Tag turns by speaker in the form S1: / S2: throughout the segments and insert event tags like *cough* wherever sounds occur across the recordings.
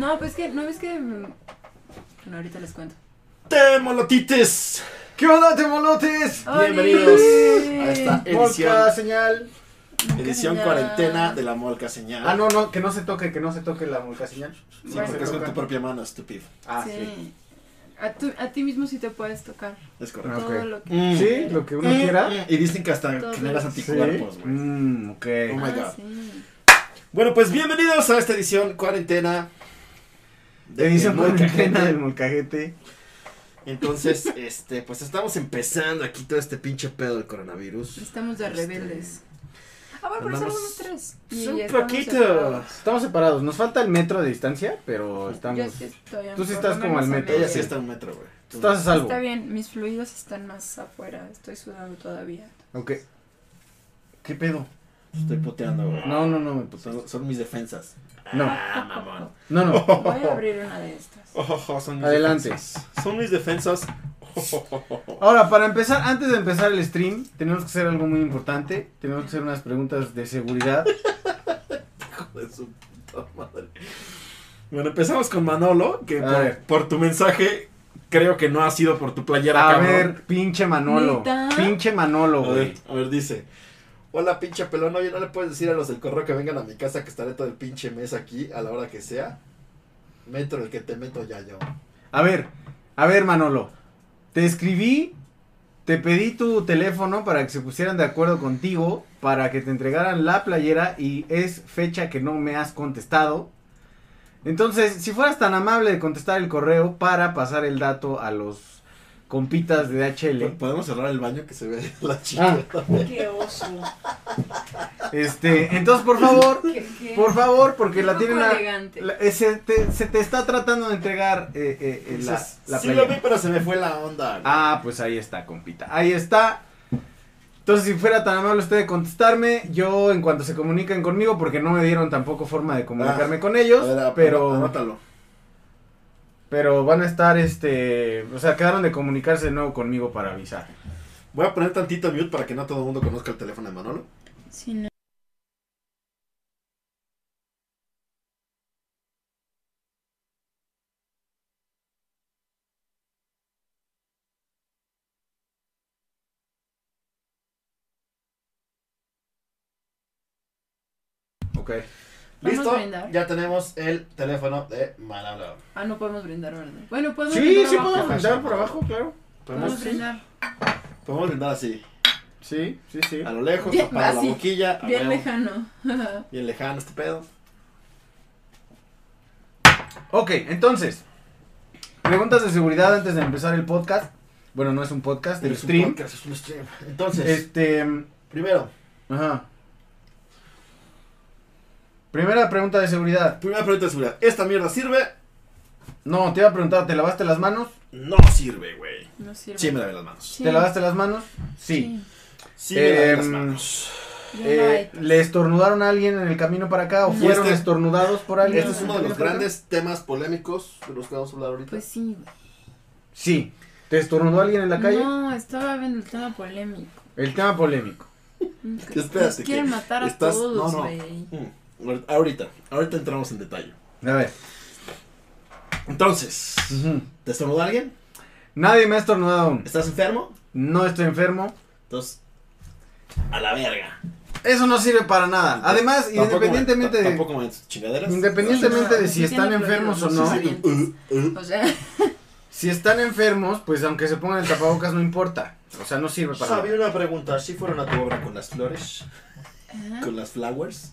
S1: No, pues que, no ves que. mm, Bueno, ahorita les cuento.
S2: ¡Temolotites!
S3: ¿Qué onda, temolotes?
S1: ¡Oli!
S2: Bienvenidos a esta
S3: Molca,
S2: edición,
S3: señal.
S2: edición cuarentena de la Molca Señal.
S3: Ah, no, no, que no se toque, que no se toque la molca señal.
S2: Sí,
S1: Bueno.
S2: porque es con tu propia mano, estúpido.
S3: Ah, sí.
S1: sí. A, tu- a ti mismo sí te puedes tocar.
S2: Es correcto.
S3: Ah, ok.
S1: Todo lo que.
S3: Sí,
S2: Mm.
S3: lo que uno
S2: Mm,
S3: quiera.
S2: mm. Y dicen que hasta
S1: Todo.
S2: generas
S1: Sí.
S2: anticuerpos, güey.
S3: Mmm, ok.
S2: Oh my God.
S1: sí.
S2: Mm. Bueno, pues bienvenidos a esta edición cuarentena. de
S3: Edición
S2: Molca
S3: cuarentena
S2: Gente.
S3: del molcajete.
S2: *laughs* Entonces, este, pues estamos empezando aquí todo este pinche pedo del coronavirus.
S1: Estamos de
S2: Este,
S1: rebeldes. Ah, bueno, pero
S2: andamos-
S1: somos los tres.
S2: Sí, un
S1: estamos
S2: poquito.
S1: separados.
S3: Estamos separados, nos falta el metro de distancia, pero
S1: Yo
S3: estamos.
S1: sí estoy.
S3: Tú sí
S1: por
S3: estás
S1: lo
S3: como
S1: menos
S3: al
S1: a
S3: metro.
S2: Ella
S1: media.
S2: sí está en un metro, güey. Tú
S3: Estás a salvo.
S1: Está bien, mis fluidos están más afuera. Estoy sudando
S3: *laughs*
S1: todavía.
S3: Ok. ¿Qué pedo?
S2: no. Estoy puteando, güey. Pues
S3: No, no, no, me puso.
S2: Son, son mis defensas.
S3: No.
S2: Ah, mamón.
S3: No, no. *laughs*
S1: Voy a abrir una de estas.
S2: Ojo, Oh, son mis
S3: Adelante.
S2: defensas. Son mis
S3: *laughs*
S2: defensas.
S3: Ahora, para empezar, antes de empezar el stream, tenemos que hacer algo muy importante. Tenemos que hacer unas preguntas de seguridad.
S2: Hijo de su puta madre. Bueno, empezamos con Manolo, que
S3: A
S2: por,
S3: ver.
S2: por tu mensaje creo que no ha sido por tu playera,
S3: A
S2: cabrón.
S3: ver, pinche Manolo.
S1: ¿Neta?
S3: Pinche Manolo,
S2: A
S3: güey.
S2: ver, a ver, dice. Hola, pinche pelón. Oye, ¿no le puedes decir a los del correo que vengan a mi casa que estaré todo el pinche mes aquí a la hora que sea? Metro el que te meto ya yo.
S3: A ver, a ver, Manolo. Te escribí, te pedí tu teléfono para que se pusieran de acuerdo contigo, para que te entregaran la playera y es fecha que no me has contestado. Entonces, si fueras tan amable de contestar el correo para pasar el dato a los compitas de DHL,
S2: ¿Podemos cerrar el baño que se ve *laughs*
S3: Ah,
S2: la chica?
S1: Qué oso.
S3: este, entonces por favor,
S1: Qué- qué-
S3: por favor, porque la
S1: Un
S3: tienen
S1: poco
S3: a-
S2: Este,
S1: elegante.
S3: la- eh, se, te, se te está tratando de entregar eh, eh, eh, la,
S2: Dices,
S3: la
S2: sí lo vi,
S3: playera.
S2: pero se me fue la onda.
S3: Ah, pues ahí está, compita. Ahí está. Entonces, si fuera tan amable usted de contestarme, yo en cuanto se comuniquen conmigo, porque no me dieron tampoco forma de comunicarme con ellos,
S2: Ah, A ver, a-
S3: pero,
S2: anótalo.
S3: pero van a estar, este, o sea, quedaron de comunicarse de nuevo conmigo para avisar.
S2: Voy a poner tantito mute para que no todo el mundo conozca el teléfono de Manolo.
S1: Sí, no.
S3: Ok.
S1: Vamos
S2: Listo,
S1: a brindar.
S2: ya tenemos el teléfono de Manolo.
S1: Ah, no podemos brindar, ¿verdad? Bueno, podemos
S3: Sí,
S1: brindar
S3: sí
S1: abajo.
S3: podemos brindar por abajo, claro.
S1: Podemos
S2: Podemos,
S1: brindar.
S2: podemos Pues brindar así,
S3: Sí, sí, sí.
S2: a lo lejos,
S1: Bien,
S2: para la
S1: así.
S2: boquilla. a
S1: Bien
S2: huevo.
S1: lejano.
S2: Bien lejano este pedo.
S3: Ok, entonces, preguntas de seguridad antes de empezar el podcast. Bueno, no es un podcast, el
S2: Este Es un
S3: stream.
S2: podcast, es un stream. Entonces,
S3: Este,
S2: primero,
S3: Ajá. Primera pregunta de seguridad.
S2: primera pregunta de seguridad. ¿Esta mierda sirve?
S3: No, te iba a preguntar, ¿te lavaste las manos?
S2: No sirve, güey.
S1: No sirve.
S2: Sí, me lavé las manos.
S1: Sí.
S3: ¿Te lavaste las manos? Sí.
S1: Sí.
S2: Sí, me lavé las
S3: Em,
S2: manos.
S1: Ya no
S3: Eh,
S1: hay.
S3: ¿Le estornudaron a alguien en el camino para acá o
S1: No.
S3: fueron
S2: Este-
S3: estornudados por alguien?
S2: Este es
S3: en el
S2: uno de los
S3: camino para acá?
S2: grandes temas polémicos de los que vamos a hablar ahorita.
S1: Pues sí, güey.
S3: Sí. ¿Te estornudó alguien en la calle?
S1: No, estaba viendo el tema polémico.
S3: El tema polémico.
S2: Que espérate,
S1: Nos quieren
S2: que
S1: matar a
S2: estás-
S1: todos,
S2: no, no.
S1: güey.
S2: Mm, ahor- Ahorita, ahorita entramos en detalle.
S3: A ver.
S2: Entonces,
S3: ujú.
S2: ¿te estornudó alguien?
S3: Nadie me ha estornudado aún.
S2: ¿Estás enfermo?
S3: No estoy enfermo.
S2: Entonces, a la verga.
S3: Eso no sirve para nada. Además,
S4: Tampoco me-
S3: independientemente
S4: ta-
S3: de...
S4: Tampoco me chingaderas.
S3: Independientemente de
S1: Sí
S3: si están
S1: tiene
S3: enfermos o
S1: problemas,
S3: no,
S1: sí, sí.
S2: Uh, uh.
S1: O sea,
S3: si están enfermos, pues aunque se pongan el tapabocas no importa. O sea, no sirve para
S2: Había
S3: nada.
S2: una pregunta, ¿sí fueron a tu obra con las flores?
S1: *laughs*
S2: ¿Con las flowers?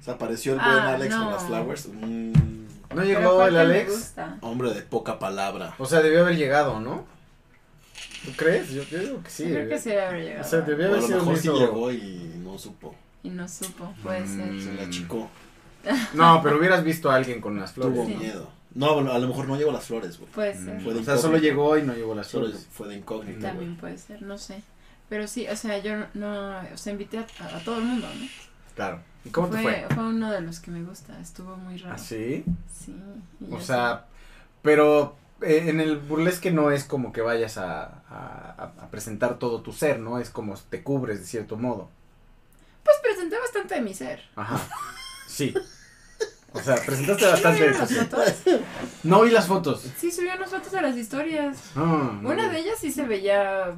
S2: O sea, apareció el buen
S1: ¿Eh? Ah,
S2: Alex
S1: no.
S2: con las flowers. Mm,
S3: No
S1: pero
S3: llegó
S1: aparte
S3: el
S1: me
S3: Alex.
S1: gusta.
S4: Hombre de poca palabra.
S3: O sea, debió haber llegado, ¿no? ¿Tú crees? Yo, yo digo que sí.
S1: Yo creo que
S3: debió-
S1: sí debe haber llegado.
S3: O sea,
S4: O
S3: debió
S4: a
S3: haber
S4: lo
S3: sido
S4: mejor
S3: un
S4: sí
S3: hizo-
S4: llegó y no supo.
S1: Y no supo, puede ser.
S4: Se
S3: Mm.
S4: la achicó.
S3: No, pero hubieras visto a alguien con las
S4: Tuvo
S3: flores.
S1: Sí.
S4: miedo. No, bueno, a lo mejor no llevó las flores, güey.
S1: Puede
S3: Mm.
S1: ser.
S4: Fue de
S3: O sea, solo
S4: incógnito.
S3: llegó y no llevó las
S4: Solo
S3: flores.
S4: fue de incógnito. güey.
S1: También puede ser, no sé. Pero sí, o sea, yo no, o sea, invité a, a todo el mundo, ¿no?
S3: Claro. ¿Y cómo te
S1: fue,
S3: fue?
S1: fue uno de los que me gusta, estuvo muy raro.
S3: ¿Ah, sí?
S1: Sí. y
S3: O
S1: yo
S3: sea, pero eh, en el burlesque no es como que vayas a, a- a- a presentar todo tu ser, ¿no? Es como te cubres de cierto modo.
S1: sí. Pues presenté bastante de mi ser.
S3: Ajá. Sí. O sea, presentaste
S1: ¿Sí
S3: bastante de
S1: subieron
S3: tu
S1: las
S3: ser.
S1: fotos?
S3: No vi las fotos.
S1: Sí, subieron las fotos a las historias.
S3: Ah, no
S1: Una
S3: vi.
S1: de ellas sí se veía.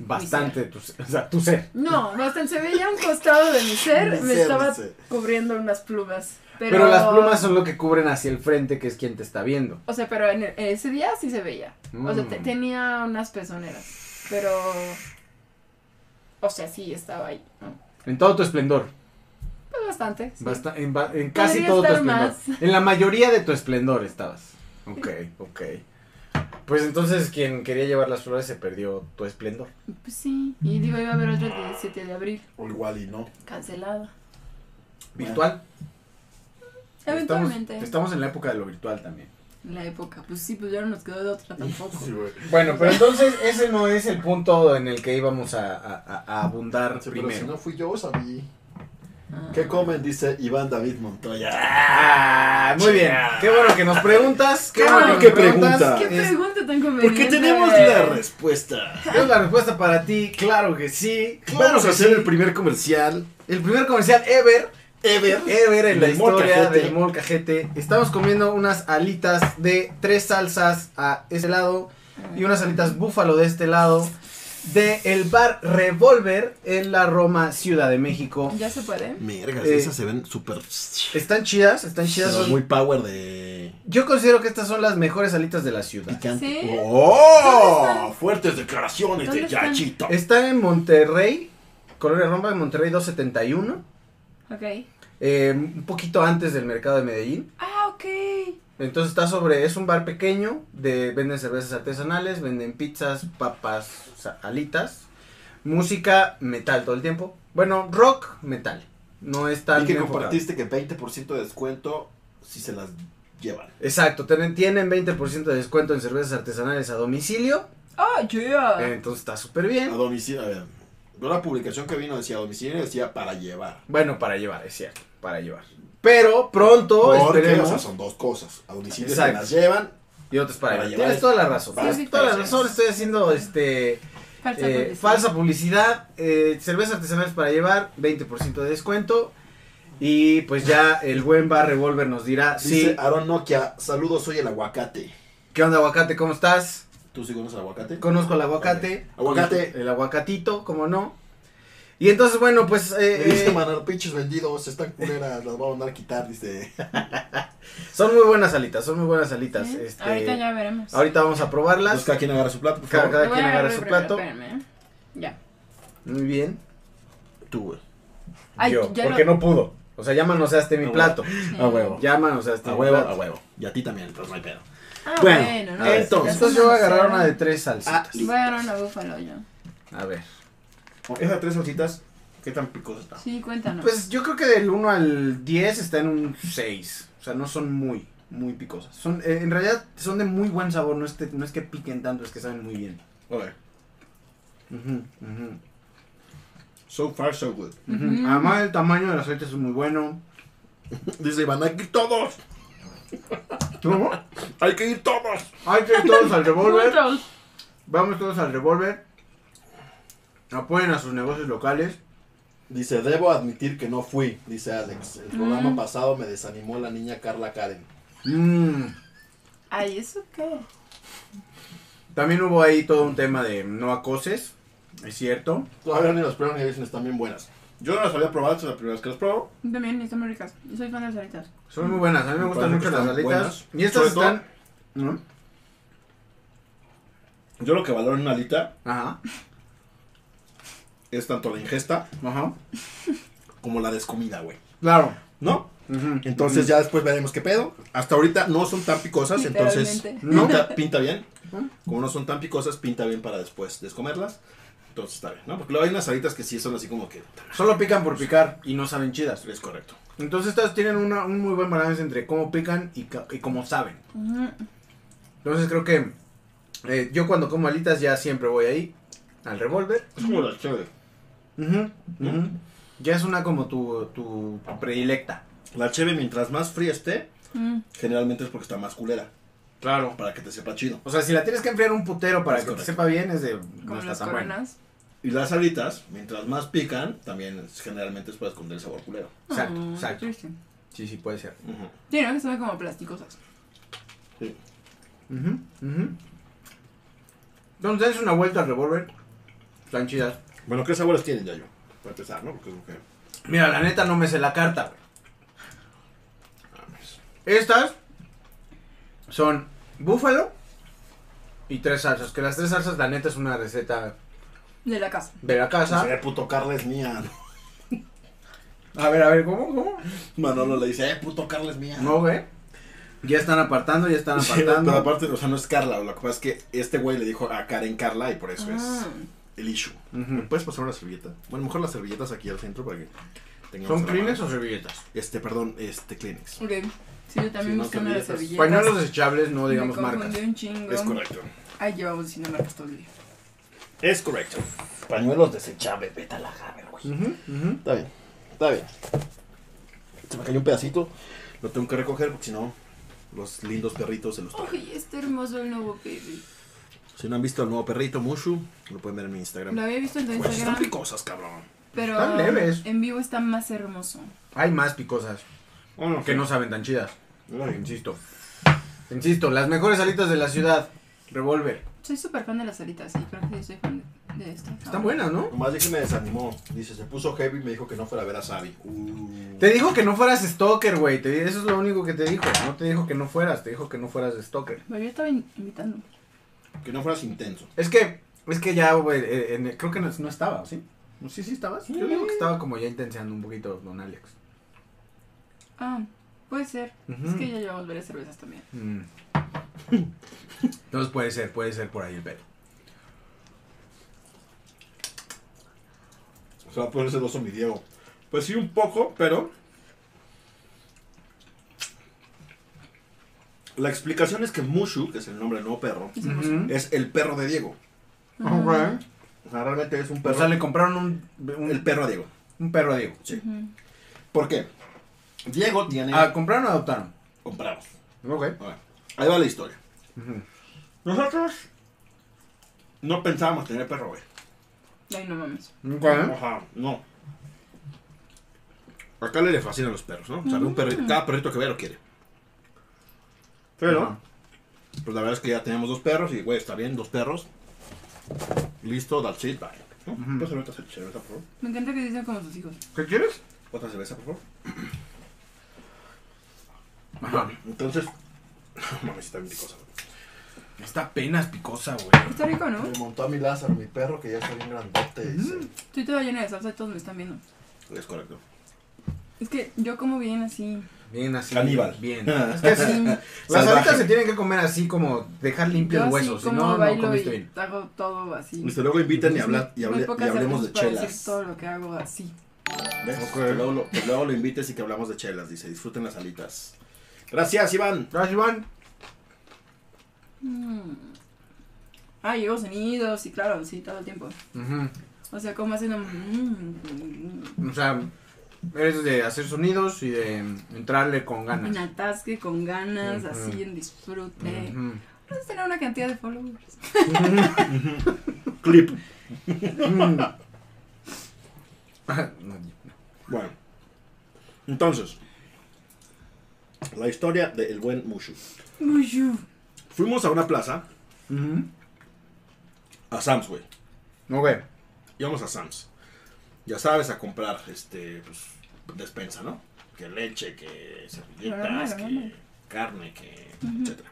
S3: Bastante de tu ser. O sea, tu ser.
S1: No, bastante se veía un costado de mi ser.
S2: Mi
S1: Me
S2: ser,
S1: estaba
S2: dice.
S1: cubriendo unas plumas. Pero,
S3: Pero... las plumas son lo que cubren hacia el frente, que es quien te está viendo.
S1: O sea, pero en el- ese día sí se veía. O sea, te-
S3: Mm.
S1: tenía unas pezoneras. Pero. O sea, sí estaba ahí. ¿no?
S3: En todo tu esplendor.
S1: Pues bastante. sí.
S3: Basta- en, ba- en casi
S1: Podría
S3: todo tu
S1: estar
S3: esplendor.
S1: más.
S3: En la mayoría de tu
S1: *laughs*
S3: esplendor estabas. Ok, ok. Pues entonces quien quería llevar las flores se perdió tu esplendor.
S1: Pues sí. Y digo, iba a haber otra el 17 de abril.
S2: O igual y no.
S1: Cancelada.
S3: Virtual.
S1: Eventualmente.
S3: Estamos, estamos en la época de lo virtual también.
S1: La época. Pues sí, pues ya no nos quedó de otra tampoco.
S2: Sí, güey.
S3: Bueno, pero *laughs* entonces ese no es el punto en el que íbamos a, a- a- a abundar
S2: Sí, Pero si
S3: primero.
S2: no fui yo, sabí.
S1: Ah.
S2: ¿Qué comen? Dice Iván David Montoya.
S3: Ah, muy bien. Qué bueno que nos preguntas. Qué
S1: Ah,
S3: bueno
S2: qué
S3: que nos preguntas. Este,
S2: pregunta.
S1: ¿Qué
S3: Es-
S1: pregunta tan conveniente?
S2: Porque tenemos la respuesta.
S3: Tengo la respuesta para ti. Claro que sí. claro
S2: Vamos
S3: que
S2: a hacer
S3: sí.
S2: el primer comercial
S3: el primer comercial ever
S2: ever.
S3: Ever en la
S2: Del mol
S3: historia
S2: cajete.
S3: del mol cajete. Estamos comiendo unas alitas de tres salsas a este lado y unas alitas búfalo de este lado de el bar Revolver en la Roma, Ciudad de México.
S1: Mm, Ya se puede.
S4: Mergas,
S3: Eh,
S4: esas se ven súper.
S3: Están chidas, están chidas.
S4: pero
S3: son-
S4: Muy power de.
S3: Yo considero que estas son las mejores alitas de la ciudad.
S4: Picante.
S1: ¿Sí? ¿Dónde
S2: ¡Oh!
S1: están?
S2: Fuertes declaraciones
S1: ¿Dónde
S2: de
S1: están?
S2: Yachito.
S3: Están en Monterrey, Colonia Roma, en Monterrey 271,
S1: Ok.
S3: eh, un poquito antes del mercado de Medellín.
S1: Ah, ok.
S3: Entonces está sobre, es un bar pequeño, de, venden cervezas artesanales, venden pizzas, papas, sa- alitas, música, metal todo el tiempo. Bueno, rock, metal. No es tan
S2: Y que
S3: enfocado.
S2: compartiste que 20% de descuento si se las llevan.
S3: Exacto, tienen, tienen 20% de descuento en cervezas artesanales a domicilio.
S1: Oh, yeah.
S3: Entonces está súper
S2: A
S3: bien.
S2: domicilio, a ver. Yo la publicación que vino decía a domicilio decía para llevar.
S3: Bueno, para llevar, es cierto, para llevar. Pero pronto
S2: Porque, o sea,
S3: Oh, esperemos.
S2: son dos cosas. A domicilio se
S3: Exacto.
S2: las llevan.
S3: Y otros para,
S2: para
S3: llevar.
S2: llevar.
S3: Tienes toda la razón.
S2: Sí,
S3: Tienes
S1: sí,
S3: toda la
S1: pero-
S3: razón. Estoy haciendo este.
S1: Falsa
S3: Eh,
S1: publicidad.
S3: falsa publicidad, eh, cervezas artesanales para llevar, 20% de descuento. Y pues ya el buen bar Revolver nos dirá,
S2: Dice
S3: sí,
S2: Aaron Nokia, saludos, soy el aguacate.
S3: ¿qué onda aguacate? ¿Cómo estás?
S2: ¿Tú sí conoces el aguacate?
S3: Conozco el aguacate.
S2: Ok. Aguacate.
S3: El, aguacatito, como no. Y entonces, bueno, pues eh,
S2: Me dice
S3: eh,
S2: manar, pinches vendidos, están culeras, las vamos a mandar a quitar, dice.
S3: son muy buenas alitas, son muy buenas alitas.
S1: Sí,
S3: este,
S1: Ahorita ya veremos.
S3: ahorita vamos a probarlas.
S2: Busca quien agarra su plato, por
S3: Cada-
S2: favor.
S3: cada
S1: Voy
S3: quien
S1: a
S3: agarra
S1: agarrar
S3: su
S1: primero,
S3: plato.
S1: espérame, ¿eh? Ya.
S3: Muy bien.
S2: Tú, güey.
S1: Ay,
S3: Yo,
S1: ya
S3: porque
S1: lo-
S3: no pudo. O sea, ya manoseaste mi
S4: A
S3: plato.
S1: Sí.
S2: Mm.
S4: A huevo.
S3: Ya manoseaste
S4: A
S3: mi
S4: huevo,
S3: plato.
S4: a huevo. Y a ti también, entonces no hay pedo.
S1: Ah,
S4: Bueno,
S1: bueno, no,
S4: entonces,
S1: si te
S3: Entonces
S1: hacen
S3: yo voy a agarrar
S1: anunciar,
S3: una de tres salsitas.
S1: Voy a agarrar una búfalo yo.
S3: A ver.
S4: Esas tres salsitas, ¿qué tan picosa está?
S1: Sí, cuéntanos.
S3: Pues yo creo que del 1 al 10 está en un 6. O sea, no son muy, muy picosas. Son, eh, en realidad son de muy buen sabor. No es, que, no es que piquen tanto, es que saben muy bien.
S4: Ok.
S3: Ujú, ujú,
S4: So far, so good.
S3: ujú.
S1: Ujú.
S3: Además, el tamaño de las alitas es muy bueno.
S2: Dice Iván, hay que ir todos,
S3: *laughs* ¿Cómo?
S2: hay que ir todos.
S3: Hay que ir todos al revólver.
S1: Juntos.
S3: Vamos todos al revólver. Apoyen a sus negocios locales.
S2: Dice, debo admitir que no fui, dice Alex. El programa
S1: Mm.
S2: pasado me desanimó la niña Carla Karen.
S3: Mm,
S1: Ay, ¿eso qué?
S3: También hubo ahí todo un tema de no acoses. Es cierto.
S2: Todavía ni los prueban y dicen, están bien buenas. Yo no las había probado, esta es la primera vez que las pruebo.
S1: También están muy ricas. Yo soy fan de las alitas.
S3: Son muy buenas, a mí me,
S2: Me
S3: gustan
S2: parece
S3: mucho
S2: que
S3: las
S2: están
S3: alitas.
S2: buenas.
S3: Y estas
S2: Sobre todo-
S3: están. ¿no?
S2: Yo lo que valoro en una alita
S3: Ajá,
S2: es tanto la ingesta
S3: ajá.
S2: como la descomida, güey.
S3: Claro.
S2: ¿No?
S3: ujú.
S2: Entonces ya después veremos qué pedo. Hasta ahorita no son tan picosas, entonces
S1: Literalmente.
S3: ¿No?
S2: pinta, pinta bien.
S3: Ujú.
S2: Como no son tan picosas, pinta bien para después descomerlas. Entonces está bien, ¿no? Porque luego hay unas alitas que sí son así como que...
S3: Solo pican por picar y no saben chidas.
S2: Es correcto.
S3: Entonces estas tienen una- un muy buen balance entre cómo pican y, ca- y cómo saben.
S1: Ujú.
S3: Entonces creo que eh, yo cuando como alitas ya siempre voy ahí al revólver.
S2: Es como la chévere.
S3: Ujú, ujú. Ya es una como tu, tu predilecta.
S2: La cheve, mientras más fría esté,
S1: Mm.
S2: generalmente es porque está más culera.
S3: Claro.
S2: Para que te sepa chido.
S3: O sea, si la tienes que enfriar un putero para
S2: Es
S3: que te
S2: correcto.
S3: sepa bien, es de no
S1: Como
S3: está
S1: las
S3: tan buena.
S1: coronas.
S2: Y las alitas, mientras más pican, también es- generalmente es para esconder el sabor culero.
S3: Exacto,
S1: Ah,
S3: exacto.
S1: triste.
S3: Sí, sí, puede ser.
S2: Ujú.
S1: Sí, ¿no? Que saben como plasticosas.
S3: Ujú, ujú. Entonces dense una vuelta al revólver. Están chidas.
S2: Bueno, ¿qué sabores tienen, Yayo? Para empezar, ¿no? Porque es lo que...
S3: Mira, la neta no me sé la carta, güey. Estas son búfalo y tres salsas. Que las tres salsas, la neta, es una receta
S1: De la casa.
S3: de la casa.
S2: Sería Eh, puto Carla es mía. *laughs*
S3: A ver, a ver, ¿cómo? ¿Cómo?
S2: Manolo le dice, eh, puto Carla es mía.
S3: No, güey. Ya están apartando, ya están
S2: Sí, pero
S3: apartando.
S2: aparte, o sea, no es Carla. Lo que pasa es que este güey le dijo a Karen Carla y por eso
S1: Ah.
S2: es el issue. ¿Me
S3: Ujú.
S2: puedes pasar una servilleta? Bueno, mejor las servilletas aquí al centro para que tengamos.
S3: ¿Son Kleenex
S2: clines
S3: o servilletas?
S2: Este, perdón, este, Kleenex.
S1: Ok. Sí, yo
S2: Sí,
S1: también
S2: no
S1: busqué una de las
S2: servilletas.
S1: servilletas.
S3: Pañuelos desechables, no digamos
S1: Me
S3: marcas.
S1: confundí un chingo.
S2: Es correcto.
S1: Ay, llevamos diciendo marcas todo el día.
S2: Es correcto. Pañuelos desechables, vete a la jave, güey.
S3: Ujú, ujú.
S2: Está bien, está bien. Se me cayó un pedacito. Lo tengo que recoger porque si no, los lindos perritos se los traen.
S1: Ay, está hermoso el nuevo baby.
S2: Si no han visto al nuevo perrito, Mushu, lo pueden ver en mi Instagram.
S1: Lo había visto en tu
S2: Güey, están
S1: Instagram,
S2: picosas, cabrón.
S1: pero
S3: Pues, Están leves.
S1: en vivo está más hermoso.
S3: Hay más picosas
S2: Bueno,
S3: que no saben tan chidas.
S2: Ay,
S3: Insisto. Insisto, las mejores alitas de la ciudad. Revólver.
S1: Soy súper fan de las alitas y creo que sí soy fan de, de esto.
S3: Están buenas, ¿no?
S2: Nomás dije que me desanimó. Dice, se puso heavy y me dijo que no fuera a ver a Sabi. Uh.
S3: Te dijo que no fueras stalker, güey. Te- Eso es lo único que te dijo. No te dijo que no fueras, te dijo que no fueras stalker.
S1: Pero yo estaba in- invitando.
S2: Que no fueras intenso.
S3: Es que, es que ya, güey, eh, en- creo que no, no estaba, ¿sí? No, Sí, sí estabas. Yo digo que estaba como ya intenseando un poquito Don Alex.
S1: Ah, puede ser. Es
S3: Ujú.
S1: que ya llevamos varias cervezas también.
S3: Mm. Entonces puede ser, puede ser por ahí el pedo.
S2: O sea, puede ser oso mi Diego. Pues sí, un poco, pero. La explicación es que Mushu, que es el nombre del nuevo perro,
S1: Es hermoso.
S3: Eh,
S2: es el perro de Diego.
S1: Ujú.
S2: O sea, realmente es un
S3: O
S2: perro.
S3: sea, le compraron un, un,
S2: El perro a Diego.
S3: un perro, digo.
S2: Sí.
S1: Ujú.
S2: ¿Por qué? Diego tiene.
S3: Ah, ¿compraron o adoptaron?
S2: Compramos.
S3: Ok.
S2: A ver, Ahí va la historia.
S3: Ujú.
S2: Nosotros no pensábamos tener perro, güey.
S1: Ay, no mames.
S3: Ok.
S2: Ajá, no. Acá le, le fascinan los perros, ¿no? O sea, un perrito- cada perrito que ve lo quiere. Pero, pues la verdad es que ya tenemos dos perros y, güey, está bien, dos perros. Listo, that's it, bye. ¿No?
S3: Ujú.
S5: Pues,
S2: ¿Puedes servir otra ce- cerveza, por favor?
S1: Me encanta que dicen como sus hijos.
S3: ¿Qué quieres?
S2: Otra cerveza, por favor.
S3: Ajá.
S2: Entonces, *laughs* mames, está bien picosa, güey.
S3: Está apenas picosa, güey.
S1: Está rico, ¿no?
S5: Me montó a mi Lázaro, mi perro, que ya está bien grandote. y se-
S1: Estoy toda llena de salsa y todos me están viendo.
S2: Es correcto.
S1: Es que yo como bien
S3: *laughs*
S1: así.
S3: Bien así.
S2: Caníbal.
S3: *laughs* Bien. Es que sí. Las
S2: Salvaje.
S3: alitas se tienen que comer así como dejar limpio
S1: Yo
S3: el
S1: así
S3: hueso, si
S1: como
S3: no, no
S1: bailo
S3: comiste
S1: y
S3: bien.
S1: hago todo así.
S2: Desde luego inviten y, habla- y,
S1: Muy
S2: hable- y
S1: pocas
S2: hablemos de
S1: veces para decir
S2: chelas.
S1: todo lo que hago así.
S2: ¿Ves?
S3: Ok.
S2: Que luego, lo, que luego lo invites y que hablamos de chelas. Dice, disfruten las alitas. Gracias, Iván.
S3: Gracias, Iván.
S1: Mm. Ah, llevo sonidos y claro, sí, todo el tiempo.
S3: Ujú.
S1: O sea, como haciendo... mm,
S3: O sea, eres de hacer sonidos y de entrarle con ganas.
S1: Un atasque con ganas,
S3: Ujú.
S1: así en disfrute.
S3: Ujú. *laughs*
S1: Entonces tener una cantidad de followers.
S2: Clip.
S3: Mm. Ah, no, no.
S2: Bueno. Entonces, la historia del buen Mushu.
S1: Ujú.
S2: Fuimos a una plaza,
S3: Ujú.
S2: a Sam's, güey.
S3: Ok.
S2: Íbamos a Sam's. ya sabes, a comprar este, pues, despensa, ¿no? Que leche, que servilletas,
S1: Claro,
S2: que
S1: claro.
S2: carne, que etcétera.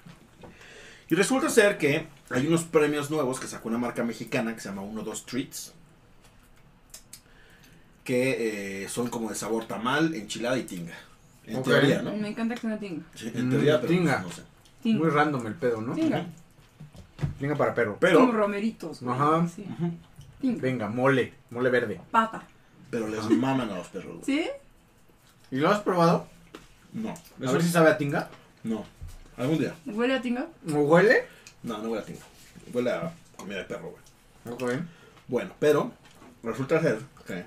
S2: Y resulta ser que hay unos premios nuevos que sacó una marca mexicana que se llama 1-2 Treats. Que eh, son como de sabor tamal, enchilada y tinga. En
S3: Ok.
S2: teoría, ¿no?
S1: Me encanta que no tenga.
S2: Sí, en
S3: Mm,
S2: teoría, pero pues,
S3: tinga.
S2: no sé.
S1: Tinga.
S3: Muy random el pedo, ¿no?
S1: Tinga.
S3: Venga para perro.
S2: Pero,
S1: Como romeritos. güey.
S3: Ajá.
S1: Sí.
S2: Ujú.
S1: Tinga.
S3: Venga, mole, mole verde.
S1: Papa.
S2: pero les maman a los perros. güey.
S1: ¿Sí?
S3: ¿Y lo has probado?
S2: No.
S3: A
S2: Eso-
S3: ver si sabe a tinga.
S2: No. Algún día.
S1: ¿Huele a tinga?
S3: ¿O huele?
S2: No, no huele a tinga. Huele a comida de perro, güey.
S3: Ok.
S2: Bueno, pero resulta ser que...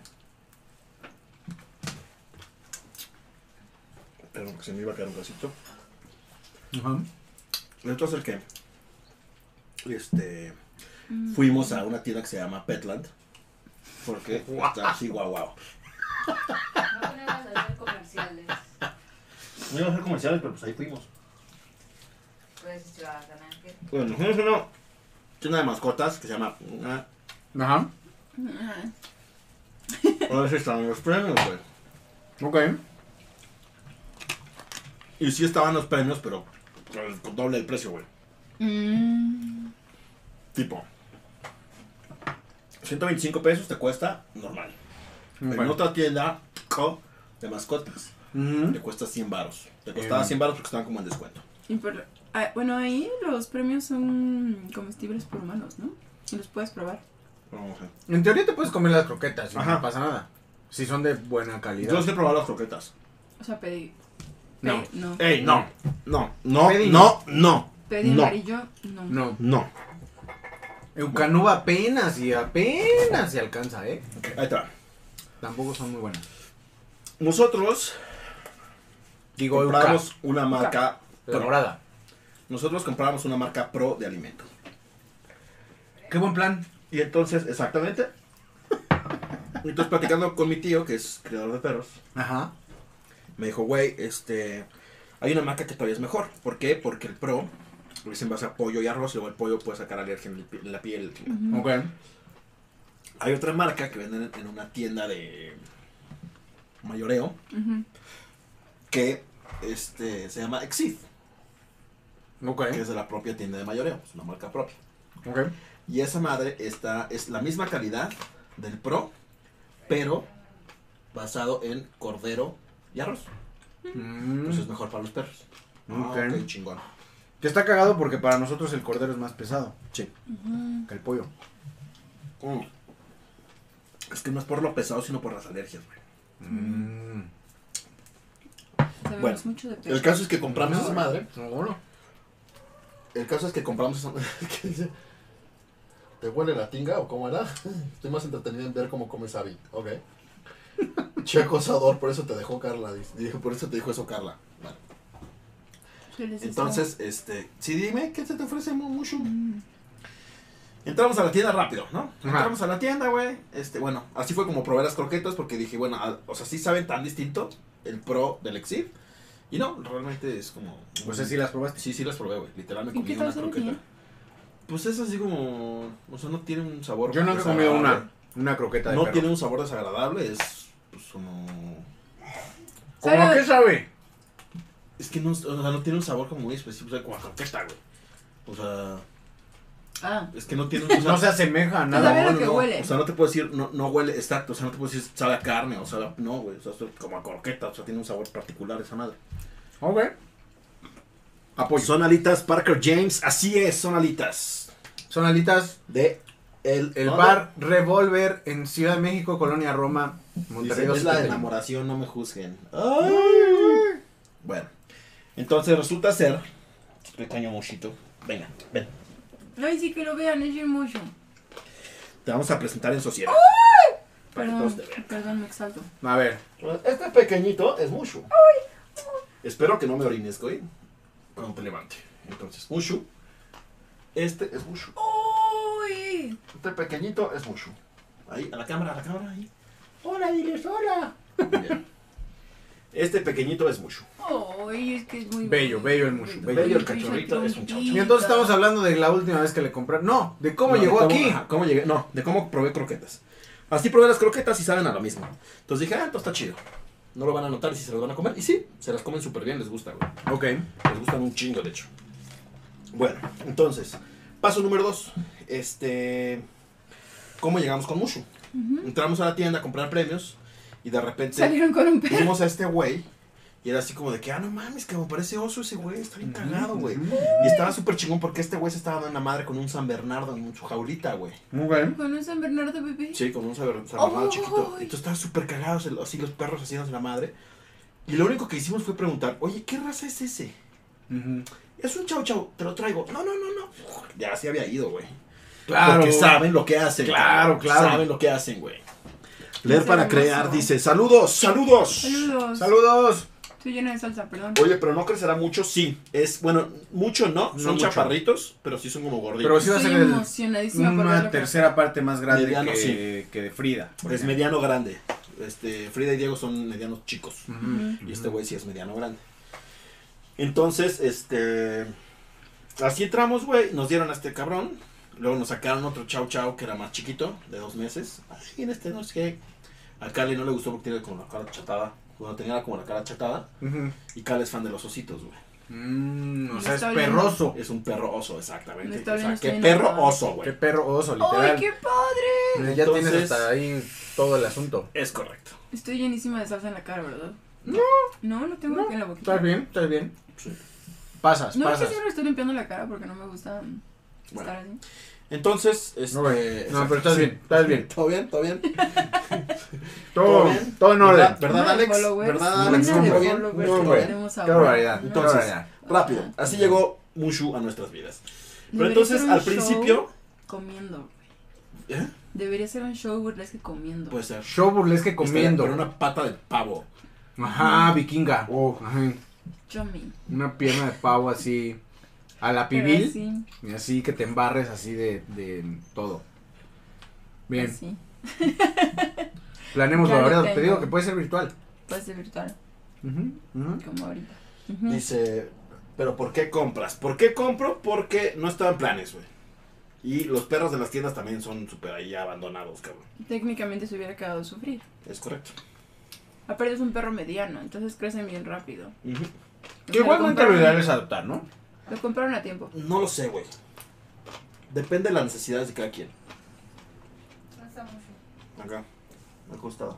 S2: Perdón, que se me iba a caer un vasito.
S3: Ajá.
S2: Resulta ser que... Este... Fuimos a una tienda que se llama Petland. Porque está así, guau, guau.
S6: No podemos hacer comerciales.
S2: No iba a hacer comerciales, pero pues ahí fuimos.
S6: Pues yo a San Ángel.
S2: Bueno, fuimos a una tienda de mascotas que se llama... ah,
S3: Ajá.
S2: A ver si están los premios, güey.
S3: Ok.
S2: Y sí estaban los premios, pero con- con doble el precio, güey.
S1: Mm.
S2: Tipo, 125 pesos te cuesta normal. En
S3: Bueno.
S2: otra tienda co, de mascotas te cuesta 100 baros. Te costaba
S3: Em.
S2: 100 baros porque estaban como en descuento.
S1: Y por- ah, bueno, ahí los premios son comestibles por humanos, ¿no? Y los puedes probar.
S2: Pero no sé.
S3: En teoría te puedes comer las croquetas y
S2: Ajá.
S3: no pasa nada. Si son de buena calidad.
S2: Yo sí he probado las croquetas.
S1: O sea, pedí.
S3: No.
S1: pe- no.
S2: ¡Ey, no! No, no,
S3: Pedí.
S2: no, no,
S1: Pedí
S2: no.
S1: amarillo, no.
S3: No.
S2: no.
S3: Eucanuba apenas y apenas se alcanza, ¿eh?
S2: Ahí está.
S3: Tampoco son muy buenas.
S2: Nosotros
S3: Digo, Euca,
S2: compramos una marca
S3: la
S2: pro.
S3: morada.
S2: Nosotros compramos una marca pro de alimentos.
S3: Qué buen plan.
S2: Y entonces, exactamente. Entonces, platicando con mi tío, que es criador de perros,
S3: Ajá.
S2: me dijo, güey, este, hay una marca que todavía es mejor. ¿por qué? Porque el Pro lo hice en base a pollo y arroz, y luego el pollo puede sacar alergia en el pi- en la piel.
S1: Ujú.
S3: Ok.
S2: Hay otra marca que venden en una tienda de mayoreo
S1: Ujú.
S2: que este, se llama Exit,
S3: Ok.
S2: que es de la propia tienda de mayoreo, es una marca propia.
S3: Ok.
S2: Y esa madre está, es la misma calidad del Pro, pero basado en cordero y arroz.
S3: Mm.
S2: Pues es mejor para los perros.
S3: Ok.
S2: Ah, ok, chingón.
S3: Que está cagado porque para nosotros el cordero es más pesado
S2: Sí.
S1: Ujú.
S3: que el pollo.
S2: Mm. Es que no es por lo pesado, sino por las alergias, güey.
S3: Mm.
S1: Sabemos
S2: Bueno,
S1: mucho de
S2: El
S1: perros.
S2: caso es que compramos esa madre.
S3: No, bueno.
S2: El caso es que compramos esa *laughs*
S7: ¿Qué dice? ¿Te huele la tinga o cómo
S2: *laughs*
S7: era? Estoy más entretenido en ver cómo comes Abby. Ok. Che acosador, por eso te dejó Carla. dice.
S2: Dijo, por eso te dijo eso, Carla. Vale.
S1: Se les está-
S2: Entonces, este. Sí, dime, ¿qué se te ofrece mu- mucho?
S1: Mm.
S2: Entramos a la tienda rápido, ¿no?
S3: Ajá.
S2: Entramos a la tienda, güey. Este, bueno, así fue como probé las croquetas porque dije, bueno, a- o sea, sí saben tan distinto el pro del exit. Y no, realmente es como.
S3: Pues así las probaste.
S2: Sí, sí las probé, güey. Literal me
S1: ¿Y
S2: comí
S1: qué
S2: una
S1: tal saben
S2: croqueta.
S1: bien?
S2: Pues es así como. O sea, no tiene un sabor.
S3: Yo no he comido una, una croqueta de
S2: No
S3: perro.
S2: tiene un sabor desagradable, es pues, como...
S3: ¿Cómo a qué sabe?
S2: Es que no, o sea, no tiene un sabor como muy específico, o sea, como a croqueta, güey. O sea,
S1: Ah,
S2: es que no tiene un... o sea,
S3: *laughs* No se asemeja a
S1: No sabe
S3: nada.
S1: a lo que huele.
S2: O sea, no te puedo decir, no, no huele, exacto, o sea, no te puedo decir sabe a carne, o sea, no, güey, o sea, es como a croqueta, o sea, tiene un sabor particular esa madre.
S3: Ok. Apoyo.
S2: Son alitas Parker James, así es, son alitas.
S3: Son alitas
S2: De el,
S3: El bar Revolver en Ciudad de México, Colonia Roma, Monterrey.
S2: Dice, es la
S3: 271".
S2: enamoración, no me juzguen. Ay. Bueno, entonces resulta ser... este Pequeño mochito, venga, ven.
S1: ay, sí que lo vean, es bien mucho.
S2: Te vamos a presentar en sociedad. Para que todos
S1: Perdón,
S2: te vean.
S1: perdón, me exalto.
S3: A ver,
S7: Este pequeñito es Mushu.
S2: Espero que no me orines, güey. Cuando te levante. Entonces, Mushu. Este es Mushu.
S1: ¡Uy!
S7: Este pequeñito es Mushu.
S2: Ahí, a la cámara, a la cámara, ahí. Hola, diles, hola. Muy bien. Este pequeñito es Mushu.
S1: ¡Uy! Es que es muy
S3: Bello,
S1: bonito.
S3: bello el mushu, bello.
S2: Bello el cachorrito, es un chavo.
S3: y entonces estamos hablando de la última vez que le compraron. No, de
S2: No,
S3: cómo
S2: de
S3: llegó aquí.
S2: ajá, ¿Cómo llegué? No, de cómo probé croquetas. Así probé las croquetas y saben a lo mismo. Entonces dije, ah, esto está chido. No lo van a notar y si se las van a comer. Y sí, se las comen súper bien, les gusta, güey.
S3: Ok.
S2: Les gustan un chingo, de hecho. Bueno, entonces, paso número dos. Este. ¿Cómo llegamos con Mushu? Entramos a la tienda a comprar premios y de repente
S1: Salieron con un perro.
S2: vimos a este güey y era así como de que, ah, no mames, que me parece oso ese güey, está bien cagado, güey. Y estaba súper chingón porque este güey se estaba dando la madre con un San Bernardo en su jaulita, güey.
S3: Muy bien.
S1: Con un San Bernardo bebé.
S2: Sí, con un saber- sabernado
S1: ¡Ay!
S2: chiquito. Entonces estaban súper cagados, el- así los perros haciéndose la madre. Y lo único que hicimos fue preguntar, oye, ¿qué raza es ese? Es un chau chau, te lo traigo. No, no, no, no. Ya se había ido, güey.
S3: Claro.
S2: Porque saben lo que hacen.
S3: Claro,
S2: cabrón.
S3: claro.
S2: Saben lo que hacen, güey.
S1: Leer para
S2: Leer para
S1: hermoso. crear
S2: crear
S1: dice,
S2: dice, saludos, saludos.
S1: Saludos.
S3: Saludos.
S1: Estoy llena de salsa, perdón.
S2: Oye, pero no crecerá mucho, sí. Es, bueno, mucho no,
S3: No
S2: son
S3: mucho.
S2: chaparritos, pero sí son como gorditos.
S3: Pero Pues sí va a
S1: Estoy
S3: ser el-
S1: emocionadísima por verlo
S3: una
S1: crecer.
S3: tercera parte más grande
S2: Mediano,
S3: que,
S2: sí.
S3: que de Frida. por
S2: es
S3: ejemplo.
S2: mediano grande. Este, Frida y Diego son medianos chicos.
S3: Ujú.
S2: Y este güey sí es mediano grande. Entonces, este. Así entramos, güey. Nos dieron a este cabrón. Luego nos sacaron otro chau chau que era más chiquito, de dos meses. Ay, mira este, no sé qué. A Cali no le gustó porque tiene como la cara chatada. Cuando tenía como la cara chatada.
S3: Ujú.
S2: Y Cali es fan de los ositos, güey.
S3: Mm, o
S1: Me
S3: sea, es
S1: está oliendo.
S3: perroso.
S2: Es un perro oso,
S1: Me
S2: exactamente.
S1: está
S2: O sea,
S1: viendo,
S2: qué
S1: estoy
S2: perro
S1: enojada.
S2: oso,
S3: Qué
S2: güey.
S3: perro oso,
S1: ¡Ay,
S3: literal.
S1: qué padre!
S3: Ya
S2: Entonces-
S3: tienes hasta ahí todo el asunto.
S2: Es correcto.
S1: Estoy llenísima de salsa en la cara, ¿verdad?
S2: No.
S1: No, no tengo aquí en la boquita.
S3: ¿Estás bien? ¿Estás bien?
S2: Sí.
S3: Pasas,
S1: No, es que
S3: pasas.
S1: siempre estoy limpiando la cara porque no me gusta mm,
S2: Bueno.
S1: estar así.
S2: Entonces, este,
S3: No, güey. No,
S2: exacto,
S3: pero estás
S2: sí.
S3: bien, estás bien.
S2: ¿Todo bien? ¿Todo bien?
S3: Todo,
S2: bien?
S3: todo en orden.
S2: ¿Verdad, ¿verdad
S1: Una de
S2: Alex?
S1: followers,
S2: ¿Verdad,
S1: una
S2: Alex?
S1: de
S2: ¿Todo bien?
S1: followers
S2: ¿Todo
S1: que
S3: güey.
S2: bien?
S1: tenemos
S3: Qué
S1: ahora.
S3: barbaridad,
S1: No,
S3: qué barbaridad.
S2: Rápido.
S1: Ajá.
S2: Así llegó Mushu a nuestras vidas. Pero
S1: Debería
S2: entonces,
S1: ser un
S2: al
S1: show
S2: principio...
S1: Comiendo, güey.
S2: ¿Eh?
S1: Debería ser un show burlesque comiendo.
S3: Pues,
S2: Puede ser.
S3: Show burlesque comiendo.
S2: Pero una pata de pavo.
S3: Ajá, vikinga. Ajá.
S1: Yummy.
S3: Oh, Una pierna de pavo así a la
S1: Pero
S3: pibil.
S1: así,
S3: Y así que te embarres así de, de todo. Bien,
S1: así.
S3: planeemos
S1: Ya
S3: la
S1: lo
S3: verdad. Te
S1: tengo.
S3: digo que puede ser virtual.
S1: Puede ser Pues, virtual,
S3: Ujú, ujú.
S1: como ahorita. Ujú.
S2: Dice, pero ¿por qué compras? ¿Por qué compro? Porque no estaban planes, güey. Y los perros de las tiendas también son súper ahí abandonados, cabrón.
S1: Técnicamente se hubiera quedado a sufrir.
S2: Es correcto.
S1: Aparte es un perro mediano, entonces crecen bien rápido.
S2: Ujú.
S1: O
S3: Que
S1: sea,
S3: igualmente lo
S1: compraron-
S3: ideal es adoptar, ¿no?
S1: Lo compraron a tiempo.
S2: No lo sé, güey. Depende de las necesidades de cada quien.
S8: No está mucho.
S2: Acá. Me ha costado.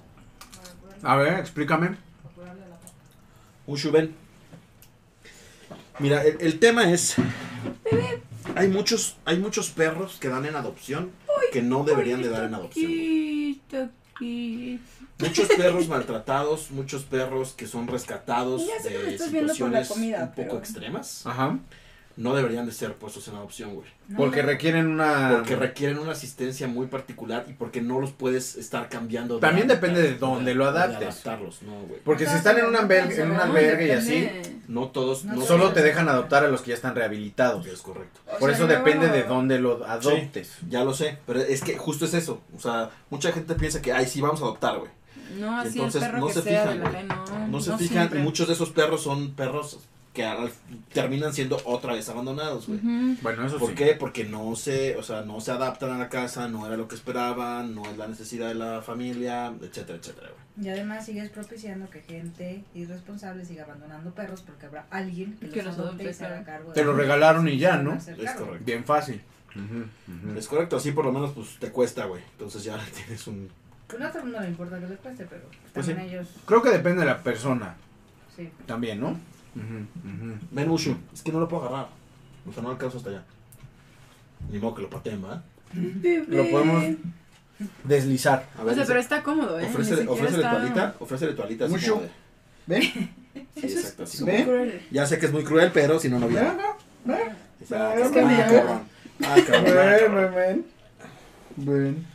S8: Para curarle-
S3: A ver, explícame.
S8: para curarle la pata.
S2: Mushu, ven. Mira, el, el tema es. Hay muchos, hay muchos perros que dan en adopción que no deberían de dar en adopción. güey.
S1: Quito, quito.
S2: Muchos
S1: *laughs*
S2: perros maltratados, muchos perros que son rescatados
S1: Ya sé que me
S2: de
S1: estás viendo por la
S2: situaciones
S1: comida,
S2: un poco
S1: pero-
S2: extremas,
S3: Ajá.
S2: no deberían de ser puestos en adopción, güey.
S1: No,
S3: Porque
S1: no.
S3: requieren una.
S2: Porque requieren una asistencia muy particular y porque no los puedes estar cambiando.
S3: También
S2: hábitat,
S3: depende de dónde lo
S2: de
S3: adaptes.
S2: adaptarlos, no, güey.
S3: Porque si están en un albergue, en un
S1: No,
S3: albergue y así,
S1: depende.
S2: No todos.
S1: No
S2: no
S3: solo
S2: todos.
S3: te dejan adoptar a los que ya están rehabilitados.
S2: Es correcto.
S1: O
S3: Por
S1: sea,
S3: eso
S1: luego-
S3: depende de dónde lo adoptes.
S2: Ya lo sé, pero es que justo es eso. O sea, mucha gente piensa que, ay, sí, vamos a adoptar, güey.
S1: No, así
S2: Entonces,
S1: el perro
S2: no
S1: que
S2: se
S1: sea
S2: fijan,
S1: de la
S2: güey.
S1: ley, Ah, no.
S2: No se fijan,
S1: siempre.
S2: y muchos de esos perros son perros que al- terminan siendo otra vez abandonados, güey.
S1: Ujú.
S3: Bueno, eso
S2: ¿Por
S3: sí.
S2: qué? Porque no se, o sea, no se adaptan a la casa, no era lo que esperaban, no es la necesidad de la familia, etcétera, etcétera, güey.
S8: Y además sigues propiciando que gente irresponsable siga abandonando perros porque habrá alguien que,
S1: Que
S8: los
S1: los
S8: adopte y
S1: adopte,
S8: se haga
S1: claro.
S8: cargo de
S3: Te lo
S8: ellos.
S3: regalaron y ya, ¿no?
S8: Hacer
S2: Es
S8: cargo.
S2: correcto.
S3: Bien fácil.
S2: Es correcto, así por lo menos pues te cuesta, güey. Entonces ya *laughs* tienes un...
S8: Que no a todo el mundo le importa que le cueste, pero también
S2: Pues sí.
S8: ellos,
S3: Creo que depende de la persona
S8: sí.
S3: también, ¿no?
S2: Ven, Mushu, es que no lo puedo agarrar. O sea, no alcanzo hasta allá. Ni modo que lo pateen, ¿verdad?
S3: Lo podemos
S1: O
S2: A
S3: deslizar.
S1: sea,
S2: Pues dice,
S1: pero está cómodo, ¿eh? Ni
S2: Ofrécele,
S1: siquiera
S2: ofrécele tu
S1: está-
S2: alita, ofrécele tu alita. así
S3: Mushu.
S2: como de-
S3: ¿Ven?
S2: Sí,
S1: Eso
S2: exacto, así
S1: es
S2: como-
S3: ¿Ve?
S1: súper cruel.
S2: Ya sé que es muy cruel, pero si no, no hubiera. Exacto.
S3: Es que
S2: Ah,
S1: me llegó.
S2: cabrón. Ah, cabrón. Ah, cabrón.
S3: ven. Ven.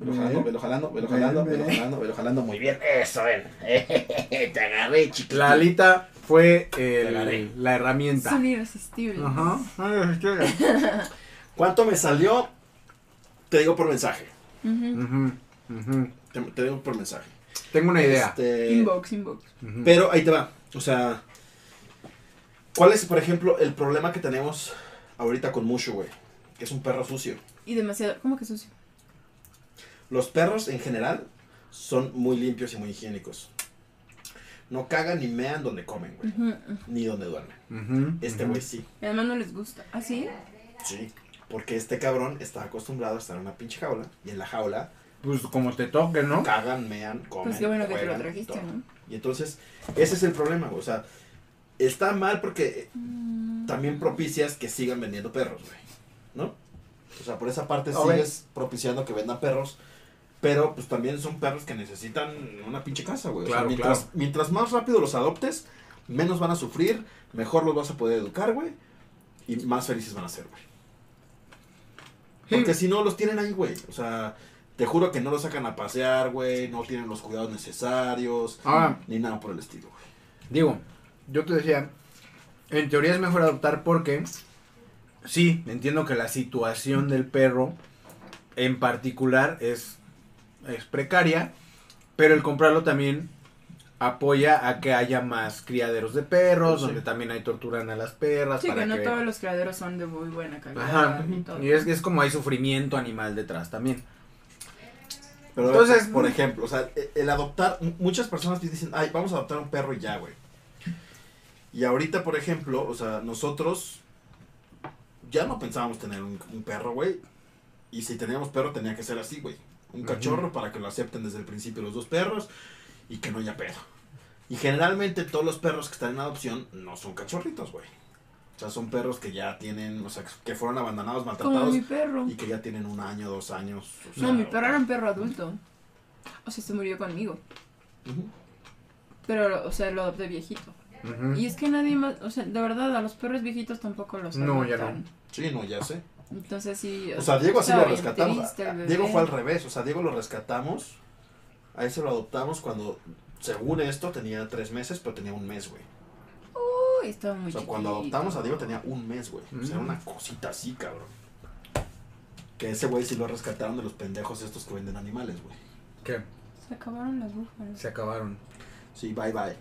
S2: Velo jalando, velo jalando, velo
S3: Ven,
S2: jalando,
S3: ven.
S2: velo jalando, velo jalando. Muy bien. Eso, ven. *laughs* Te agarré, chiquito.
S3: La alita fue
S2: Te la haré.
S3: el, la herramienta.
S1: Son irresistibles.
S3: Ajá. Ay, sí, sí.
S2: ¿Cuánto me salió? Te digo por mensaje.
S1: Ujú.
S3: Ujú, ujú.
S2: Te, te digo por mensaje.
S3: Tengo una idea.
S2: Este,
S1: Eh, Inbox, inbox.
S3: Ujú.
S2: pero ahí te va. O sea, ¿cuál es, por ejemplo, el problema que tenemos ahorita con Mushu, güey? Que es un perro sucio.
S1: Y demasiado, ¿cómo que sucio?
S2: O Los perros en general son muy limpios y muy higiénicos. No cagan ni mean donde comen, güey.
S1: Ujú, ujú.
S2: Ni donde duermen.
S3: Ujú,
S2: Este
S3: ujú.
S2: güey sí.
S1: Y además no les gusta. ¿Ah, sí?
S2: Sí. Porque este cabrón está acostumbrado a estar en una pinche jaula. Y en la jaula
S3: Pues como te toque, ¿no?
S2: cagan, mean, comen.
S1: Pues qué bueno que te lo
S2: juegan,
S1: trajiste,
S2: todo.
S1: ¿no?
S2: Y entonces, ese es el problema, güey. O sea, está mal porque también propicias que sigan vendiendo perros, güey. ¿No?
S9: O sea, por esa parte
S2: A ver.
S9: sigues propiciando que vendan perros.
S2: Pero pues también son perros que necesitan una pinche casa, güey. O sea,
S3: Claro,
S2: mientras,
S3: claro.
S2: mientras más rápido los adoptes, menos van a sufrir, mejor los vas a poder educar, güey. Y más felices van a ser, güey. Porque si no, los tienen ahí, güey. O sea, te juro que no los sacan a pasear, güey. No tienen los cuidados necesarios.
S3: Ahora,
S2: Ni nada por el estilo, güey.
S3: digo, yo te decía, en teoría es mejor adoptar porque, sí, entiendo que la situación del perro en particular es, es precaria, pero el comprarlo también apoya a que haya más criaderos de perros,
S2: Sí.
S3: donde también hay torturan a las perras.
S1: Sí,
S3: para
S1: que no
S3: que-
S1: todos los criaderos son de muy buena calidad.
S3: Ajá,
S1: y todo.
S3: y es que es como hay sufrimiento animal detrás también.
S2: Pero
S3: Entonces-
S2: entonces, por ejemplo, o sea, e- el adoptar, m- muchas personas dicen, ay, vamos a adoptar un perro y ya, güey. Y ahorita, por ejemplo, o sea, nosotros ya no pensábamos tener un, un perro, güey. Y si teníamos perro tenía que ser así, güey. Un
S3: Ujú.
S2: cachorro para que lo acepten desde el principio los dos perros y que no haya pedo. Y generalmente todos los perros que están en adopción no son cachorritos, güey. O sea, son perros que ya tienen, o sea, que fueron abandonados,
S1: Como
S2: maltratados
S1: mi perro.
S2: y que ya tienen un año, dos años. o
S1: No,
S2: sea,
S1: mi perro era un perro adulto. O sea, se murió conmigo.
S2: Ujú.
S1: Pero, o sea, lo adopté viejito.
S3: Ujú.
S1: Y es que nadie más, o sea, de verdad, a los perros viejitos tampoco los
S3: No, ya
S1: adoptan.
S2: Sí, no, ya sé.
S1: Entonces sí.
S2: O sea, Diego así
S1: estaba
S2: lo
S1: bien
S2: rescatamos.
S1: triste el bebé.
S2: Diego fue al revés. O sea, Diego lo rescatamos. A ese lo adoptamos cuando, según esto, tenía tres meses, pero tenía un mes, güey.
S1: Uy, estaba muy
S2: O sea,
S1: chiquito.
S2: cuando adoptamos a Diego tenía un mes, güey. O sea, era
S3: Mm.
S2: una cosita así, cabrón. Que ese güey sí lo rescataron de los pendejos estos que venden animales, güey.
S3: ¿Qué?
S1: Se acabaron las búfalas.
S3: Se acabaron.
S2: Sí, bye bye.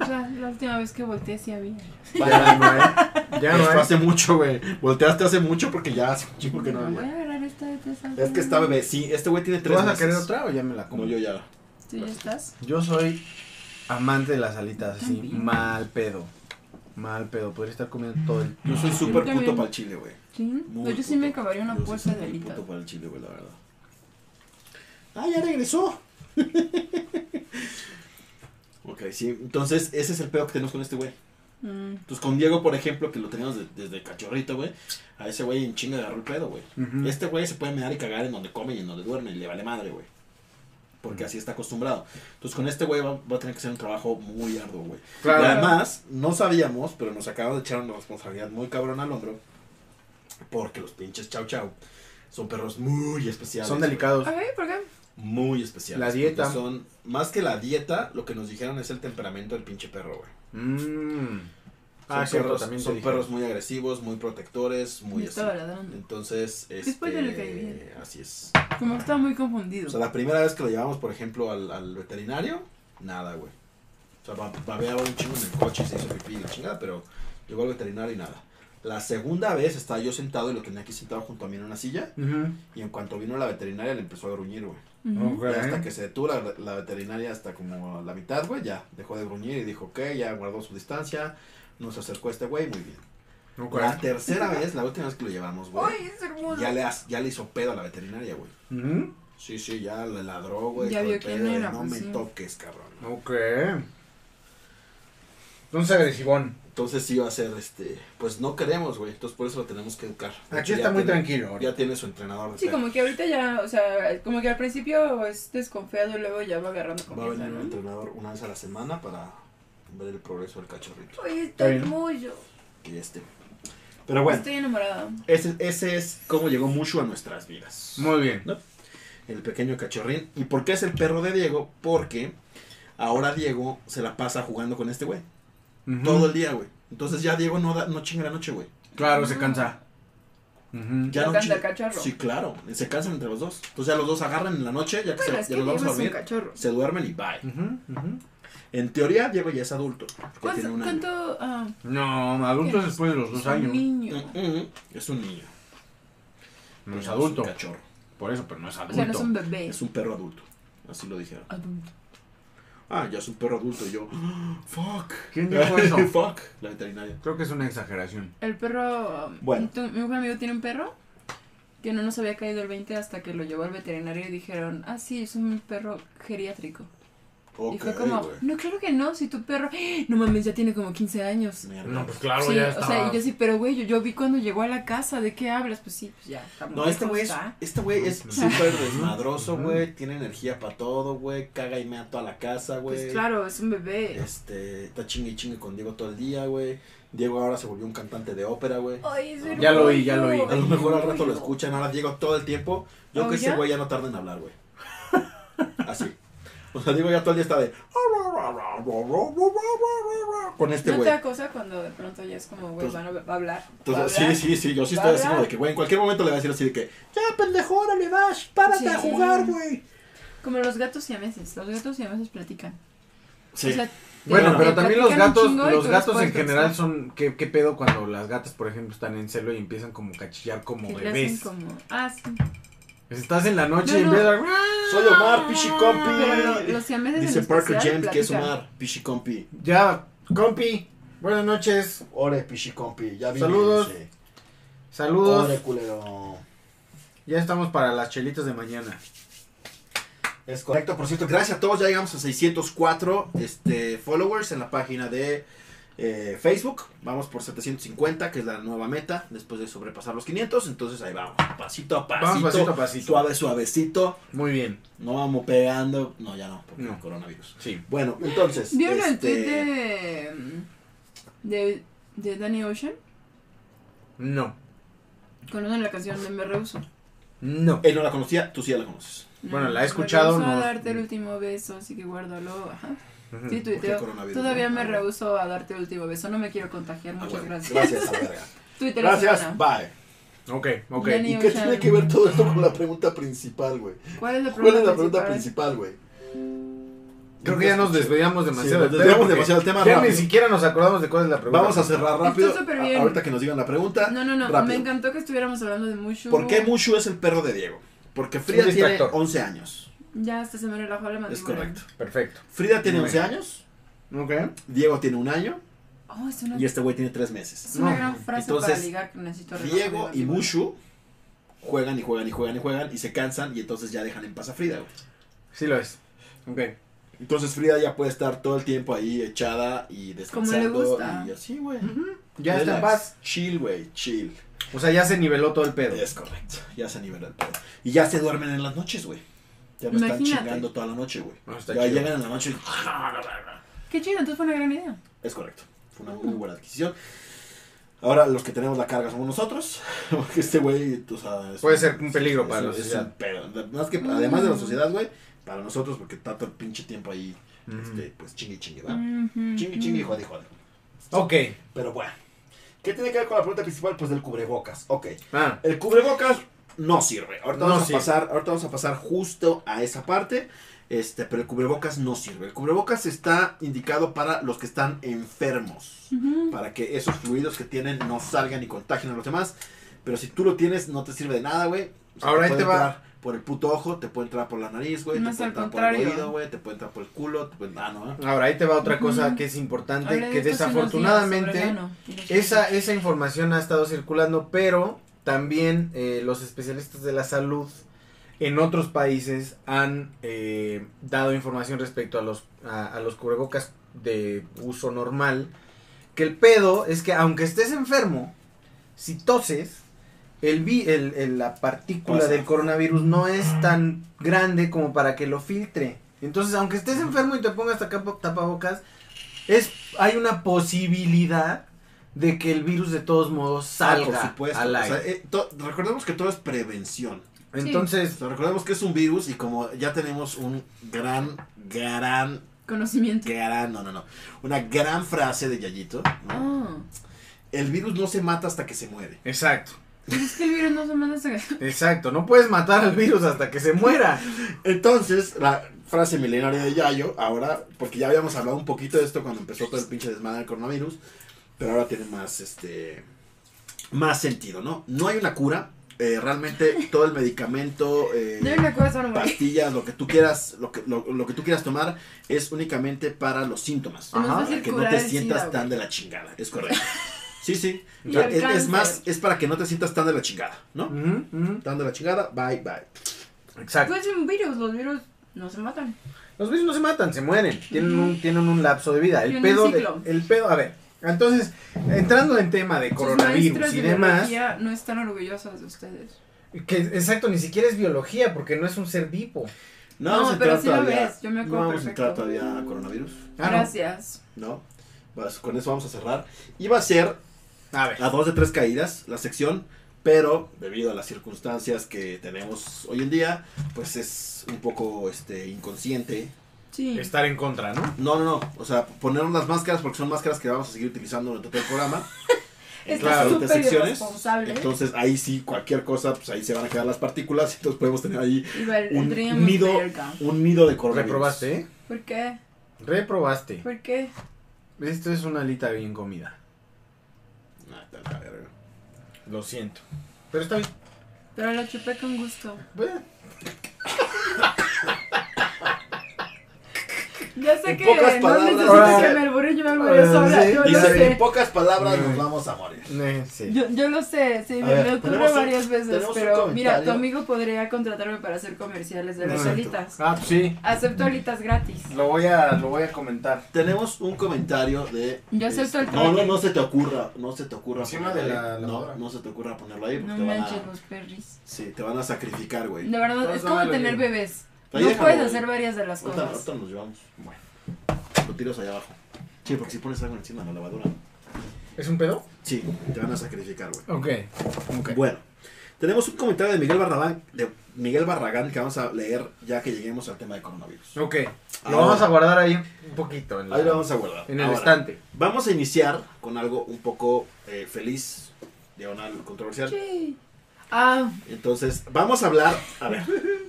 S1: O sea, la última vez que volteé sí había.
S3: Ya no hay. Ya no
S2: Esto
S3: hay.
S2: hace mucho, güey. Volteaste hace mucho porque ya hace un chingo que no
S1: Voy
S2: había.
S1: a agarrar esta de tres al
S2: Es que está bebé. Sí, este güey tiene
S3: ¿Tú
S2: tres
S3: vas
S2: meses.
S3: a querer otra o ya me la como?
S2: No, yo ya.
S1: ¿Tú ya estás?
S3: Yo soy amante de las alitas, así,
S1: También.
S3: mal pedo. Mal pedo, podría estar comiendo todo el...
S2: Yo soy súper
S1: también.
S2: puto para el chile, güey.
S1: Sí. No,
S2: Muy
S1: yo sí
S2: puto.
S1: me acabaría una
S2: Yo sí
S1: puesta
S2: soy
S1: de
S2: muy
S1: alita.
S2: puto para el chile, güey, la verdad. Ah, ya regresó. *laughs* ok, sí. Entonces, ese es el peor que tenemos con este güey.
S1: Mm.
S2: Entonces, con Diego, por ejemplo, que lo teníamos de- desde cachorrito, güey. A ese güey en chinga agarró el pedo, güey.
S3: Ujú.
S2: Este güey se puede mear y cagar en donde come y en donde duerme y le vale madre, güey. Porque así está acostumbrado. Entonces, con este güey va, va a tener que ser un trabajo muy arduo, güey. Y
S3: Claro.
S2: además, no sabíamos, pero nos acaban de echar una responsabilidad muy cabrón al hombro. Porque los pinches chau chau son perros muy especiales.
S3: Son
S2: güey.
S3: delicados.
S1: A ver, ¿por qué?
S2: Muy especiales.
S3: La
S2: porque
S3: dieta.
S2: Son, más que la dieta, lo que nos dijeron es el temperamento del pinche perro, güey.
S3: Mmm.
S2: Son
S3: Ah, cierto,
S2: perros,
S3: también te
S2: Son
S3: dije.
S2: perros muy agresivos, muy protectores, muy
S1: Me
S2: así.
S1: estaba ladrando.
S2: Entonces,
S1: Después de lo que
S2: este,
S1: vi.
S2: así es.
S1: Como estaba muy
S2: O sea,
S1: confundido.
S2: la primera vez que lo llevamos, por ejemplo, al, al veterinario, nada, güey. O sea, ba- babeaba un chingo en el coche, se hizo pipí y la chingada, pero llegó al veterinario y nada. La segunda vez estaba yo sentado y lo tenía aquí sentado junto a mí en una silla.
S3: Ujú.
S2: Y en cuanto vino la veterinaria, le empezó a gruñir, güey.
S1: Ujú.
S3: Ok.
S2: Y Hasta que se detuvo la, la veterinaria hasta como la mitad, güey, ya dejó de gruñir y dijo, ok, ya guardó su distancia, nos acercó este güey, muy bien.
S3: Ok.
S2: La tercera vez, la última vez que lo llevamos, güey,
S1: Ay, es hermoso.
S2: ya le, as- ya le hizo pedo a la veterinaria, güey.
S3: Ujú.
S2: Sí, sí, ya le ladró, güey.
S1: Ya
S2: con
S1: vio
S2: el
S1: quién
S2: pedo de
S1: era,
S2: No
S1: pues,
S2: me
S1: sí.
S2: toques, cabrón. ¿no?
S3: Ok. Entonces agresivón.
S2: Entonces sí va a ser, este, pues no queremos, güey. Entonces por eso lo tenemos que educar. De
S3: Aquí
S2: hecho,
S3: está
S2: ya
S3: muy
S2: tiene-
S3: tranquilo. ahora.
S2: Ya tiene su entrenador. de
S1: Sí,
S2: perros.
S1: como que ahorita ya, o sea, como que al principio es desconfiado y luego ya va agarrando
S2: Va a
S1: confianza,
S2: venir un
S1: ¿no?
S2: entrenador una vez a la semana para ver el progreso del cachorrito.
S1: Oye,
S3: Está
S1: está
S3: bien.
S1: hermoso.
S2: Que este. Pero bueno,
S1: Estoy enamorada.
S2: ese, ese es como llegó mucho a nuestras vidas.
S3: Muy bien.
S2: El pequeño cachorrín. ¿Y por qué es el perro de Diego? Porque ahora Diego se la pasa jugando con este güey.
S3: Ujú.
S2: Todo el día, güey. Entonces ya Diego no, da, no chinga la noche, güey.
S3: Claro, se cansa. Ujú.
S2: Ya
S1: Lo
S2: no
S1: canta
S2: chi-
S1: el cachorro.
S2: Sí, claro. Se cansan entre los dos. Entonces ya los dos agarran en la noche, ya que
S1: Bueno,
S2: se,
S1: es
S2: ya
S1: que Diego
S2: los vamos a
S1: es un
S2: dormir.
S1: cachorro.
S2: Se duermen y bye.
S3: Ujú, ujú.
S2: En teoría, Diego ya es adulto. porque
S1: ¿Cuánto?
S2: tiene un año.
S1: cuánto ah,
S3: No, adultos después de los dos
S1: un
S3: años.
S1: niño.
S2: Mm, mm, Es un niño.
S3: No
S2: Pues
S3: es
S2: un
S3: adulto.
S2: cachorro. Por eso, pero no es
S1: O
S2: adulto.
S1: sea, no es un bebé.
S2: Es un perro adulto. Así lo dijeron.
S1: Adulto.
S2: Ah, ya es un perro adulto. Y yo, *gasps* fuck.
S3: ¿Quién
S2: *laughs*
S3: dijo eso?
S2: fuck. La veterinaria.
S3: Creo que es una exageración.
S1: El perro. um,
S2: Bueno.
S1: tu- mi mejor amigo tiene un perro que no nos había caído el 20 hasta que lo llevó al veterinario y dijeron, ah, sí, es un perro geriátrico. y
S2: Ok,
S1: fue como,
S2: güey.
S1: no, claro que no, si tu perro, ¡Ah! no mames, ya tiene como 15 años.
S2: Mierda.
S10: No, pues claro,
S1: sí,
S10: ya
S1: o
S10: está.
S1: sea, y yo sí, pero güey, yo, yo vi cuando llegó a la casa, ¿de qué hablas? Pues sí, pues ya, estamos.
S2: No, este güey es, este güey es
S3: pues,
S2: súper desmadroso, güey. Tiene energía para todo, güey. Caga y mea toda la casa, güey.
S1: Pues claro, es un bebé.
S2: Este, está chingue y chingue con Diego todo el día, güey. Diego ahora se volvió un cantante de ópera, güey.
S1: Ay, es
S3: Ya lo oí, ya lo oí.
S2: A lo
S1: hermoso.
S2: mejor al rato lo escuchan, ahora Diego todo el tiempo. Yo
S1: ¿Oh,
S2: que ese
S1: ya?
S2: güey ya no tarda en hablar, güey. Así. O sea, Diego ya todo el día está de. Con este
S1: ¿No
S2: güey.
S1: te da cosa cuando de pronto ya es como, güey,
S2: Pues-
S1: van a va a hablar? va a
S2: Entonces,
S1: hablar?
S2: sí, sí, sí, yo sí estoy
S1: ¿Va a
S2: así como
S1: hablar?
S2: de que, güey, en cualquier momento le va a decir así de que, ya, pendejo, órale, vas, párate
S1: Sí.
S2: a jugar, güey.
S1: Como los gatos siameses, los gatos siameses platican.
S2: Sí,
S1: O sea,
S3: Bueno,
S2: Bueno,
S3: pero
S1: te
S3: también los
S1: platican un
S3: gatos,
S1: chingo y pues
S3: los
S1: tú
S3: gatos en
S1: respuestas,
S3: general
S1: ¿no?
S3: son, ¿qué, qué pedo cuando las gatas, por ejemplo, están en celo y empiezan como a cachillar como
S1: Que le hacen
S3: bebés?
S1: como, ah, sí.
S3: Pues estás en la noche y
S1: No, no.
S3: empiezas
S2: "Ah, soy Omar, pichi
S1: Pero
S2: compi.
S1: los siameses
S2: Dice
S1: en
S2: Parker
S1: especial
S2: James que es
S1: platican.
S2: Omar, pichi compi.
S3: Ya, compi, buenas noches,
S2: Ore, pichi compi, ya vi.
S3: Saludos.
S2: dice.
S3: saludos,
S2: Ore, culero.
S3: ya estamos para las chelitas de mañana.
S2: Es correcto, por cierto, gracias a todos, ya llegamos a 604 este, followers en la página de eh, Facebook, vamos por 750, que es la nueva meta, después de sobrepasar los 500, entonces ahí vamos, pasito a pasito,
S3: Vamos pasito a pasito.
S2: suave, suavecito,
S3: Muy bien,
S2: no vamos pegando, no, ya no, porque
S3: No.
S2: el coronavirus.
S3: sí.
S2: Bueno, entonces,
S1: ¿Vieron el
S2: este,
S1: tweet de, de, de Danny Ocean?
S3: No,
S1: Conocen la canción de Me Rehuso.
S3: no.
S2: él eh, no la conocía, tú sí ya la conoces,
S3: Bueno, la he escuchado,
S1: Me rehuso
S3: no.
S1: a darte el último beso, así que guárdalo. Ajá.
S3: Ujú.
S1: Sí,
S2: porque el
S1: tuiteo.
S2: coronavirus.
S1: Todavía
S2: ¿no?
S1: me
S2: Ah,
S1: rehuso a darte el último beso. No me quiero contagiar.
S2: ah,
S1: Muchas
S2: bueno,
S1: gracias. *laughs*
S2: Gracias, a la verga.
S1: Twitter la
S2: gracias,
S1: semana.
S2: bye.
S3: Ok, ok.
S1: Dani-
S11: ¿Y qué tiene que ver todo esto con la pregunta principal, güey?
S1: ¿Cuál es la
S11: ¿Cuál
S1: pregunta,
S11: es la pregunta
S1: principal?
S11: principal, güey?
S3: Creo que ya nos desviamos demasiado.
S2: nos
S3: del
S2: desviamos
S3: tema,
S2: demasiado del
S3: porque
S2: tema,
S3: Ya
S2: rápido.
S3: ni siquiera nos acordamos de cuál es la pregunta.
S2: Vamos a cerrar rápido.
S1: Está súper
S2: a-
S1: bien.
S2: Ahorita que nos digan la pregunta.
S1: No, no, no. Me
S2: rápido.
S1: encantó que estuviéramos hablando de Mushu.
S2: ¿Por qué Mushu es el perro de Diego? Porque Frida
S3: Un
S2: tiene
S3: distractor.
S2: 11 años.
S1: Ya hasta se me relajó la mandíbula.
S2: Es correcto.
S3: Perfecto.
S2: Frida tiene
S3: Muy
S2: 11
S3: bien.
S2: años,
S3: Ok.
S2: Diego tiene un año
S1: Oh, es una,
S2: y este güey tiene 3 meses.
S1: es una
S3: No.
S1: gran frase para
S2: Entonces,
S1: ligar que necesito relajar mi
S2: Diego y
S1: mandíbula.
S2: Mushu juegan y juegan y juegan y juegan y se cansan y entonces ya dejan en paz a Frida. güey.
S3: Sí lo es. Ok.
S2: Entonces Frida ya puede estar todo el tiempo ahí echada y
S1: Como le
S2: descansando
S1: gusta.
S2: y así, güey.
S3: Ya está en
S2: Relax.
S3: paz.
S2: Chill, güey, chill.
S3: O sea, ya se niveló todo el pedo.
S2: Es correcto. Ya se nivela el pedo. Y ya se duermen en las noches, güey. Ya no
S1: Imagínate.
S2: están chingando toda la noche, güey.
S3: No, está
S2: Ya
S3: chido.
S2: llegan en la noche y
S1: Qué chido, entonces fue una gran idea.
S2: Es correcto. Fue una muy buena adquisición. Ahora los que tenemos la carga somos nosotros. *laughs* Porque este güey, o sea, es
S3: Puede ser un peligro para
S2: es-
S3: la
S2: es
S3: sociedad.
S2: un pedo. Más que, además de la sociedad, güey, para nosotros, porque tanto el pinche tiempo ahí,
S3: Ujú.
S2: este, pues chingue chingue, ¿verdad?
S1: Ujú.
S2: Chingue chingue, jode jode.
S3: Ok.
S2: Pero bueno. ¿Qué tiene que ver con la pregunta principal? Pues del cubrebocas. Ok.
S3: Ah,
S2: El cubrebocas no sirve. Ahorita,
S3: No
S2: vamos,
S3: sirve.
S2: A pasar, ahorita vamos a pasar justo a esa parte. Este, pero el cubrebocas no sirve. El cubrebocas está indicado para los que están enfermos.
S1: Ujú.
S2: Para que esos fluidos que tienen no salgan y contagien a los demás. Pero si tú lo tienes, no te sirve de nada, güey. O
S3: Ahora ahí
S2: puede
S3: te va.
S2: entrar por el puto ojo, te puede entrar por la nariz, güey. Te
S1: Más
S2: puede
S1: al
S2: entrar por el
S1: contrario.
S2: oído, güey. Te puede entrar por el culo. Te puede... Ah, no, ¿eh?
S3: ahora ahí te va otra
S1: Ujú.
S3: cosa que es importante,
S1: Hablé de
S3: que
S1: esto hace unos días sobre
S3: desafortunadamente
S1: Nano y los-
S3: esa, esa información ha estado circulando, pero también eh, los especialistas de la salud en otros países han eh, dado información respecto a los, a, a los cubrebocas de uso normal, que el pedo es que aunque estés enfermo, si toses, el, vi- el- el- la partícula
S2: Pasa.
S3: del coronavirus no es tan grande como para que lo filtre. Entonces, aunque estés enfermo y te pongas tapa- tapabocas, es, hay una posibilidad de que el virus de todos modos
S2: Ah,
S3: salga
S2: por supuesto.
S3: al
S2: O
S3: aire.
S2: sea, eh, to- recordemos que todo es prevención.
S3: Entonces,
S2: O sea, recordemos que es un virus y como ya tenemos un gran, gran,
S1: Conocimiento.
S2: gran, no, no, no, una gran frase de Yayito, ¿no?
S1: Ah.
S2: El virus no se mata hasta que se muere.
S3: exacto,
S1: Pues es que el virus no se manda hasta que-
S3: exacto, no puedes matar al virus hasta que se muera.
S2: Entonces, la frase milenaria de Yayo, ahora, porque ya habíamos hablado un poquito de esto cuando empezó todo el pinche desmadre del coronavirus, pero ahora tiene más, este, más sentido, ¿no? No hay una cura, eh, realmente todo el medicamento, eh,
S1: Yo no me acuerdo su nombre.
S2: pastillas, lo que tú quieras, lo que, lo, lo que tú quieras tomar es únicamente para los síntomas.
S1: Es más
S12: Ajá,
S2: Para
S1: fácil
S2: que no
S1: curar
S2: te
S1: el
S2: sientas
S1: SIDA,
S2: tan
S1: güey.
S2: de la chingada, es
S1: *laughs*
S2: correcto. Sí, sí.
S1: Y
S2: O sea,
S1: el
S2: es, es
S1: cáncer.
S2: más, es para que no te sientas tan de la chingada, ¿no?
S12: Ujú, ujú.
S2: Tan de la chingada, bye, bye.
S12: Exacto.
S1: Pues un virus, los virus no se matan.
S12: Los virus no se matan, se mueren. Tienen un, tienen un lapso de vida.
S1: Pues- Y
S12: El
S1: un
S12: pedo, de-
S1: ciclo.
S12: el pedo, a ver. Entonces, entrando en tema de
S1: Sus
S12: coronavirus
S1: maestras
S12: y
S1: de
S12: demás,
S1: biología no están orgullosas de ustedes.
S12: que exacto, ni siquiera es biología, porque no es un ser vivo.
S2: No,
S1: No,
S2: vamos a
S1: pero
S2: entrar
S1: sí lo
S2: todavía.
S1: ves, yo me acuerdo
S2: no vamos a entrar
S1: perfecto.
S2: todavía a coronavirus,
S12: Ah, no.
S1: Gracias.
S2: ¿no? Vas- con eso vamos a cerrar. Y va a ser
S12: A ver.
S2: a dos de tres caídas la sección, pero debido a las circunstancias que tenemos hoy en día, pues es un poco este inconsciente.
S1: Sí.
S12: Estar en contra, ¿no?
S2: No, no, no, o sea, poner unas máscaras porque son máscaras que vamos a seguir utilizando durante todo el programa. en
S1: Está
S2: las diferentes
S1: súper irresponsable.
S2: Entonces ahí sí, cualquier cosa, pues ahí se van a quedar las partículas, entonces podemos tener ahí
S1: Iba el
S2: un
S1: Dream
S2: nido,
S1: verga.
S2: un nido de coronavirus.
S12: Reprobaste, ¿eh?
S1: ¿Por qué?
S12: Reprobaste.
S1: ¿Por qué?
S12: Esto es una alita bien comida.
S2: Ah, está la verga.
S12: Lo siento. Pero está bien.
S1: Pero la chupé con gusto.
S12: Bueno,
S1: Ya sé
S2: En
S1: que
S2: pocas
S1: no
S2: palabras,
S1: necesito
S12: ahora-
S1: que me alburé, yo me alburé
S12: ahora
S1: sola.
S12: sí,
S1: yo
S12: y
S1: lo
S2: Dice,
S12: sí.
S2: en
S1: sé.
S2: pocas palabras nos
S12: Mm.
S2: vamos a morir.
S12: eh, sí.
S1: Yo, yo lo sé, sí,
S2: A
S1: me,
S2: ver,
S1: me ocurre
S2: tenemos un-
S1: varias veces,
S2: tenemos un
S1: pero mira, tu
S2: comentario.
S1: amigo podría contratarme para hacer comerciales de las
S12: Exacto.
S1: alitas.
S12: Ah, pues sí.
S1: Acepto alitas gratis.
S12: Lo voy a, lo voy a comentar.
S2: Tenemos un comentario de.
S1: Yo acepto el
S2: este, No, no,
S1: traje.
S2: no se te ocurra. No se te ocurra.
S12: Encima
S2: ponerlo
S12: de la
S2: ahí.
S12: lavadora.
S2: No, no se te ocurra ponerlo ahí porque
S1: No
S2: te van
S1: manches
S2: a.
S1: los perris.
S2: Sí, te van a sacrificar, güey.
S1: De verdad,
S12: Todos
S1: es como
S12: dámelo
S1: tener
S12: bien.
S1: bebés.
S2: Ahí
S1: No
S2: déjalo,
S1: puedes
S2: güey.
S1: hacer varias de las
S2: Ahorita,
S1: cosas.
S2: ahorita nos llevamos. Bueno. Lo tiras allá abajo. Sí, porque si pones algo encima de la lavadora.
S12: ¿Es un pedo?
S2: Sí, te van a sacrificar, güey.
S12: Ok. Ok.
S2: Bueno, tenemos un comentario de Miguel Barragán, de Miguel Barragán que vamos a leer ya que lleguemos al tema de coronavirus.
S12: Ok. Lo
S2: Ahora.
S12: vamos a guardar ahí un poquito. En, la-
S2: Ahí lo vamos a guardar.
S12: en el
S2: Ahora,
S12: estante.
S2: Vamos a iniciar con algo un poco eh, feliz, diagonal, controversial.
S1: Sí. Ah,
S2: Entonces, vamos a hablar, a ver,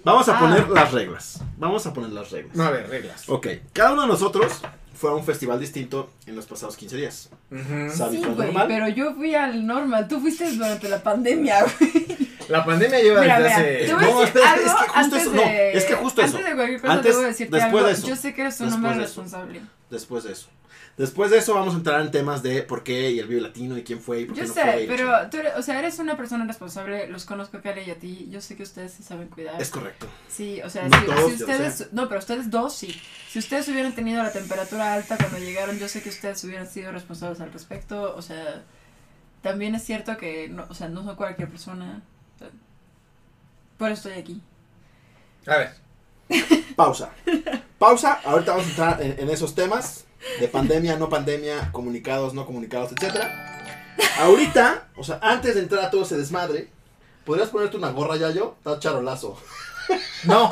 S2: vamos a
S1: Ah.
S2: poner las reglas. Vamos a poner las reglas.
S12: A ver, reglas.
S2: Ok, cada uno de nosotros fue a un festival distinto en los pasados 15 días.
S12: Ujú.
S2: Sabe
S1: sí,
S2: lo
S1: güey,
S2: normal.
S1: pero yo fui al normal. Tú fuiste durante la
S2: *laughs*
S1: pandemia, güey.
S12: La pandemia lleva
S1: Mira,
S12: desde
S1: mira, te
S12: hace.
S1: voy a
S2: No,
S1: decir
S2: espera,
S1: algo
S2: es que justo
S1: antes
S2: eso, no,
S1: de...
S2: es que justo
S1: antes
S2: eso.
S1: de cualquier cosa
S2: Antes,
S1: debo decirte
S2: después
S1: algo.
S2: de eso.
S1: Yo sé que eres un
S2: Después
S1: hombre
S2: de eso.
S1: responsable.
S2: Después de eso. Después de eso vamos a entrar en temas de por qué y el Vive Latino y quién fue y por qué
S1: Yo
S2: no
S1: sé,
S2: fue.
S1: pero tú eres, o sea, eres una persona responsable, los conozco Kale y a ti, yo sé que ustedes se saben cuidar.
S2: Es correcto.
S1: Sí, o sea,
S2: No
S1: si,
S2: todos,
S1: si
S2: yo
S1: ustedes, no, pero ustedes dos sí. Si ustedes hubieran tenido la temperatura alta cuando llegaron, yo sé que ustedes hubieran sido responsables al respecto, o sea, también es cierto que, no, o sea, no soy cualquier persona. Por eso estoy aquí.
S12: A ver.
S2: Pausa. Pausa. Ahorita vamos a entrar en, en esos temas de pandemia, no pandemia, comunicados, no comunicados, etcétera. Ahorita, o sea, antes de entrar a todo ese desmadre, ¿podrías ponerte una gorra ya yo? Está charolazo.
S12: No,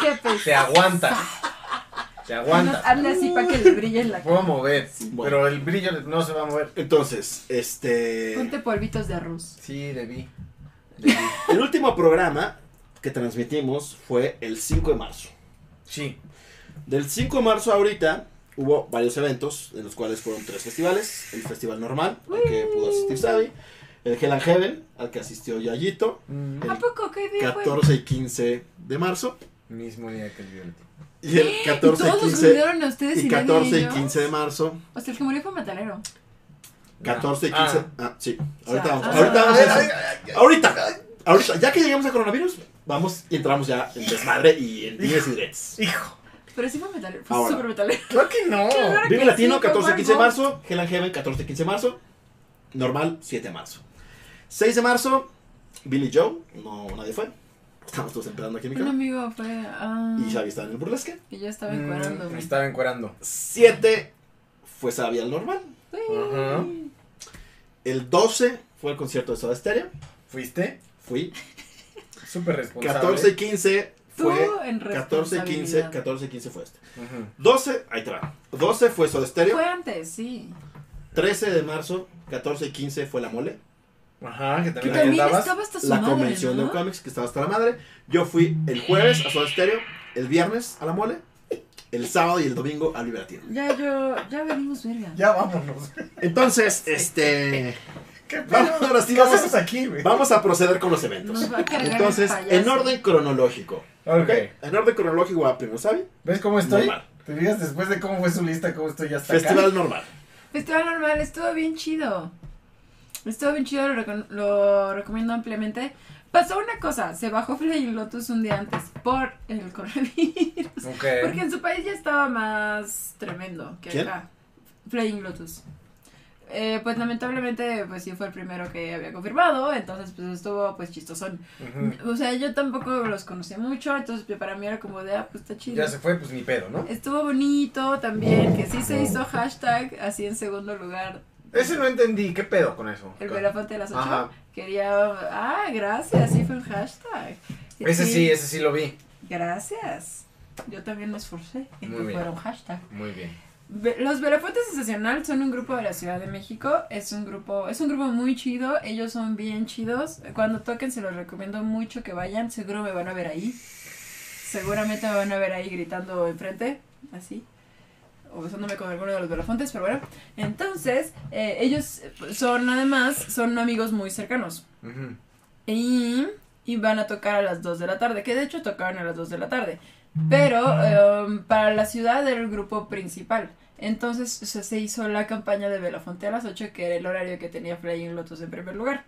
S1: ¿Qué pes-
S12: te aguantas. Te
S1: Anda
S12: aguantas.
S1: anda así para que le brille en la cara.
S12: Puedo mover, pero el brillo no se va a mover.
S2: Entonces, este.
S1: Ponte polvitos de arroz.
S12: Sí, debí.
S2: El último programa que transmitimos fue el 5 de marzo.
S12: Sí.
S2: Del 5 de marzo a ahorita hubo varios eventos, de los cuales fueron tres festivales. El festival normal, al que pudo asistir Sabi. El Hell and Heaven, al que asistió Yayito.
S12: Mm,
S1: ¿A poco qué día fue?
S2: 14 y 15 de marzo.
S12: Mismo día que el violento.
S2: Y el
S1: ¡Eh!
S2: 14 y
S1: Todos
S2: 15,
S1: cuidaron a ustedes
S2: y
S1: y, nadie
S2: 14 y
S1: yo.
S2: 15 de marzo.
S1: O sea, el que murió fue Matanero.
S2: 14 y 15.
S12: Ah.
S2: Ah, sí. Ahorita
S1: sea,
S2: vamos.
S1: ah.
S2: Ahorita
S12: A
S2: vamos.
S12: ver, a
S2: a
S12: ver,
S2: eso. Ahorita. Ahorita. Ya que llegamos a coronavirus, vamos y entramos ya en desmadre y en dimes y diretes.
S12: Hijo.
S1: Pero sí fue metalero, fue
S2: Ahora.
S1: súper metalero.
S12: Claro que no.
S1: Claro
S2: Vive
S1: que
S2: Latino,
S1: sí, fue
S2: 14 y 15 de
S1: Margot.
S2: marzo. Hell and Heaven, 14 y 15 de marzo. Normal, 7 de marzo. 6 de marzo, Billy Joe. No, nadie fue. Estamos todos esperando aquí en mi
S1: Un
S2: cama.
S1: amigo fue. ah,
S2: Y Xavi estaba en el burlesque.
S1: Y yo estaba encuadrando.
S12: Mm, Estaba encuerando.
S2: 7 fue Xavi al normal.
S12: Ajá.
S2: El 12 fue el concierto de Soda Stereo.
S12: ¿Fuiste?
S2: Fui.
S12: Súper responsable.
S2: 14 y 15 fue.
S1: Tú en
S2: 14 y 15. 14 y 15 fue este.
S12: Ujú.
S2: 12, ahí te va. 12 fue Soda Stereo.
S1: Fue antes, sí.
S2: 13 de marzo, 14 y 15 fue La Mole.
S12: Ajá, que
S1: Que
S12: también ahí
S1: también
S12: andabas.
S1: estaba hasta su
S2: La
S1: madre,
S2: convención
S1: ¿no?
S2: de cómics que estaba hasta la madre. Yo fui el jueves a Soda Stereo. El viernes a La Mole. El sábado y el domingo a Libertino.
S1: Ya yo, ya venimos verga. *laughs*
S12: Ya vámonos.
S2: Entonces, este.
S3: *laughs* ¿Qué
S2: Vamos,
S3: pedo?
S2: ahora sí
S3: ¿Qué
S2: vamos a-
S3: hacemos aquí, güey?
S2: Vamos a proceder con los eventos.
S1: Nos va a cargar el
S2: Entonces, en
S1: payaso.
S2: orden cronológico.
S3: Ok.
S2: En orden cronológico va primero, ¿sabe?
S3: ¿Ves cómo estoy?
S2: Normal.
S3: ¿Te fijas después de cómo fue su lista, cómo estoy hasta acá?
S2: Festival normal.
S1: Festival normal, estuvo bien chido. Estuvo bien chido, lo, recon- lo recomiendo ampliamente. Pasó una cosa, se bajó Flying Lotus un día antes por el coronavirus. Porque en su país ya estaba más tremendo que
S2: ¿Quién?
S1: acá. Flying Lotus. Eh, pues lamentablemente, pues sí fue el primero que había confirmado, entonces pues estuvo pues chistosón.
S3: Ujú.
S1: O sea, yo tampoco los conocía mucho, entonces pues, para mí era como de, ah, pues está chido.
S3: Ya se fue, pues ni pedo, ¿no?
S1: Estuvo bonito también, que sí se hizo hashtag así en segundo lugar.
S3: Ese no entendí, ¿qué pedo con eso?
S1: El Belafonte de las ocho.
S3: Ajá.
S1: Quería, ah, gracias, sí fue un hashtag.
S3: Ese sí, ese sí lo vi.
S1: Gracias. Yo también me esforcé en
S3: Muy
S1: que
S3: bien.
S1: fuera un hashtag.
S3: Muy bien.
S1: Ve- Los Belafonte Sensacional son un grupo de la Ciudad de México, es un grupo, es un grupo muy chido, ellos son bien chidos, cuando toquen se los recomiendo mucho que vayan, seguro me van a ver ahí, seguramente me van a ver ahí gritando enfrente, así, o besándome con alguno de los Belafontes, pero bueno, entonces, eh, ellos eh, son además, son amigos muy cercanos,
S3: Ujú.
S1: y, y van a tocar a las 2 de la tarde, que de hecho tocaron a las 2 de la tarde. Pero em, para la ciudad era el grupo principal. Entonces o sea, se hizo la campaña de Belafonte a las 8, que era el horario que tenía Flying Lotus en primer lugar.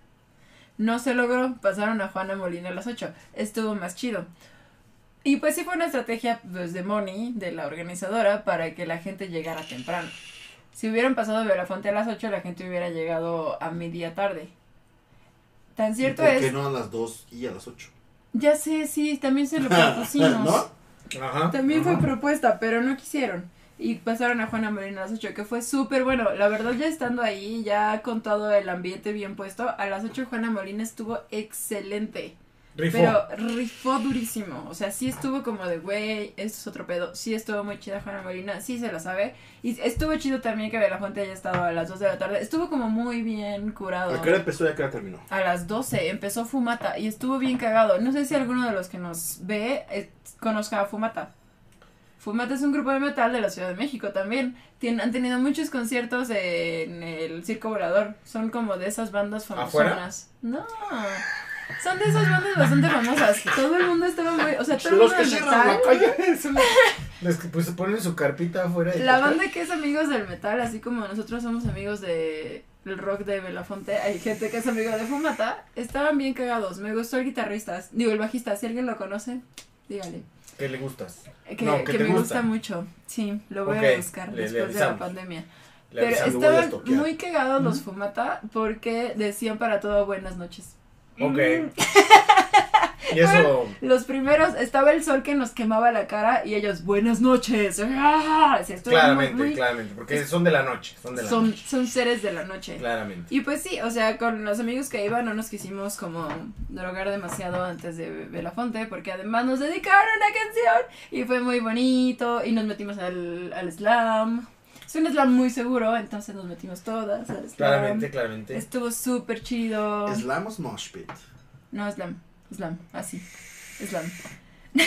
S1: No se logró, pasaron a Juana Molina a las 8. Estuvo más chido. Y pues sí fue una estrategia pues, de Moni, de la organizadora, para que la gente llegara temprano. Si hubieran pasado Belafonte a las 8, la gente hubiera llegado a media tarde. Tan cierto
S2: ¿Por
S1: es.
S2: qué no a las 2 y a las 8?
S1: Ya sé, sí, también se
S2: *laughs*
S1: lo propusimos.
S2: ¿No?
S3: Ajá.
S1: También
S3: Ajá.
S1: fue propuesta, pero no quisieron. Y pasaron a Juana Molina a las 8, que fue súper bueno. La verdad, ya estando ahí, ya con todo el ambiente bien puesto, a las 8 Juana Molina estuvo excelente.
S3: Rifó.
S1: Pero rifó durísimo. O sea, sí estuvo como de, güey, esto es otro pedo. Sí estuvo muy chida Juana Molina, sí se la sabe. Y estuvo chido también que Belafonte haya estado a las 2 de la tarde. Estuvo como muy bien curado.
S2: ¿A qué hora empezó y a qué hora terminó?
S1: A las 12 empezó Fumata y estuvo bien cagado. No sé si alguno de los que nos ve eh, conozca a Fumata. Fumata es un grupo de metal de la Ciudad de México también. Tien- han tenido muchos conciertos en el Circo Volador. Son como de esas bandas
S3: ¿Afuera?
S1: famosas. No. Son de esas bandas bastante famosas. Todo el mundo estaba muy... O sea, todo el
S2: Los
S1: mundo
S2: que
S1: del
S2: cierran la
S1: metal.
S2: calle.
S3: Son Los que pues ponen su carpita afuera. y- pues,
S1: La banda que es amigos del metal, así como nosotros somos amigos de el rock de Belafonte, hay gente que es amiga de Fumata, estaban bien cagados. Me gustó el guitarrista, digo el bajista, si alguien lo conoce, dígale. Eh,
S3: ¿Qué le gustas?
S1: Que,
S3: No, que
S1: que
S3: te
S1: me gusta.
S3: gusta.
S1: mucho. Sí, lo voy
S3: Ok,
S1: a buscar
S3: le- le
S1: después de
S3: avisamos.
S1: la pandemia.
S3: Le
S1: Pero
S3: avisamos.
S2: lo voy a
S1: estaban
S2: estoquear.
S1: muy cagados los Fumata porque decían para todo buenas noches.
S3: Ok.
S1: *laughs*
S3: y eso.
S1: Los primeros estaba el sol que nos quemaba la cara y ellos buenas noches. *laughs* ¡Ah! Sí, estuvieron muy-
S3: Claramente,
S1: muy-
S3: claramente. Porque son de la noche. Son de la
S1: son,
S3: noche.
S1: son seres de la noche.
S3: Claramente.
S1: Y pues sí, o sea, con los amigos que iban no nos quisimos como drogar demasiado antes de Be- Belafonte, porque además nos dedicaron una canción y fue muy bonito y nos metimos al, al slam. Es un slam muy seguro, entonces nos metimos todas al slam. um,
S3: Claramente, claramente.
S1: Estuvo súper chido.
S2: Slamos Mosh Pit.
S1: No, slam, slam, así, slam. *laughs*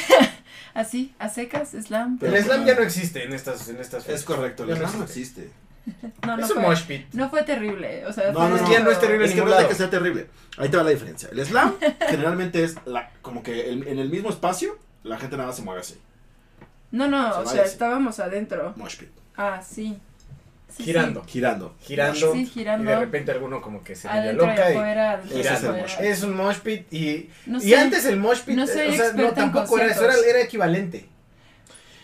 S1: así, a secas, slam.
S2: Pero-
S3: el slam ya no existe en estas, en estas
S2: Es
S3: fechas.
S2: correcto, el
S3: Ya no
S2: slam no
S3: existe.
S2: existe.
S1: No, no
S3: Es un
S1: fue,
S3: mosh pit.
S1: no fue terrible, o sea,
S2: No,
S1: fue-
S2: no, no. Es que
S3: ya no es terrible.
S2: Es que
S3: ningún
S2: no es de
S3: lado.
S2: que sea terrible. Ahí te va la diferencia. El
S1: *laughs*
S2: slam generalmente es la, como que el- en el mismo espacio la gente nada más se mueve así.
S1: No, no,
S2: Se
S1: o
S2: vaya,
S1: sea,
S2: sí.
S1: estábamos adentro.
S2: Mosh Pit.
S1: Ah, sí. Sí, sí.
S3: Girando.
S2: Girando.
S3: Girando,
S1: Sí, girando.
S3: Y de repente alguno como que se medio
S1: Adentro y
S3: loca. y-
S1: afuera, adentro y
S2: Ese es el
S1: afuera.
S2: mosh pit.
S3: es un mosh pit y.
S1: No
S3: y
S1: sé,
S3: antes el mosh pit.
S1: no soy
S3: o sea, no,
S1: experta en
S3: tampoco era eso. Era,
S1: conciertos.
S3: era equivalente.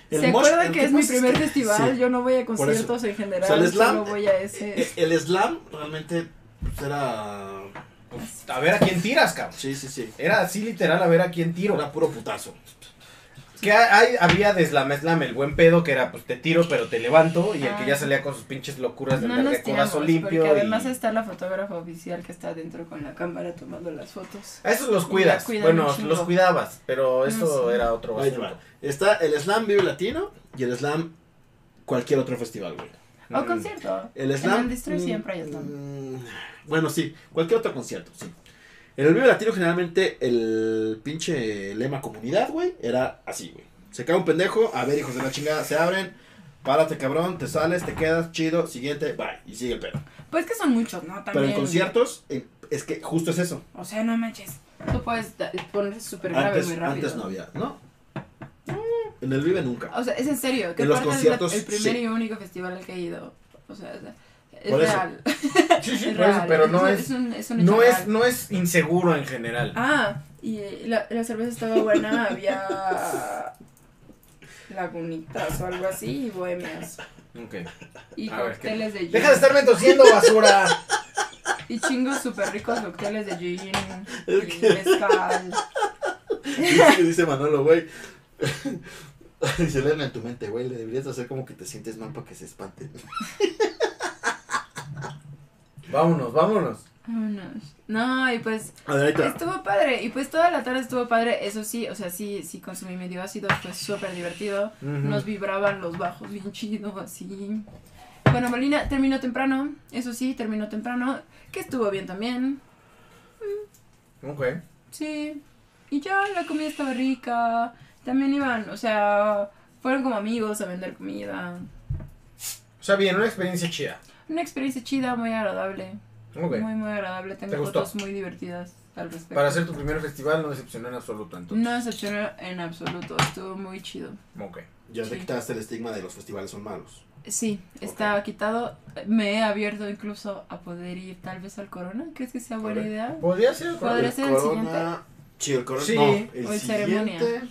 S2: El
S1: ¿Se
S2: mosh-
S1: acuerdan
S2: el
S1: que es
S2: mosh
S1: mi primer
S2: que-
S1: festival?
S2: sí.
S1: Yo no voy a
S2: Por eso.
S1: conciertos en general,
S2: O sea, el slam-
S1: solo voy a
S2: Eh, *laughs*
S1: ese.
S2: El slam realmente pues, era.
S3: Pues, a ver a quién tiras, cabrón.
S2: Sí, sí, sí.
S3: Era así literal a ver a quién tiro.
S2: Era puro putazo.
S3: Que hay, había de slam a slam el buen pedo que era pues te tiro pero te levanto y el que
S1: Ah.
S3: ya salía con sus pinches locuras de
S1: No
S3: andar
S1: nos
S3: de
S1: tiramos,
S3: codazo
S1: porque
S3: limpio y...
S1: además está la fotógrafa oficial que está adentro con la cámara tomando las fotos.
S3: A esos los cuidas,
S1: La cuidan un
S3: bueno,
S1: chingo.
S3: los cuidabas, pero eso
S1: Mm, sí.
S3: era otro
S2: Ahí te
S3: asunto.
S2: va. Está el slam Vive Latino y el slam cualquier otro festival, güey.
S1: O
S3: Mm.
S1: concierto.
S2: El slam.
S1: En el Destroy
S2: mm,
S1: siempre hay slam.
S2: mm, Bueno, sí, cualquier otro concierto, sí. En el Vive Latino, generalmente el pinche lema comunidad, güey, era así, güey. Se cae un pendejo, a ver, hijos de la chingada, se abren, Párate, cabrón, te sales, te quedas, chido, siguiente, bye. Y sigue el pedo.
S1: Pues que son muchos, ¿no? También.
S2: Pero en conciertos, eh, es que justo es eso.
S1: O sea, no manches. Tú puedes da- ponerse súper grave
S2: Antes,
S1: muy rápido. Mm.
S2: antes no había, ¿no? En el Vive nunca.
S1: O sea, es en serio. Que
S2: En los
S1: aparte es
S2: conciertos,
S1: la- el primer
S2: sí.
S1: y único festival al que he ido. O sea, es, es
S2: Por eso.
S1: real.
S3: Sí, sí,
S1: es
S3: por eso,
S1: real.
S3: pero no es,
S1: un, es un hecho
S3: no es,
S1: real.
S3: no es inseguro en general.
S1: Ah, y eh, la, la cerveza estaba buena, había lagunitas o algo así y bohemias.
S3: Ok.
S1: Y
S3: A ver,
S1: cócteles de gin.
S3: Deja de estarme tosiendo basura.
S1: Y chingos súper ricos cócteles de gin
S2: Es
S1: y
S2: que-
S1: mezcal.
S2: *laughs* Dice, dice Manolo, güey. *laughs* Dice Elena en tu mente, güey, le deberías de hacer como que te sientes mal para que se espante.
S3: vámonos, vámonos.
S1: Vámonos. No, y pues
S2: A ver, ahí te va.
S1: estuvo padre. Y pues toda la tarde estuvo padre. Eso sí, o sea, sí, sí consumí medio ácido, fue súper divertido. Nos vibraban los bajos bien chido, así. Bueno, Molina terminó temprano, eso sí, terminó temprano, que estuvo bien también.
S3: Ok.
S1: Sí. Y ya la comida estaba rica. También iban, o sea, fueron como amigos a vender comida.
S3: O sea, bien, una experiencia chida.
S1: Una experiencia chida, muy agradable.
S3: Ok.
S1: Muy, muy agradable. Tengo
S3: ¿Te gustó?
S1: fotos muy divertidas al respecto.
S3: Para hacer tu primer festival no decepcionó en absoluto, entonces.
S1: No decepcionó en absoluto, estuvo muy chido.
S3: Ok.
S2: Ya te
S1: Sí.
S2: quitaste el estigma de los festivales son malos.
S1: Sí, está quitado. Me he abierto incluso a poder ir tal vez al Corona. ¿Crees que sea buena
S2: ver.
S1: idea?
S3: Podría ser.
S1: Podría ser el
S2: Sí, el corona.
S3: Sí.
S2: no,
S1: O
S2: el
S1: el ceremonia.
S2: siguiente-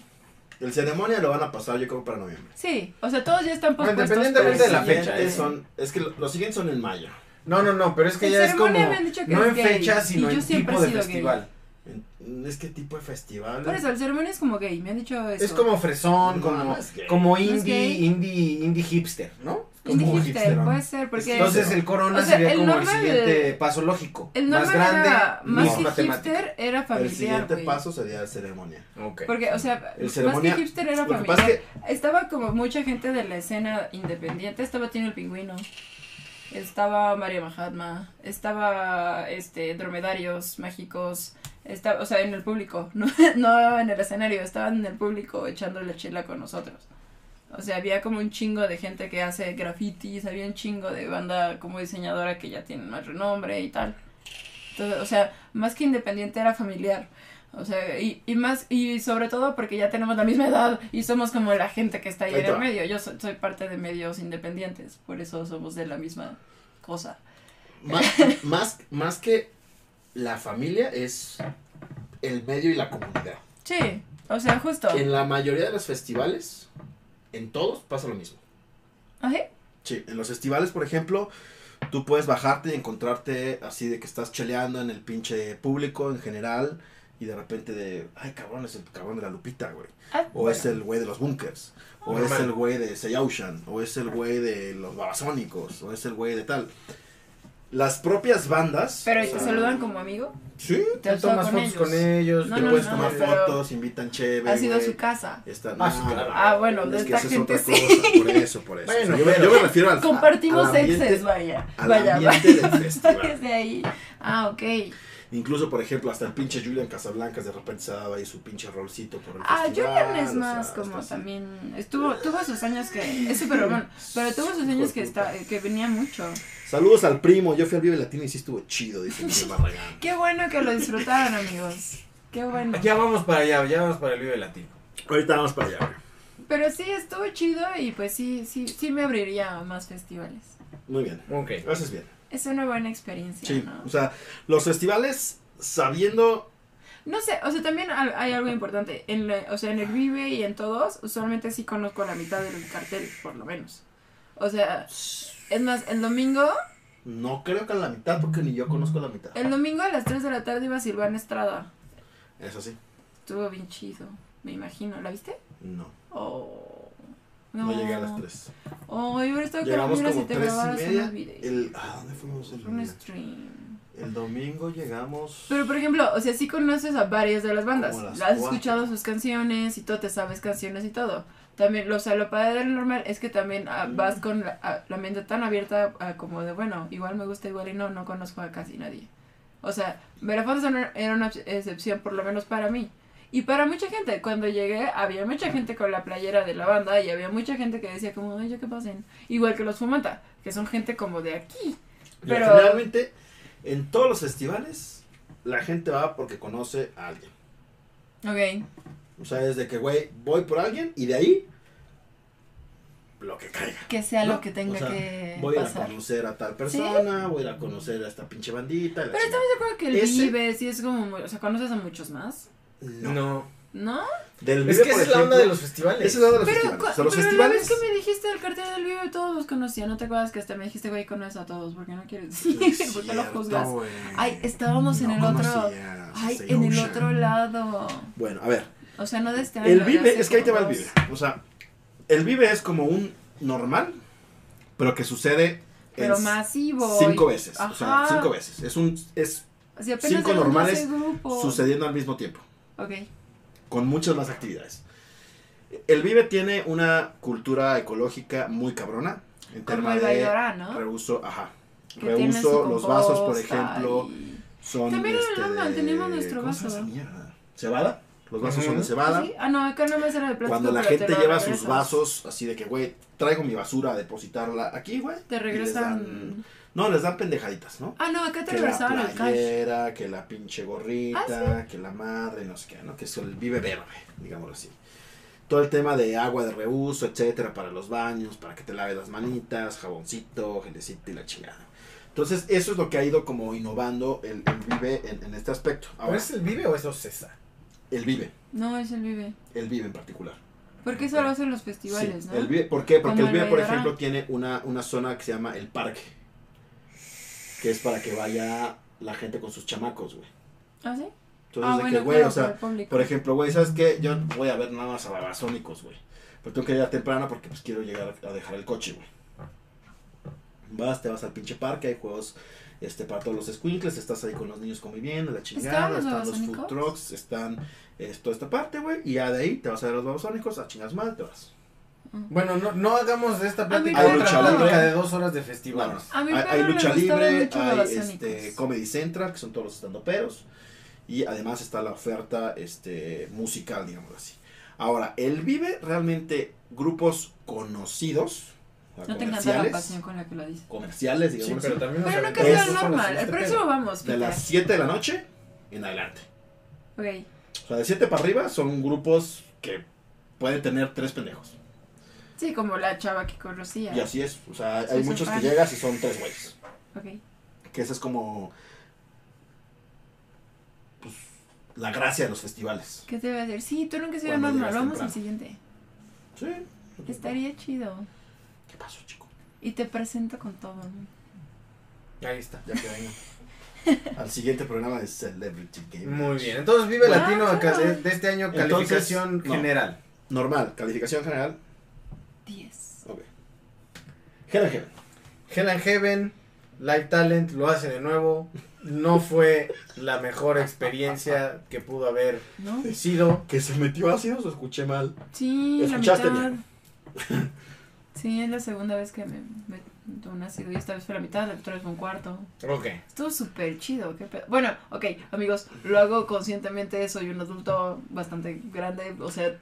S2: El ceremonia lo van a pasar, yo creo, para noviembre.
S1: Sí, o sea, todos ya están
S3: Bueno,
S1: pospuestos.
S3: independientemente
S1: pero
S3: de la
S1: sí.
S3: fecha,
S2: Siguientes
S3: ¿eh?
S2: son, es que lo- los siguientes son en mayo.
S3: No, no, no, pero es que
S1: El
S3: ya es como.
S1: ceremonia me han dicho que
S3: no
S1: es
S3: en
S1: gay,
S3: fecha,
S1: y
S3: sino
S1: yo
S3: en
S1: siempre
S3: tipo
S1: he
S3: de
S1: sido gay.
S3: festival.
S2: En- Es que tipo de festival.
S1: Por eso, el ceremonia es como gay, me han dicho eso.
S3: Es como fresón,
S2: No,
S3: como,
S2: no es gay.
S3: como
S1: es
S3: indie,
S1: gay.
S3: indie, indie hipster, ¿no?
S1: Indie
S3: Como
S1: hipster,
S3: hipsterón.
S1: puede ser, porque
S3: Entonces el corona
S1: O sea,
S3: sería
S1: el
S3: como el
S1: normal-
S3: siguiente paso lógico.
S1: el nombre
S3: más grande,
S1: era más
S3: misma
S1: que
S3: temática.
S1: hipster, era
S2: el
S1: familiar,
S2: siguiente
S1: güey.
S2: paso sería el ceremonia.
S3: Ok.
S1: Porque, o sea,
S2: El
S1: más que
S2: ceremonia-
S1: hipster era
S2: Lo que pasa
S1: familiar.
S2: es que
S1: Estaba como mucha gente de la escena independiente. Estaba Tino el Pingüino. Estaba María Mahatma. Estaba este dromedarios mágicos. Estaba, o sea, en el público. *laughs* No, no en el escenario. Estaban en el público echando la chela con nosotros. O sea, había como un chingo de gente que hace grafitis. Había un chingo de banda como diseñadora que ya tienen más renombre y tal. Entonces, o sea, más que independiente era familiar. O sea, y, y más, y sobre todo porque ya tenemos la misma edad y somos como la gente que está ahí
S2: Ahí
S1: en
S2: te
S1: el
S2: va.
S1: medio. Yo so- soy, parte de medios independientes, por eso somos de la misma cosa.
S2: más, *laughs* más, más que la familia es el medio y la comunidad.
S1: Sí, o sea, justo.
S2: En la mayoría de los festivales, en todos pasa lo mismo.
S1: Ajá.
S2: Sí, en los festivales, por ejemplo, tú puedes bajarte y encontrarte así de que estás cheleando en el pinche público en general y de repente de, ay cabrón, es el cabrón de la Lupita, güey.
S1: Ah,
S2: O es el güey de los bunkers. O
S3: Normal.
S2: es el güey de Seyaushan. O es el güey de los babasónicos. O es el güey de tal. Las propias bandas.
S1: Pero
S2: o
S1: te
S2: sea,
S1: saludan como amigo.
S2: Sí,
S1: Te has
S3: Tú tomas
S1: con
S3: fotos
S1: ellos.
S3: con ellos,
S1: No,
S2: te
S3: te
S1: no,
S2: puedes
S1: no,
S2: tomar
S1: pero-
S2: fotos, invitan chévere.
S1: Ha sido
S2: güey.
S1: su casa.
S2: Está-
S3: Ah, sí,
S2: no,
S3: claro.
S1: Ah, bueno,
S2: es
S1: de
S2: que
S1: esta
S2: esa es
S1: gente
S2: otra
S1: sí.
S2: cosa, Por eso, por eso.
S3: *laughs* Bueno,
S2: yo, me-
S3: pero-
S2: yo me refiero al.
S1: Compartimos
S2: al ambiente-
S1: exes, vaya.
S2: al
S1: vaya, *laughs*
S2: ambiente
S1: vaya.
S2: del festival.
S1: Desde ahí. Ah, ok.
S2: Incluso, por ejemplo, hasta el pinche Julian Casablancas de repente se daba ahí su pinche rolcito por el
S1: Ah,
S2: festival.
S1: Jordan es
S2: o sea,
S1: más
S2: está
S1: como
S2: así.
S1: también. Estuvo, tuvo sus años que. Es súper romano. Pero tuvo sus años que está, eh, que venía mucho.
S2: Saludos al primo, yo fui al Vive Latino y sí estuvo chido, dice
S1: *laughs*
S2: Miguel Barragán.
S1: Qué bueno que lo disfrutaron, amigos. Qué bueno.
S3: Ya vamos para allá, ya vamos para el Vive Latino.
S2: Ahorita vamos para allá. güey.
S1: Pero sí, estuvo chido y pues sí, sí, sí me abriría a más festivales.
S2: Muy bien.
S3: Ok.
S2: Haces bien.
S1: Es una buena experiencia,
S2: Sí.
S1: ¿no?
S2: O sea, los festivales sabiendo.
S1: No sé, o sea, también al- hay algo importante. En la- o sea, en el Vive y en todos, usualmente sí conozco la mitad del cartel, por lo menos. O sea, es más, el domingo
S2: No creo que a la mitad, porque ni yo conozco la mitad.
S1: El domingo a las 3 de la tarde iba Silvana Estrada.
S2: Eso sí.
S1: Estuvo bien chido, me imagino. ¿La viste?
S2: No,
S1: Oh,
S2: no, llegué a las 3.
S1: Oh, yo hubiera estado con
S2: Llegamos
S1: Ramiro si
S2: como
S1: te
S2: 3
S1: grabaras
S2: y
S1: unos
S2: media.
S1: videos.
S2: El, ah, ¿Dónde fuimos el
S1: Un
S2: domingo?
S1: stream.
S2: El domingo llegamos.
S1: Pero por ejemplo, o sea, sí conoces a varias de las bandas.
S2: Como las
S1: has
S2: cuatro.
S1: escuchado sus canciones y todo, te sabes canciones y todo. También, lo, o sea, lo padre del normal es que también ah, vas con la, a- la mente tan abierta a como de, bueno, igual me gusta, igual y no, no conozco a casi nadie. O sea, Verafón era una ex- excepción, por lo menos para mí. Y para mucha gente, cuando llegué, había mucha gente con la playera de la banda y había mucha gente que decía como, ay, ya que pasen. Igual que los Fumata, que son gente como de aquí.
S2: Mira,
S1: Pero-
S2: Generalmente, en todos los festivales, la gente va porque conoce a alguien.
S1: Ok.
S2: O sea, es de que, güey, voy por alguien y de ahí, lo que caiga.
S1: Que sea
S2: ¿no?
S1: lo que tenga
S2: O sea,
S1: que
S2: Voy a ir a
S1: pasar.
S2: conocer a tal persona, voy a ir a conocer a esta pinche bandita. la
S1: Pero
S2: chingada.
S1: estamos de acuerdo que el
S2: Ese-
S1: Vives y es como, muy- o sea, conoces a muchos más,
S2: No.
S3: No.
S1: ¿no?
S2: Del
S3: Es
S2: Vive,
S3: que esa
S2: por
S3: es la onda
S2: ejemplo,
S3: de los festivales.
S2: esa es la onda de los
S1: Pero,
S2: festivales.
S1: cu-
S2: O sea, los
S1: pero la
S2: festivales.
S1: vez
S2: *laughs*
S1: que me dijiste del cartel del Vive, todos los conocía, ¿no te acuerdas que hasta me dijiste, güey, conoces a todos? *laughs* porque no quieres decir?
S2: Sí, es
S1: ¿Por qué lo
S2: cierto,
S1: juzgas?
S2: güey.
S1: Ay, estábamos en
S2: No
S1: el otro...
S2: conocías,
S1: Ay,
S2: este,
S1: en el
S2: Ocean.
S1: otro lado.
S2: Bueno, a ver.
S1: O sea, no de este año.
S2: El
S1: de
S2: vive,
S1: hace
S2: es que ahí te va el
S1: como
S2: vive. O sea, el vive es como un normal, pero que sucede
S1: Pero
S2: en
S1: masivo.
S2: cinco
S1: y-
S2: veces. O sea,
S1: Ajá.
S2: cinco veces. Es un es
S1: O sea, apenas
S2: Cinco
S1: éramos
S2: normales
S1: ese grupo.
S2: sucediendo al mismo tiempo,
S1: Ok.
S2: con muchas más actividades. El vive tiene una cultura ecológica muy cabrona en
S1: Como
S2: tema
S1: el
S2: de
S1: Baidora, ¿no?
S2: reuso, ajá.
S1: Que tiene su
S2: Reuso, los vasos, por
S1: composta
S2: ejemplo,
S1: y-
S2: son
S1: También en el
S2: este,
S1: Lama
S2: de-
S1: tenemos nuestro
S2: ¿cómo se llama
S1: vaso.
S2: esa mierda? ¿Cebada? Los vasos son de
S3: Ujú.
S2: cebada.
S1: ¿Sí? Ah, no, acá nomás era de plástico.
S2: Cuando la
S1: pero te
S2: gente
S1: lo
S2: lleva sus
S1: regresan.
S2: vasos así de que, güey, traigo mi basura a depositarla aquí, güey.
S1: Te
S2: y les dan-
S1: regresan.
S2: no, les dan pendejaditas, ¿no?
S1: Ah, no, acá te
S2: Que la
S1: regresaban el cash. Ah,
S2: playera, que la pinche gorrita, que la madre, no sé qué, ¿no? Que es el vive verde, digámoslo así. Todo el tema de agua de reuso, etcétera, para los baños, para que te laves las manitas, jaboncito, gelecito y la chingada. Entonces, eso es lo que ha ido como innovando el, el vive en, en este aspecto.
S3: ¿Pero
S2: Ahora,
S3: es el Vive o es Ocesa?
S2: el vive,
S1: No, es el vive.
S2: el vive en particular.
S1: Porque eso lo hacen los festivales,
S2: Sí,
S1: ¿no?
S2: el Vive- ¿Por qué? Porque
S1: Como
S2: el
S1: el
S2: Vive, por
S1: Baidorán.
S2: ejemplo, tiene una, una zona que se llama el parque. Que es para que vaya la gente con sus chamacos, güey.
S1: ¿Ah, sí?
S2: Entonces,
S1: ah,
S2: de
S1: bueno,
S2: que, güey,
S1: claro,
S2: o sea,
S1: para el público.
S2: por ejemplo, güey, ¿sabes qué? Yo voy a ver nada más a babasónicos, güey. Pero tengo que llegar temprano porque pues quiero llegar a dejar el coche, güey. Vas, te vas al pinche parque, hay juegos este, para todos los squinkles, estás ahí con los niños conviviendo, la
S1: ¿Estaban
S2: chingada,
S1: los
S2: están los food
S1: babasónicos?
S2: trucks, están eh, toda esta parte, güey, y ya de ahí te vas a ver a los babasónicos, a chingas mal, te vas.
S3: Bueno, no, no hagamos de esta plática
S1: mira,
S3: otra
S2: lucha libre.
S3: plática de dos horas de
S2: Bueno,
S3: festivales.
S1: A mi
S2: hay,
S1: perro
S2: hay
S1: le
S2: lucha
S1: gustaban
S2: libre,
S1: mucho
S2: hay
S1: los
S2: este,
S1: Sónicos.
S2: Comedy Central, que son todos los estandoperos, y además está la oferta este, musical, digamos así. Ahora, el Vive realmente grupos conocidos, o sea,
S1: No te encanta la
S2: comerciales,
S1: pasión con la que lo dices.
S2: comerciales,
S3: Sí,
S2: digamos
S3: pero
S2: así,
S3: también nos
S1: Pero nunca
S2: es
S1: es
S3: aventamos
S1: lo
S3: dos horas
S1: normal.
S3: en
S1: El
S3: este
S1: próximo vamos,
S2: de
S1: Peter.
S2: las 7 de la noche en adelante.
S1: Ok.
S2: O sea, de 7 para arriba son grupos que pueden tener tres pendejos.
S1: Sí, como la chava que conocía.
S2: Y así es, o sea,
S1: Soy
S2: hay
S1: su
S2: muchos que
S1: fan.
S2: llegas y son tres güeyes.
S1: Ok.
S2: que esa es como pues, la gracia de los festivales.
S1: ¿Qué te iba a decir? Sí, tú nunca has ido a
S2: Cuando
S1: normal.
S2: llegas
S1: Vamos
S2: temprano.
S1: al siguiente.
S2: Sí.
S1: Estaría chido.
S2: ¿Qué pasó, chico?
S1: Y te presento con todo. ¿no?
S3: Ahí está.
S2: Ya que venga. *laughs* Al siguiente programa de Celebrity Game.
S3: Muy bien. Entonces, Vive
S1: Ah,
S3: Latino acá
S1: claro.
S3: de, de este año,
S2: Entonces,
S3: calificación
S2: no.
S3: general.
S2: Normal, calificación general.
S1: 10.
S2: Ok. Hell and Heaven.
S3: Hell and Heaven, Live Talent, lo hace de nuevo. No fue la mejor experiencia que pudo haber
S1: ¿No?
S3: sido.
S2: ¿Que se metió ácidos o escuché mal?
S1: Sí,
S2: Escuchaste
S1: la mitad.
S2: bien.
S1: *laughs* Sí, es la segunda vez que me meto un ácido y esta vez fue la mitad, la otra vez fue un cuarto.
S3: Ok.
S1: Estuvo súper chido, qué pedo. Bueno, ok, amigos, lo hago conscientemente, soy un adulto bastante grande, o sea,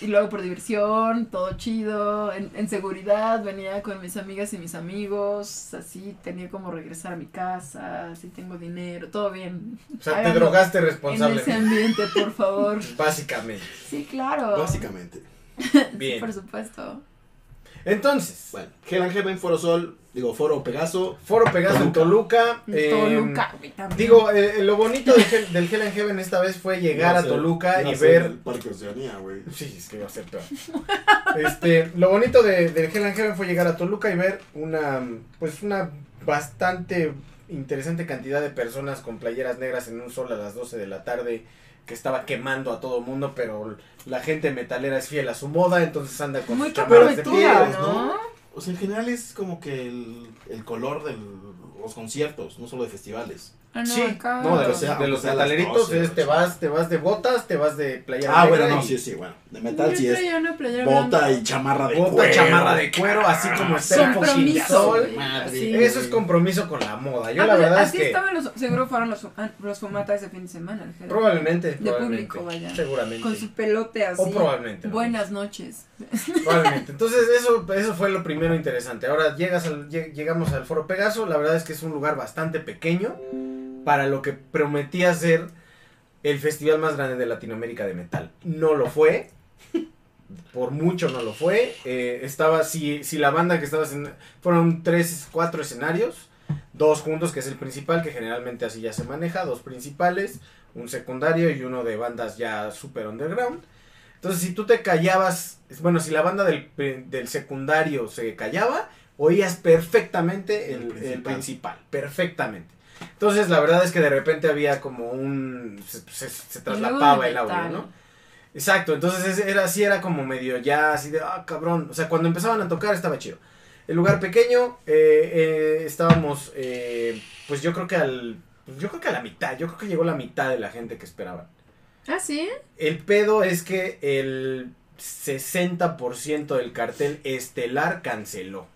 S1: y lo hago por diversión, todo chido, en, en seguridad, venía con mis amigas y mis amigos, así tenía como regresar a mi casa, así tengo dinero, todo bien.
S3: O sea, te
S1: Háganlo
S3: drogaste
S1: En ese
S3: responsablemente.
S1: ambiente,
S3: *laughs*
S1: por favor.
S3: Básicamente.
S1: Sí, claro.
S2: Básicamente.
S1: Sí, por
S3: Bien.
S1: supuesto.
S3: Entonces,
S2: Bueno, Hell and Heaven, Foro Sol, digo, Foro Pegaso.
S3: Foro Pegaso en Toluca. eh,
S1: Toluca, güey, también.
S3: Digo, eh, lo bonito del, Hell- del Hell and Heaven esta vez fue llegar
S2: Iba
S3: a
S2: ser-
S3: Toluca
S2: iba
S3: y
S2: a ser
S3: ver
S2: El Parque Oceanía, güey.
S3: Sí, es que iba a ser peor. *laughs* Este, lo bonito de, del Hell and Heaven fue llegar a Toluca y ver una, pues una bastante interesante cantidad de personas con playeras negras en un sol a las 12 de la tarde que estaba quemando a todo mundo, pero la gente metalera es fiel a su moda, entonces anda con
S1: Muy Ah,
S3: sus chamarras de
S1: comprometida,
S3: piel.
S2: ¿no?
S1: ¿no?
S2: O sea, en general es como que el, el color del los conciertos, no solo de festivales.
S1: Ah, no,
S3: sí,
S1: acá.
S3: no, de
S2: Aunque
S3: los,
S2: sea-
S3: de los
S2: aunque sea las
S3: metaleritos
S2: 12,
S3: es te
S2: ocho.
S3: vas, te vas de botas, te vas de playera
S2: Ah,
S3: negra
S2: bueno, no,
S3: y
S2: sí, sí, bueno. De
S1: Yo
S2: metal sí es
S1: traía una playera
S2: bota
S1: blanca.
S2: y chamarra de
S3: bota,
S2: cuero.
S3: chamarra de cuero, así como está el
S1: Compromiso.
S3: sol.
S2: Madre.
S1: Sí.
S3: Eso es compromiso con la moda. Yo
S1: Ah,
S3: la
S1: pues,
S3: verdad es
S1: así
S3: que
S1: estaban los, seguro fueron los, ah, los fumatas ese fin de semana. el Jera.
S3: probablemente, probablemente,
S1: público, vaya.
S3: seguramente.
S1: Con su pelote así.
S3: o probablemente. ¿no?
S1: Buenas noches. *laughs*
S3: Probablemente. Entonces, eso, eso fue lo primero interesante. Ahora llegas al- lleg- llegamos al Foro Pegaso. La verdad es que es un lugar bastante pequeño para lo que prometía ser el festival más grande de Latinoamérica de metal. No lo fue. Por mucho no lo fue. Eh, estaba, si, si la banda que estaba en, fueron tres, cuatro escenarios. Dos juntos, que es el principal, que generalmente así ya se maneja. Dos principales, un secundario y uno de bandas ya super underground. Entonces, si tú te callabas, bueno, si la banda del, pri- del secundario se callaba, oías perfectamente el,
S2: El
S3: el
S2: principal.
S3: principal, perfectamente. Entonces, la verdad es que de repente había como un... se, se- se
S1: Y luego de
S3: traslapaba el audio,
S1: metal.
S3: ¿no? Exacto, entonces ese era así, era como medio ya, así de, ah, cabrón. O sea, cuando empezaban a tocar estaba chido. El lugar pequeño, eh, eh, estábamos, eh, pues yo creo que al, pues, yo creo que a la mitad, yo creo que llegó la mitad de la gente que esperaban.
S1: Ah, sí.
S3: El pedo es que el 60% del cartel estelar canceló.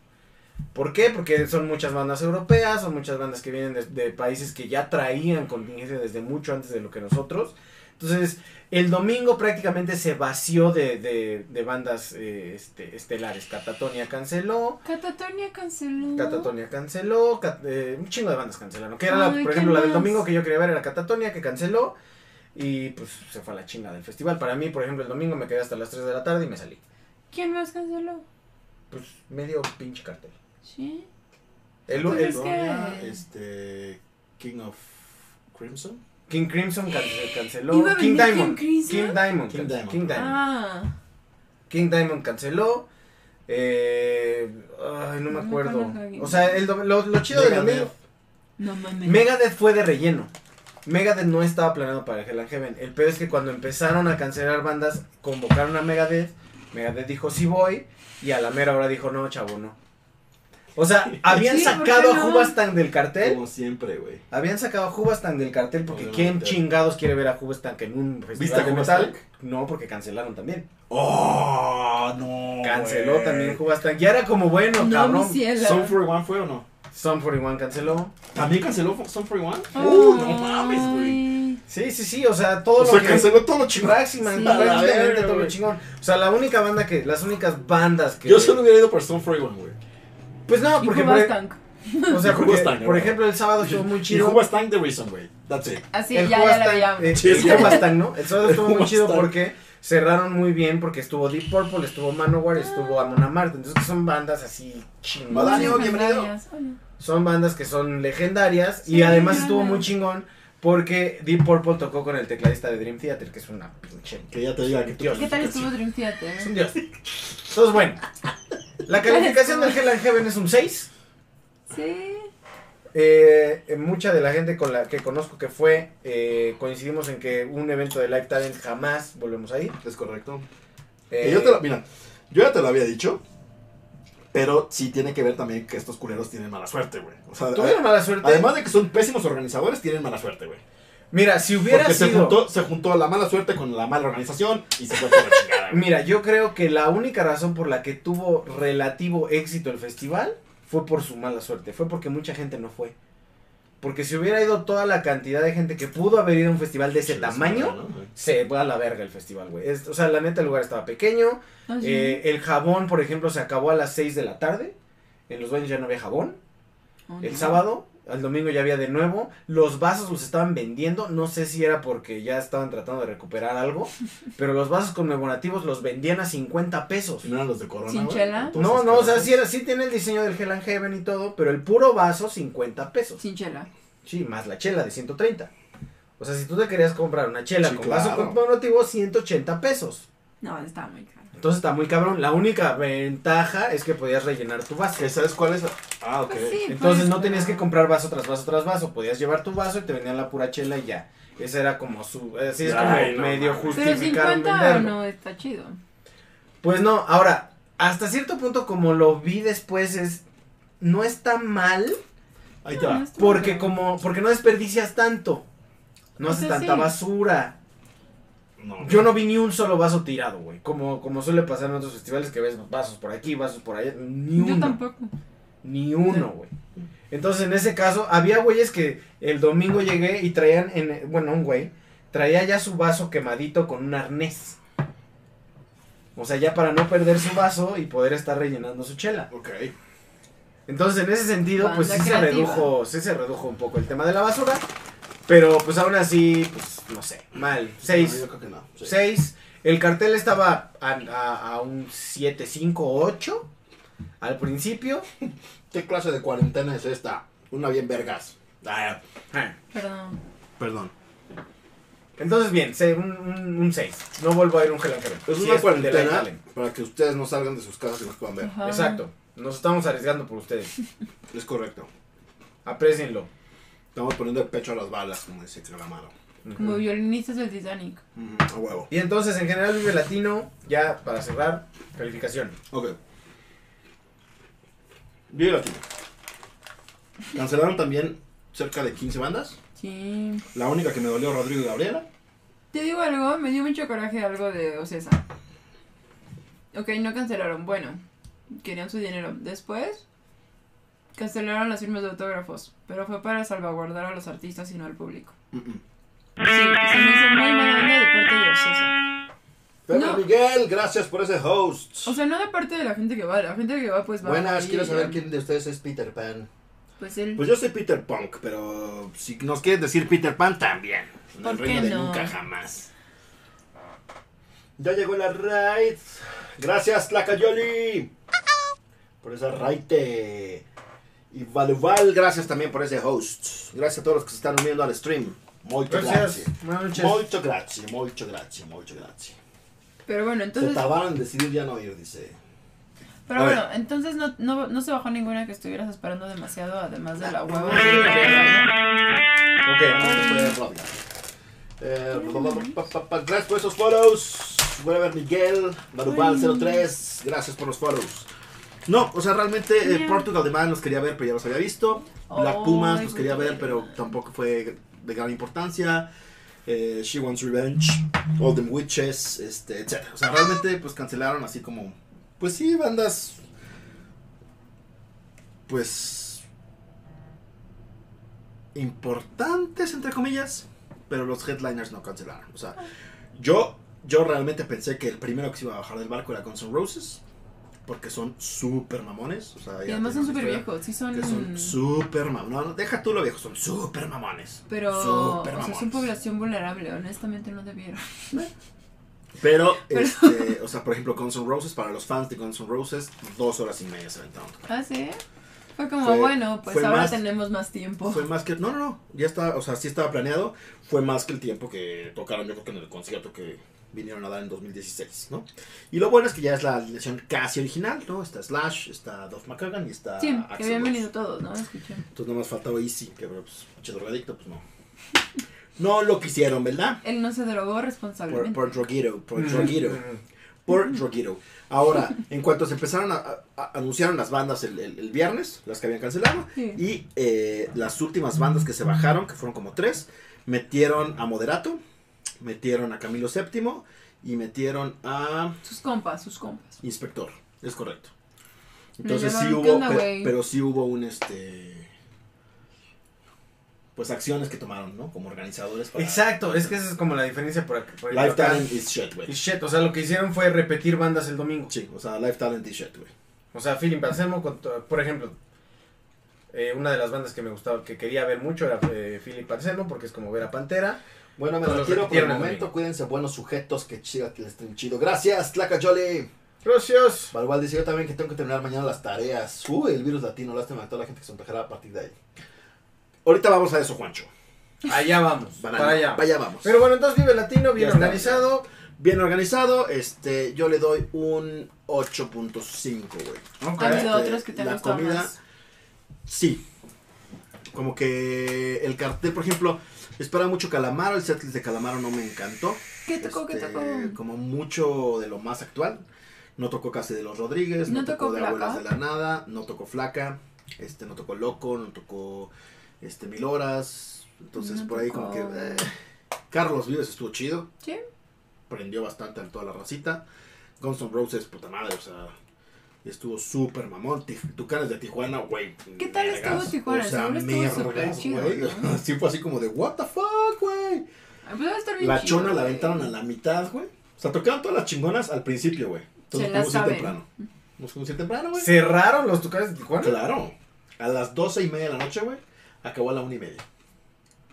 S3: ¿Por qué? Porque son muchas bandas europeas, son muchas bandas que vienen de, de países que ya traían contingencia desde mucho antes de lo que nosotros. Entonces, el domingo prácticamente se vació de, de- de bandas eh, este, estelares. Catatonia canceló,
S1: Catatonia canceló.
S3: Catatonia canceló, Cat- eh, un chingo de bandas cancelaron. Que era, la-
S1: Ay,
S3: por
S1: ¿qué
S3: ejemplo, la del
S1: más?
S3: domingo que yo quería ver era Catatonia, que canceló. Y pues se fue a la chinga del festival. Para mí, por ejemplo, el domingo me quedé hasta las 3 de la tarde y me salí.
S1: ¿Quién más canceló?
S3: Pues medio pinche cartel.
S1: Sí.
S3: El,
S1: Pues
S3: el-
S1: es que-
S2: Sonia, este, King of Crimson.
S3: King Crimson cance- canceló.
S1: ¿Iba a
S3: King
S1: venir King
S3: Diamond.
S1: Crimson?
S3: King Diamond.
S2: King
S3: can-
S2: Diamond.
S3: King Diamond.
S1: Ah.
S3: King Diamond canceló. Eh, ay, no
S1: No
S3: me acuerdo.
S1: conozco a King
S3: O sea, el, dom- lo, lo chido del
S2: Megadeth.
S3: domingo.
S1: No mames.
S3: Megadeth fue de relleno. Megadeth no estaba planeado para Hell and Heaven. El peor es que cuando empezaron a cancelar bandas, convocaron a Megadeth. Megadeth dijo sí voy. Y a la mera hora dijo no, chavo, no. O
S1: *laughs*
S3: sea, habían
S1: Sí, ¿por qué
S3: sacado a
S1: no?
S3: Hubastan del cartel.
S2: Como siempre, güey.
S3: Habían sacado a Hubastan del cartel porque
S2: Obviamente.
S3: ¿quién chingados quiere ver a Hubastan en un festival
S2: a
S3: de
S2: Hoobastank?
S3: metal? No, porque cancelaron también.
S2: ¡Oh, no!
S3: Canceló
S2: güey.
S3: también Hubastan. Ya era como bueno,
S1: No, mi
S3: cabrón.
S1: cielo.
S2: ¿Son 41 fue o no?
S3: Son 41 canceló.
S2: ¿También canceló Son 41?
S1: Ay.
S2: ¡Uh, no mames, güey!
S3: Sí, sí, sí, o sea, todo
S2: O
S3: lo
S2: sea,
S3: que
S2: canceló todo chingón.
S3: Práxima-
S1: Sí.
S2: A la
S3: prácticamente
S2: verga,
S3: todo lo
S2: güey.
S3: chingón. O sea, la única banda que las únicas bandas que
S2: Yo solo hubiera ido por Son 41, güey.
S3: Pues no,
S1: Y
S3: porque por,
S1: Hoobastank.
S3: o sea,
S2: Y
S3: porque,
S2: Hoobastank,
S3: por
S2: ¿no?
S3: ejemplo, el sábado estuvo muy
S2: Y
S3: chido.
S2: Who was Tank the Reason, güey. That's it.
S1: Así,
S3: el
S1: ya, ya la
S3: Hubastan,
S1: veíamos.
S3: eh,
S2: Sí, es
S3: el
S2: que-
S3: Hubastan, ¿no? El sábado
S2: el *laughs*
S3: estuvo muy chido
S2: Hubastan.
S3: porque cerraron muy bien porque estuvo Deep Purple, estuvo Manowar, estuvo Amon Amarth, entonces que son bandas así chingonas.
S2: Daniel, bienvenido.
S1: Gracias. Hola.
S3: Son bandas que son legendarias y
S1: Sí,
S3: además
S1: ya.
S3: estuvo muy chingón porque Deep Purple tocó con el tecladista de Dream Theater, que es una pinche
S2: Que ya te diga que tú.
S3: Dios.
S1: ¿Qué tal estuvo Dream Theater?
S3: Es un dios. Entonces, bueno. La calificación del Hell and Heaven es un 6.
S1: Sí.
S3: Eh, eh, mucha de la gente con la que conozco que fue, eh, coincidimos en que un evento de Live Talent jamás volvemos ahí.
S2: Es correcto.
S3: Eh,
S2: Y yo te la- mira, yo ya te lo había dicho. Pero sí tiene que ver también que estos culeros tienen mala suerte, güey. O sea,
S3: Eh, Tuvieron mala suerte.
S2: además de que son pésimos organizadores, tienen mala suerte, güey.
S3: mira, si hubiera
S2: Porque se
S3: sido...
S2: juntó, se juntó la mala suerte con la mala organización y se fue por la chingada, güey.
S3: Mira, yo creo que la única razón por la que tuvo relativo éxito el festival fue por su mala suerte, fue porque mucha gente no fue. Porque si hubiera ido toda la cantidad de gente que pudo haber ido a un festival de ese tamaño, se fue a la verga el festival, güey. Es- O sea, la neta el lugar estaba pequeño,
S1: Ah, sí.
S3: Eh, el jabón, por ejemplo, se acabó a las 6 de la tarde. En los baños ya no había jabón.
S1: Oh,
S3: El
S1: no.
S3: sábado, al domingo ya había de nuevo. Los vasos los estaban vendiendo. No sé si era porque ya estaban tratando de
S1: *laughs*
S3: recuperar algo. Pero los vasos conmemorativos los vendían a 50 pesos.
S2: Si no eran los de Corona,
S1: ¿Sin
S2: güey,
S1: chela?
S2: entonces,
S3: No, no, o sea,
S2: ¿qué
S3: sí, era, sí tiene el diseño del Hell and Heaven y todo. Pero el puro vaso, 50 pesos.
S1: Sin chela.
S3: Sí, más la chela de 130. O sea, si tú te querías comprar una chela
S2: Sí,
S3: con vaso
S2: claro.
S3: conmemorativo, 180 pesos.
S1: No, estaba muy caro.
S3: Entonces está muy cabrón. La única ventaja es que podías rellenar tu vaso.
S2: Que ¿Sabes cuál es? Ah, ok.
S1: Pues sí,
S3: Entonces
S1: pues,
S3: no tenías que
S1: pero-
S3: comprar vaso tras vaso tras vaso, podías llevar tu vaso y te vendían la pura chela y ya. Ese era como su, así es como
S2: Ay, no
S3: medio
S2: mames.
S1: Pero
S3: justificar
S1: 50
S3: venderlo.
S1: no está chido.
S3: Pues no, ahora, hasta cierto punto como lo vi después es, no está mal,
S2: Ahí te va.
S3: Porque como, porque no desperdicias tanto. No
S1: Pues
S3: haces
S1: sí,
S3: tanta
S1: sí.
S3: basura.
S2: No,
S3: Yo no vi ni un solo vaso tirado, güey. Como, como suele pasar en otros festivales que ves vasos por aquí, vasos por allá. Ni
S1: Yo
S3: uno.
S1: tampoco.
S3: Ni uno, güey. Entonces, en ese caso, había güeyes que el domingo llegué y traían, en, bueno, un güey, traía ya su vaso quemadito con un arnés. O sea, ya para no perder su vaso y poder estar rellenando su chela.
S2: Ok.
S3: Entonces, en ese sentido, pues sí
S1: Banda
S3: se
S1: creativa.
S3: redujo, sí se redujo un poco el tema de la basura. Pero, pues aún así, pues, no sé, mal.
S2: No,
S3: Seis,
S2: yo creo que no. Sí.
S3: seis. El cartel estaba a, a- a un siete, cinco, ocho al principio.
S13: ¿Qué clase de cuarentena es esta? Una bien vergas.
S2: Ah,
S3: Ah.
S1: Perdón.
S2: perdón.
S3: Entonces, bien, se- un 6. No vuelvo a ir a un gel Ángel.
S13: Es
S3: Sí,
S13: una
S3: de la
S13: cuarentena
S3: Italian.
S13: para que ustedes no salgan de sus casas y nos puedan ver.
S1: Ajá.
S3: Exacto. Nos estamos arriesgando por ustedes.
S13: Es correcto.
S3: Aprecienlo.
S13: Estamos poniendo el pecho a las balas, como dice Calamaro.
S1: Como violinistas del Titanic.
S13: Mm, a huevo.
S3: Y entonces, en general, Vive Latino, ya para cerrar, calificación.
S2: Ok. Vive Latino. Cancelaron también cerca de 15 bandas.
S1: Sí.
S2: La única que me dolió Rodrigo y Gabriela.
S1: Te digo algo, me dio mucho coraje algo de Ocesa. Ok, no cancelaron. Bueno, querían su dinero. Después, cancelaron las firmas de autógrafos. Pero fue para salvaguardar a los artistas y no al público.
S2: Mm-mm.
S1: Sí, se me hizo muy mala onda de parte de Ocesa.
S13: Pepe
S1: No.
S13: Miguel, gracias por ese host.
S1: O sea, no de parte de la gente que va. La gente que va, pues va.
S13: Buenas,
S1: y-
S13: quiero saber quién de ustedes es Peter Pan.
S1: Pues él.
S2: Pues yo soy Peter Punk, pero si nos quieres decir Peter Pan, también. En
S1: ¿Por
S2: el reino
S1: qué
S2: de
S1: no?
S2: nunca jamás.
S13: Ya llegó la raid. Gracias, Tlacayoli. Por esa raite. Y Valuval, gracias también por ese host. Gracias a todos los que se están uniendo al stream. Muchas gracias.
S3: Gracias. Buenas noches.
S13: Muchas gracias, muchas gracias, muchas gracias.
S1: Pero bueno,
S13: Se
S1: entonces.
S13: tabaron de decidir ya no ir, dice.
S1: Pero
S2: A ver.
S1: bueno, entonces no, no, no se bajó ninguna que estuvieras esperando demasiado, además de la hueva.
S3: Ok.
S13: Eh,
S2: Eh,
S13: pa, pa, pa, pa, pa, Gracias por esos follows. Whatever Miguel, Manuval03, gracias por los follows.
S2: No, o sea, realmente eh, Portugal de Man los quería ver, pero ya los había visto. Black
S1: Ay,
S2: Pumas los quería
S1: Portugal
S2: ver,
S1: de
S2: pero
S1: Man.
S2: tampoco fue de gran importancia. Eh, She Wants Revenge, All Them Witches, este, etc. O sea, realmente pues cancelaron así como, pues sí, bandas, pues importantes entre comillas, pero los headliners no cancelaron. O sea, yo yo realmente pensé que el primero que se iba a bajar del barco era Guns N' Roses, porque son súper mamones. O sea,
S1: Y
S2: ya
S1: además
S2: tienen
S1: son súper
S2: historia.
S1: viejos, sí
S2: Que son
S1: son.
S2: súper mamones. No, no, deja tú lo viejo, son súper mamones.
S1: Pero, o
S2: Súper
S1: sea, es una
S2: mamones.
S1: población vulnerable, honestamente no debieron. *laughs*
S2: Pero, este, o sea, por ejemplo, Guns N' Roses, para los fans de Guns N' Roses, dos horas y media se aventaron.
S1: Ah, sí. Fue como,
S2: Fue-
S1: bueno, pues
S2: fue
S1: ahora
S2: más-
S1: tenemos más tiempo.
S2: Fue más que. No, no, no. Ya está, o sea, sí estaba planeado. Fue más que el tiempo que tocaron, yo creo que en el concierto que vinieron a dar en 2016, ¿no? Y lo bueno es que ya es la alineación casi original, ¿no? Está Slash, está Duff McKagan y
S1: *laughs*
S2: está.
S1: sí, que
S2: Axl
S1: habían
S2: Rose.
S1: venido todos, ¿no? Escuché.
S2: Entonces, nada más faltaba Easy, que, pero, pues, pinche drogadicto, pues no. *laughs* No lo quisieron, ¿verdad?
S1: Él no se drogó
S2: Por,
S1: responsablemente.
S2: por droguero, por droguero,
S1: Mm.
S2: por droguero. Ahora, en cuanto se empezaron a, a- a- anunciaron las bandas el, el- el viernes, las que habían cancelado,
S1: Sí.
S2: y eh, las últimas bandas que se bajaron, que fueron como tres, metieron a Moderato, metieron a Camilo VII y metieron a
S1: Sus compas, sus compas.
S2: Inspector, es correcto.
S1: Pero
S2: Entonces
S1: ya
S2: sí
S1: no
S2: hubo,
S1: entiendo,
S2: pe-
S1: güey.
S2: pero sí hubo un este, pues acciones que tomaron, ¿no? Como organizadores. para-
S3: Exacto, es que esa es como la diferencia por acá. por
S2: Live
S3: acá.
S2: Talent is shit, güey.
S3: Y shit, o sea, lo que hicieron fue repetir bandas el domingo.
S2: Sí, o sea, Live Talent is shit, güey.
S3: O sea, Philip Anselmo, con to- por ejemplo, eh, una de las bandas que me gustaba, que quería ver mucho era eh, Philip Anselmo, porque es como ver a Pantera.
S13: Bueno, me
S3: Pues los
S13: retiro por el
S3: repitieron el
S13: momento.
S3: domingo.
S13: Cuídense, buenos sujetos. Que chido que les estén chido. Gracias, Tlacayoli.
S3: Gracias.
S13: Valval dice yo también que tengo que terminar mañana las tareas. Uy, el virus latino. Lástima a toda la gente que se entejará a partir de ahí.
S2: Ahorita vamos a eso, Juancho.
S3: Allá vamos,
S2: Para,
S3: para allá.
S2: para allá vamos.
S3: Pero bueno, entonces Vive Latino, bien
S2: Ya está.
S3: organizado.
S2: Bien organizado, este, yo le doy un 8.5, güey.
S3: Ah,
S1: Ha habido
S2: Este,
S1: otros que te han
S2: la
S1: gustado
S2: comida-
S1: más.
S2: Sí. Como que el cartel, por ejemplo, esperaba mucho Calamaro, el setlist de Calamaro no me encantó.
S1: ¿Qué tocó? ¿Qué
S2: Este,
S1: tocó?
S2: Como mucho de lo más actual. No tocó casi de los Rodríguez, no,
S1: ¿No
S2: tocó,
S1: tocó
S2: de Abuelas de
S1: Flaca?
S2: la Nada, no tocó Flaca. Este, no tocó Loco, no tocó este, Mil Horas. Entonces,
S1: No
S2: por ahí como que.
S1: tocó.
S2: eh. Carlos Vives estuvo chido.
S1: Sí.
S2: Prendió bastante a toda la racita. Guns N' Roses, puta madre, o sea. Estuvo súper mamón. Ti- Tucanes de Tijuana, güey.
S1: ¿Qué tal estuvo
S2: vergas.
S1: Tijuana?
S2: O sea,
S1: Seguro estuvo
S2: mergas,
S1: súper chido,
S2: güey. *laughs*
S1: ¿no?
S2: Sí, fue así como de, ¿What the fuck, güey?
S1: Ah, pues va a estar bien
S2: La
S1: chido,
S2: chona la
S1: güey.
S2: aventaron a la mitad, güey. O sea, tocaron todas las chingonas al principio, güey. Entonces
S1: Se las
S2: nos fuimos
S1: saben.
S2: ir temprano. Nos fuimos ir temprano, güey.
S3: ¿Cerraron los tucanes de Tijuana?
S2: Claro. A las doce y media de la noche, güey. Acabó a la una y media.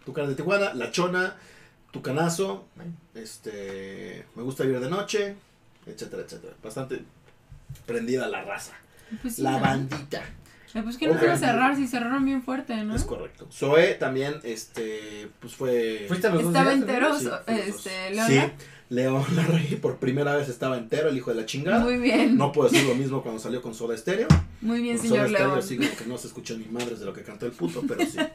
S2: Tucanes de Tijuana, La Chona, Tucanazo, este, Me Gusta Vivir de Noche, etcétera, etcétera. Bastante prendida la raza.
S1: Pues sí,
S2: La
S1: ¿no?
S2: bandita.
S1: Eh, Pues que no
S2: Ok.
S1: se iba a cerrar si cerraron bien fuerte, ¿no?
S2: Es correcto. Zoe también, este, pues fue...
S3: ¿Fuiste a los dos
S1: Estaba
S3: días,
S1: entero,
S2: Sí,
S1: so-
S2: fuimos.
S1: este,
S2: Sí,
S1: Leona.
S2: León Larregui por primera vez estaba entero, el hijo de la chingada.
S1: Muy bien,
S2: No pues, puedo decir lo mismo cuando salió con Soda Stereo.
S1: muy bien,
S2: Con Soda
S1: señor
S2: Stereo
S1: León.
S2: sí como que no se escuchó ni madres de lo que cantó el puto, pero
S1: *laughs*
S2: sí.
S3: Ah,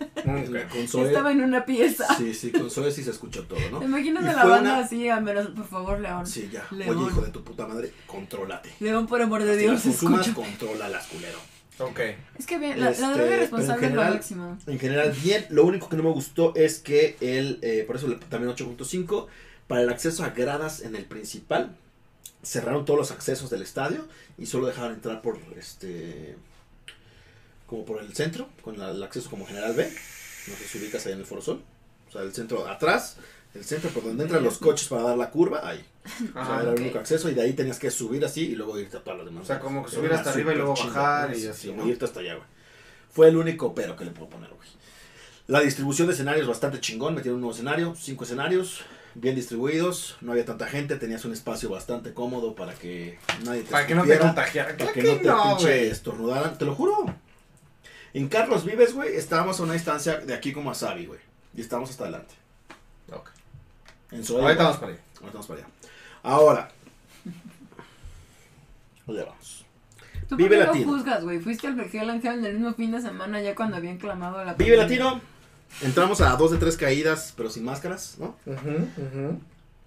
S2: Con Zoe,
S1: Estaba en una pieza.
S2: *laughs* sí, sí, con Zoe sí se escuchó todo,
S1: ¿Te
S2: ¿no?
S1: imaginas
S2: Y
S1: a la
S2: fue
S1: banda
S2: una-
S1: así? A menos, por favor, León.
S2: Sí, ya.
S1: León.
S2: Oye, hijo de tu puta madre, contrólate.
S1: León, por amor de
S2: Si
S1: Dios,
S2: las consumas,
S1: escucha.
S2: contrólalas, culero.
S3: Ok.
S1: Es que bien, la,
S2: Este,
S1: la
S2: pero
S1: droga
S2: en
S1: responsable es
S2: general-
S1: lo máximo.
S2: En general, bien. Lo único que no me gustó es que el, eh, por eso le- también 8.5, para el acceso a gradas en el principal, cerraron todos los accesos del estadio y solo dejaron entrar por este, como por el centro, con la- el acceso como general B. No sé si ubicas ahí en el Foro Sol. O sea, el centro atrás, el centro por donde entran los coches para dar la curva, ahí. O sea,
S3: Ajá.
S2: era
S1: ok.
S2: el único acceso y de ahí tenías que subir así y luego irte a todas las demás.
S3: O sea, como que
S2: Era
S3: subir
S2: una
S3: hasta arriba y
S2: super
S3: luego
S2: chinga,
S3: bajar
S2: ¿no?
S3: y
S2: Sí,
S3: así,
S2: sí,
S3: ¿no?
S2: güey, irte hasta allá, güey. Fue el único pero que le puedo poner, güey. La distribución de escenarios bastante chingón. Metieron un nuevo escenario, cinco escenarios, bien distribuidos. No había tanta gente, tenías un espacio bastante cómodo para que nadie te
S3: Para que no te
S2: escupiera,
S3: contagiaran.
S2: Para
S3: Claro
S2: que no te pinche
S3: güey.
S2: estornudaran, te lo juro. En Carlos Vives, güey, estábamos a una distancia de aquí como a Sabi, güey. Y estábamos hasta adelante.
S3: Ok.
S2: En Zoe,
S3: Ahorita vamos para allá.
S2: Ahorita vamos para allá. Ahora. ¿Dónde vamos?
S1: ¿Tú
S2: Vive
S1: por qué
S2: Latino.
S1: lo juzgas, güey? Fuiste al Vergel Ángel el mismo fin de semana ya cuando habían clamado a la
S2: Vive
S1: pandemia.
S2: Latino. Entramos a dos de tres caídas, pero sin máscaras, ¿no?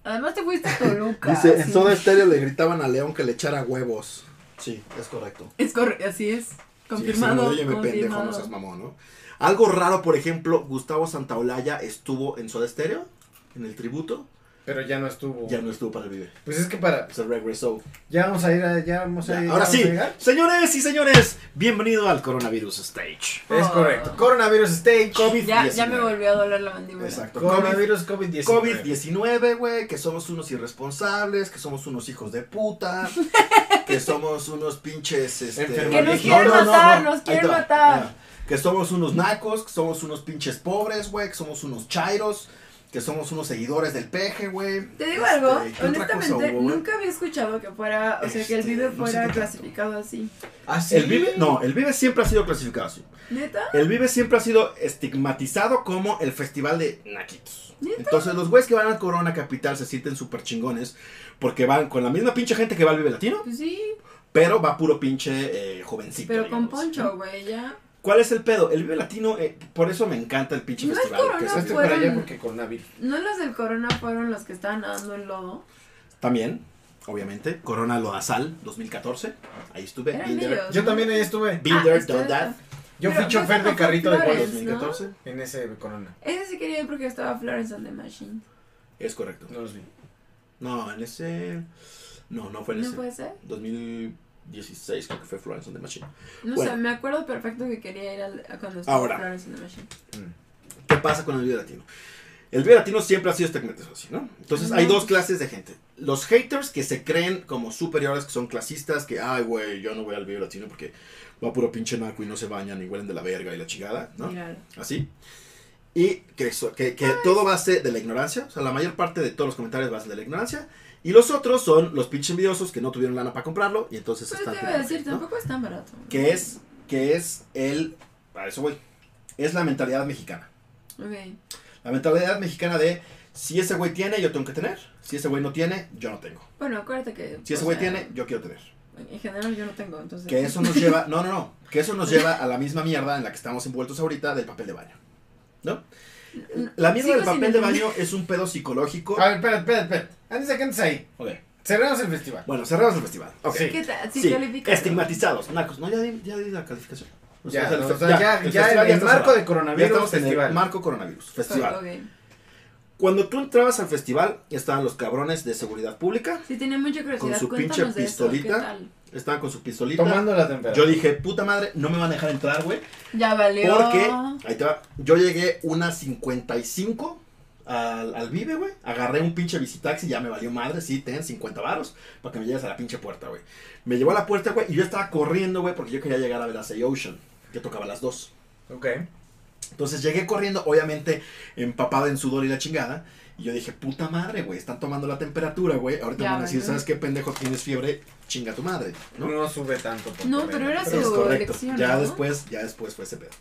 S1: Además te fuiste a Toluca.
S2: Dice, en
S1: así.
S2: Soda Estéreo le gritaban a León que le echara huevos. Sí, es correcto.
S1: Es corre- así es.
S2: Sí,
S1: Confirmado.
S2: sí, oye, me pendejo,
S1: confirmado.
S2: no seas mamón, ¿no? Algo raro, por ejemplo, Gustavo Santaolalla estuvo en Soda Estéreo, en el tributo,
S3: Pero ya no estuvo.
S2: ya no estuvo para el Vive.
S3: Pues es que para.
S2: Se regresó.
S3: Ya vamos a ir a. Ya vamos a ir.
S2: Ahora
S3: ya vamos
S2: sí,
S3: a llegar.
S2: señores y señores, bienvenido al Coronavirus Stage.
S3: Es
S1: Oh.
S3: correcto. Coronavirus Stage.
S1: ya, ya
S2: COVID-19.
S1: me volvió a doler la mandíbula.
S2: Exacto. COVID
S3: Coronavirus COVID-19.
S2: COVID-19, güey, que somos unos irresponsables, que somos unos hijos de *laughs* puta, que somos unos pinches, este...
S3: Enfermos.
S1: Que nos
S2: No,
S1: quieren
S2: no, no,
S1: matar,
S2: no.
S1: nos
S2: Ahí
S1: quieren
S2: te va, ahí
S1: matar.
S2: va. Que somos unos nacos, que somos unos pinches pobres, güey, que somos unos chairos, que somos unos seguidores del peje, güey.
S1: Te digo
S2: Este,
S1: algo,
S2: ¿qué otra cosa
S1: honestamente,
S2: hubo, güey?
S1: nunca había escuchado que fuera, o sea, que el
S2: Este,
S1: video
S2: no sé
S1: fuera
S2: qué tanto.
S1: clasificado así.
S3: Así.
S2: El Vive, no, el Vive siempre ha sido clasificado así.
S1: ¿Neta?
S2: El Vive siempre ha sido estigmatizado como el festival de naquitos. Entonces, los güeyes que van al Corona Capital se sienten súper chingones porque van con la misma pinche gente que va al Vive Latino,
S1: Pues sí,
S2: pero va puro pinche eh, jovencito.
S1: pero con
S2: digamos.
S1: poncho, güey, ya.
S2: ¿Cuál es el pedo? El Vive Latino, eh, por eso me encanta el pinche
S1: No es
S2: festival. que
S1: Corona,
S2: este.
S1: fue-
S3: para allá
S1: fueron-
S3: porque coronavirus.
S1: ¿No los del corona fueron los que estaban nadando en lodo?
S2: También, obviamente, Corona Lodazal 2014. Ahí estuve.
S1: Eran
S2: been there,
S1: ellos.
S3: Yo también ahí estuve.
S2: been
S1: Ah,
S2: there,
S1: ustedes-
S2: done that.
S3: Yo
S1: Pero
S3: fui chofer
S1: fue-
S3: de carrito de
S1: fue
S3: golf
S1: Flores, ¿no?
S2: 2014.
S3: en ese corona.
S1: Ese sí quería ir porque estaba Florence and the Machine.
S2: Es correcto.
S3: No los vi.
S2: No, en ese. No, no fue en
S1: ¿No
S2: ese.
S1: puede ser?
S2: 2016, creo que fue Florence and the Machine.
S1: No
S2: Bueno.
S1: sé, me acuerdo perfecto que quería ir al, a cuando estaba
S2: Ahora.
S1: Florence and the Machine.
S2: ¿Qué pasa con el video latino? El video latino siempre ha sido estigmatizado así, ¿no? Entonces hay
S1: Ajá.
S2: dos clases de gente. Los haters que se creen como superiores, que son clasistas, que, ay, güey, yo no voy al video latino porque va puro pinche naco y no se bañan y huelen de la verga y la chingada, ¿no?
S1: Míralo.
S2: Así. Y que, eso- que, que todo va a ser de la ignorancia. O sea, la mayor parte de todos los comentarios va a ser de la ignorancia. Y los otros son los pinches envidiosos que no tuvieron lana para comprarlo y entonces
S1: Pero te iba a
S2: tirando
S1: decir,
S2: hate, ¿no?
S1: tampoco es tan barato.
S2: Que es, que es el... A eso voy. Es la mentalidad mexicana.
S1: Ok.
S2: La mentalidad mexicana de si ese güey tiene, yo tengo que tener. Si ese güey no tiene, yo no tengo.
S1: Bueno, acuérdate que.
S2: Si ese
S1: o
S2: güey
S1: sea,
S2: tiene, yo quiero tener.
S1: En general yo no tengo, entonces.
S2: Que eso nos lleva, no, no, no, que eso nos lleva a la misma mierda en la que estamos envueltos ahorita del papel de baño. ¿No? La mierda
S1: Sigo
S2: del
S1: sin
S2: papel de
S1: entender.
S2: baño es un pedo psicológico.
S3: A ver, espera, espera, espera. Antes de que antes ahí.
S2: Ok.
S3: Cerramos el festival.
S2: Bueno, cerramos el festival. Ok.
S3: Sí.
S1: ¿Qué tal? Sí,
S2: Sí,
S1: califica.
S2: estigmatizados, nacos. No, ya di, ya di la calificación. O
S3: Ya,
S2: sea, pues el
S3: no,
S2: fe-
S3: o sea, ya-
S2: el
S3: ya
S2: festival
S3: en el
S2: está
S3: marco
S2: cerrado.
S3: de coronavirus,
S2: Ya estamos en el
S3: festival.
S2: marco coronavirus, festival.
S1: Ok.
S2: Cuando tú entrabas al festival, estaban los cabrones de seguridad pública,
S1: Sí, tenía mucha curiosidad.
S2: Con su
S1: Cuéntanos
S2: pinche
S1: de eso, ¿qué
S2: pistolita.
S1: tal?
S2: estaban con su pistolita.
S3: Tomando la temperatura.
S2: Yo dije, puta madre, no me van a dejar entrar, güey.
S1: Ya valió.
S2: Porque, ahí te va, yo llegué una 55 al, al Vive, güey. Agarré un pinche visitaxi, ya me valió madre, sí, ten 50 varos para que me llegues a la pinche puerta, güey. Me llevó a la puerta, güey, y yo estaba corriendo, güey, porque yo quería llegar a ver a Say Ocean, que tocaba a las 2.
S3: Ok.
S2: Entonces llegué corriendo, obviamente empapado en sudor y la chingada. Y yo dije, puta madre, güey, están tomando la temperatura, güey. Ahorita
S1: Ya,
S2: me van a decir,
S1: güey.
S2: ¿sabes qué pendejo tienes fiebre? Chinga tu madre,
S3: No,
S2: ¿no?
S3: sube tanto. por
S1: No,
S3: correr,
S1: pero era su
S2: Pero es correcto.
S1: elección,
S2: Ya
S1: ¿no?
S2: después, ya después fue ese pedo.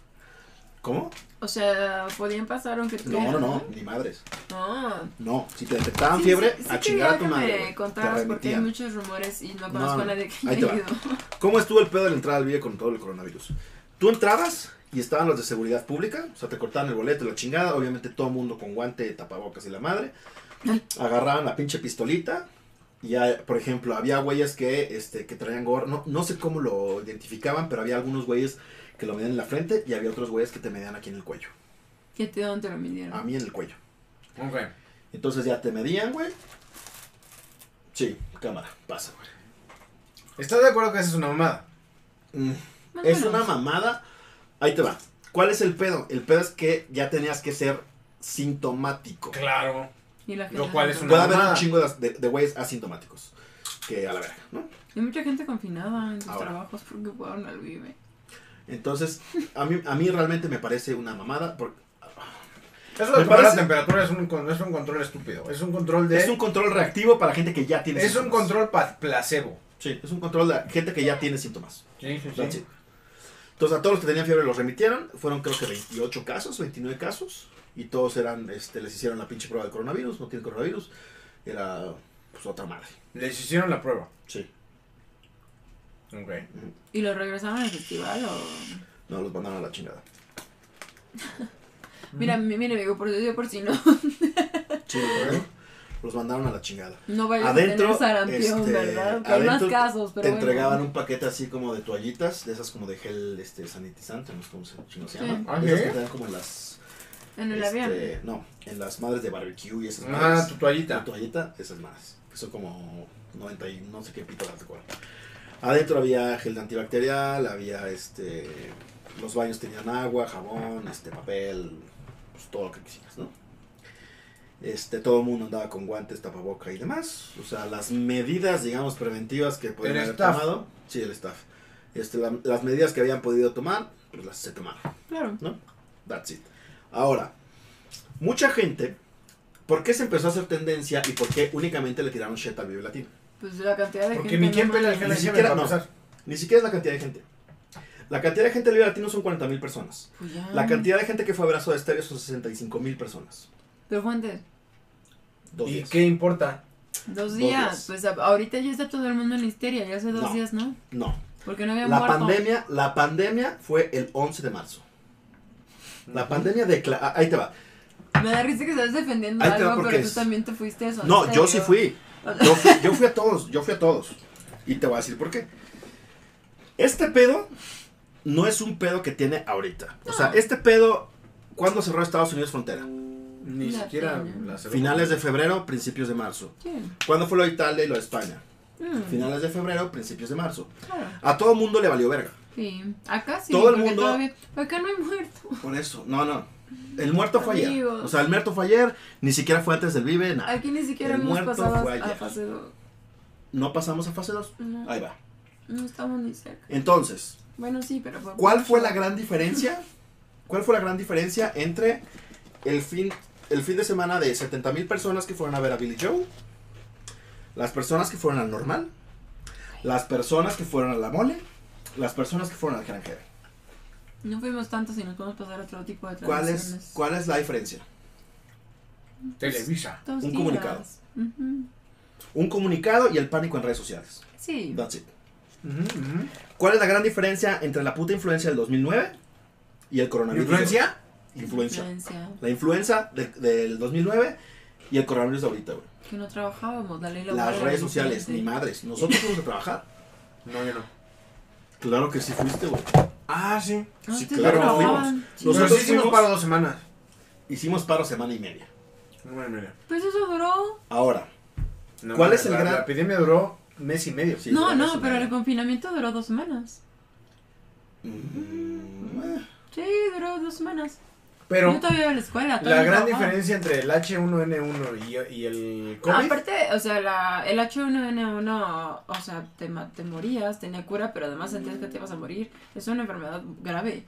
S2: ¿Cómo?
S1: O sea, podían pasar aunque
S2: No,
S1: tuvieran,
S2: no, no, ni madres.
S1: No.
S2: No, si te detectaban
S1: Sí,
S2: fiebre,
S1: sí, sí quería
S2: a chingar a tu
S1: que
S2: madre.
S1: me
S2: güey. Te
S1: contaras porque hay
S2: remitían.
S1: muchos rumores y no
S2: No,
S1: conozco
S2: no.
S1: a nadie que
S2: Ahí
S1: haya
S2: te va.
S1: ido. *laughs*
S2: ¿Cómo estuvo el pedo de la entrada al Vive con todo el coronavirus? Tú entrabas y estaban los de seguridad pública, o sea, te cortaban el boleto y la chingada, obviamente todo mundo con guante, tapabocas y la madre.
S1: Ay.
S2: Agarraban la pinche pistolita y ya, por ejemplo, había güeyes que, este, que traían gorro, no, no sé cómo lo identificaban, pero había algunos güeyes que lo medían en la frente y había otros güeyes que te medían aquí en el cuello,
S1: ¿Qué te dónde te lo midieron?
S2: a mí en el cuello.
S3: Ok.
S2: Entonces ya te medían, güey. Sí, cámara, pasa, güey.
S3: ¿Estás de acuerdo que esa es una mamada?
S2: Mm.
S1: Más o
S2: Es
S1: menos.
S2: una mamada. Ahí te va. ¿Cuál es el pedo? El pedo es que ya tenías que ser sintomático.
S3: Claro.
S1: Y la
S3: Lo
S1: gente
S3: cual es
S1: no-
S2: Puede haber
S3: mamada.
S2: un chingo de- de de güeyes asintomáticos. Que a la verga, ¿no?
S1: Y mucha gente confinada en sus
S2: Ahora.
S1: trabajos porque fueron al vive.
S2: Entonces, a mí, a mí realmente me parece una mamada. Porque
S3: Eso
S2: Me
S3: de tomar la
S2: parece-
S3: temperatura es un, con- es un control estúpido. Es un control de.
S2: es un control reactivo para gente que ya tiene
S3: es un control pa- placebo.
S2: Sí, es un control de gente que ya tiene síntomas.
S3: Sí,
S2: That's it. Entonces, a todos los que tenían fiebre los remitieron. Fueron creo que 28 casos, 29 casos. Y todos eran, este, les hicieron la pinche prueba del coronavirus. No tienen coronavirus. Era, pues, otra madre.
S3: Les hicieron la prueba.
S2: Sí.
S3: Ok.
S1: ¿Y lo regresaron al festival o...?
S2: No, los mandaron a la
S1: *laughs*
S2: chingada.
S1: Mira, mi- mira, amigo, por, yo por si no, *laughs*
S2: Sí, güey. Los mandaron a la chingada.
S1: no vayas
S2: Adentro,
S1: a tener sarampión,
S2: este,
S1: ¿verdad? Que hay más
S2: adentro
S1: casos, pero
S2: Te
S1: bueno.
S2: entregaban un paquete así como de toallitas, de esas como de gel este, sanitizante, no sé cómo se, chingados se
S1: Sí.
S2: llaman.
S3: Ah,
S2: De esas
S3: ¿sí?
S2: que te dan como en las.
S1: En el
S2: este,
S1: avión.
S2: No, en las madres de barbecue y esas
S3: Ah,
S2: madres.
S3: tu
S2: La
S3: toallita.
S2: toallita, esas madres. Que son como 90 y no sé qué pito de cuál. Adentro había gel de antibacterial, había este. Los baños tenían agua, jabón, este papel, pues todo lo que quisieras, ¿no? Este, todo el mundo andaba con guantes, tapaboca y demás. O sea, las medidas, digamos, preventivas que podían
S3: El
S2: haber
S3: staff.
S2: tomado. Sí, el staff. Este, la- las medidas que habían podido tomar, pues las se tomaron.
S1: Claro.
S2: That's it. Ahora, mucha gente, ¿por qué se empezó a hacer tendencia y por qué únicamente le tiraron shit al Vive Latino?
S1: Pues la cantidad de
S3: Porque
S1: gente...
S3: ni
S1: no
S3: quien pela
S1: mames.
S3: el que
S2: Ni
S3: la lleve
S2: siquiera-
S3: para
S2: no.
S3: empezar.
S2: Ni siquiera es la cantidad de gente. La cantidad de gente del Vive Latino son 40 mil personas.
S1: Pues ya.
S2: La cantidad de gente que fue a Brazo de Estéreo son 65 mil personas.
S1: Pero fue antes.
S2: Dos
S3: ¿Y
S2: días.
S3: qué importa?
S1: Dos
S2: Dos
S1: días.
S2: días.
S1: Pues a- ahorita ya está todo el mundo en histeria, ya hace dos
S2: No.
S1: días, ¿no?
S2: No.
S1: Porque no había
S2: La
S1: muerto.
S2: pandemia, la pandemia fue el 11 de marzo. La pandemia declaró. Ahí te va.
S1: Me da risa que estás defendiendo
S2: Ahí te va
S1: algo,
S2: porque
S1: pero tú
S2: es-
S1: también te fuiste a eso.
S2: No, yo sí fui. Yo fui, yo fui a todos, yo fui a todos. Y te voy a decir por qué. Este pedo no es un pedo que tiene ahorita. O sea,
S1: No.
S2: este pedo, ¿cuándo cerró Estados Unidos frontera?
S3: Ni
S1: La
S3: siquiera
S1: piña.
S3: la cerveza.
S2: Finales de febrero, principios de marzo.
S1: Sí.
S2: ¿Cuándo fue lo de Italia y lo de España?
S1: Mm,
S2: Finales de febrero, principios de marzo.
S1: claro.
S2: A todo mundo le valió verga.
S1: Sí. Acá sí.
S2: Todo el
S1: porque
S2: mundo-
S1: todavía- Acá no hay muerto. *laughs*
S2: Por eso, no, no. El muerto fue ayer.
S1: Amigos.
S2: O sea, el muerto fue ayer, ni siquiera fue antes del Vive, nada.
S1: Aquí ni siquiera
S2: El
S1: hemos
S2: muerto
S1: pasado
S2: fue
S1: a
S2: ayer.
S1: fase 2.
S2: No pasamos a fase 2.
S1: No,
S2: Ahí va.
S1: no estamos ni cerca.
S2: Entonces,
S1: Bueno, sí, pero... por-
S2: ¿Cuál fue la gran diferencia? ¿Cuál fue la gran diferencia entre el fin, el fin de semana de 70 mil personas que fueron a ver a Billy Joe? Las personas que fueron al normal. Las personas que fueron a la mole. Las personas que fueron al granjero.
S1: No fuimos tantos y nos podemos pasar a otro tipo de
S2: ¿Cuál es,
S1: transmisiones.
S2: ¿Cuál es la diferencia?
S3: Televisa.
S1: Dos
S2: un
S1: días.
S2: comunicado?
S1: Ujú.
S2: Un comunicado y el pánico en redes sociales.
S1: Sí.
S2: That's it.
S3: Ujú, ujú.
S2: ¿Cuál es la gran diferencia entre la puta influencia del 2009 y el coronavirus?
S3: ¿Influencia?
S2: Influencia.
S1: Influencia.
S2: La influenza de- del 2009 y el coronavirus de ahorita, güey.
S1: Que no trabajábamos, la ley laboral
S2: Las
S1: era
S2: redes sociales,
S1: diferente.
S2: ni madres. Nosotros fuimos a trabajar.
S3: No, yo no.
S2: Claro que sí fuiste, güey.
S3: Ah, sí.
S1: No,
S2: Sí,
S1: te
S2: claro,
S1: lo
S2: fuimos.
S1: grababan.
S3: Nosotros
S2: Nosotros
S3: sí hicimos
S2: fuimos-
S3: para dos semanas.
S2: Hicimos paro semana y media.
S3: Nueve y media.
S1: Pues eso duró.
S2: Ahora,
S3: No,
S2: ¿Cuál
S3: la-
S2: es el
S3: la-
S2: gran-
S3: La epidemia duró mes y medio.
S2: Sí,
S1: no,
S2: duró
S1: no,
S2: eso,
S1: pero
S2: ¿no?
S1: el confinamiento duró dos semanas.
S2: mm, eh,
S1: Sí, duró dos semanas.
S3: Pero
S1: Yo todavía iba a la escuela.
S3: la
S1: todavía
S3: gran
S1: trabajaba.
S3: diferencia entre el H1N1 y, y el COVID.
S1: Ah, Aparte, o sea, la, el H1N1, o sea, te, ma- te morías, tenía cura, pero además sentías que te ibas a morir. Es una enfermedad grave.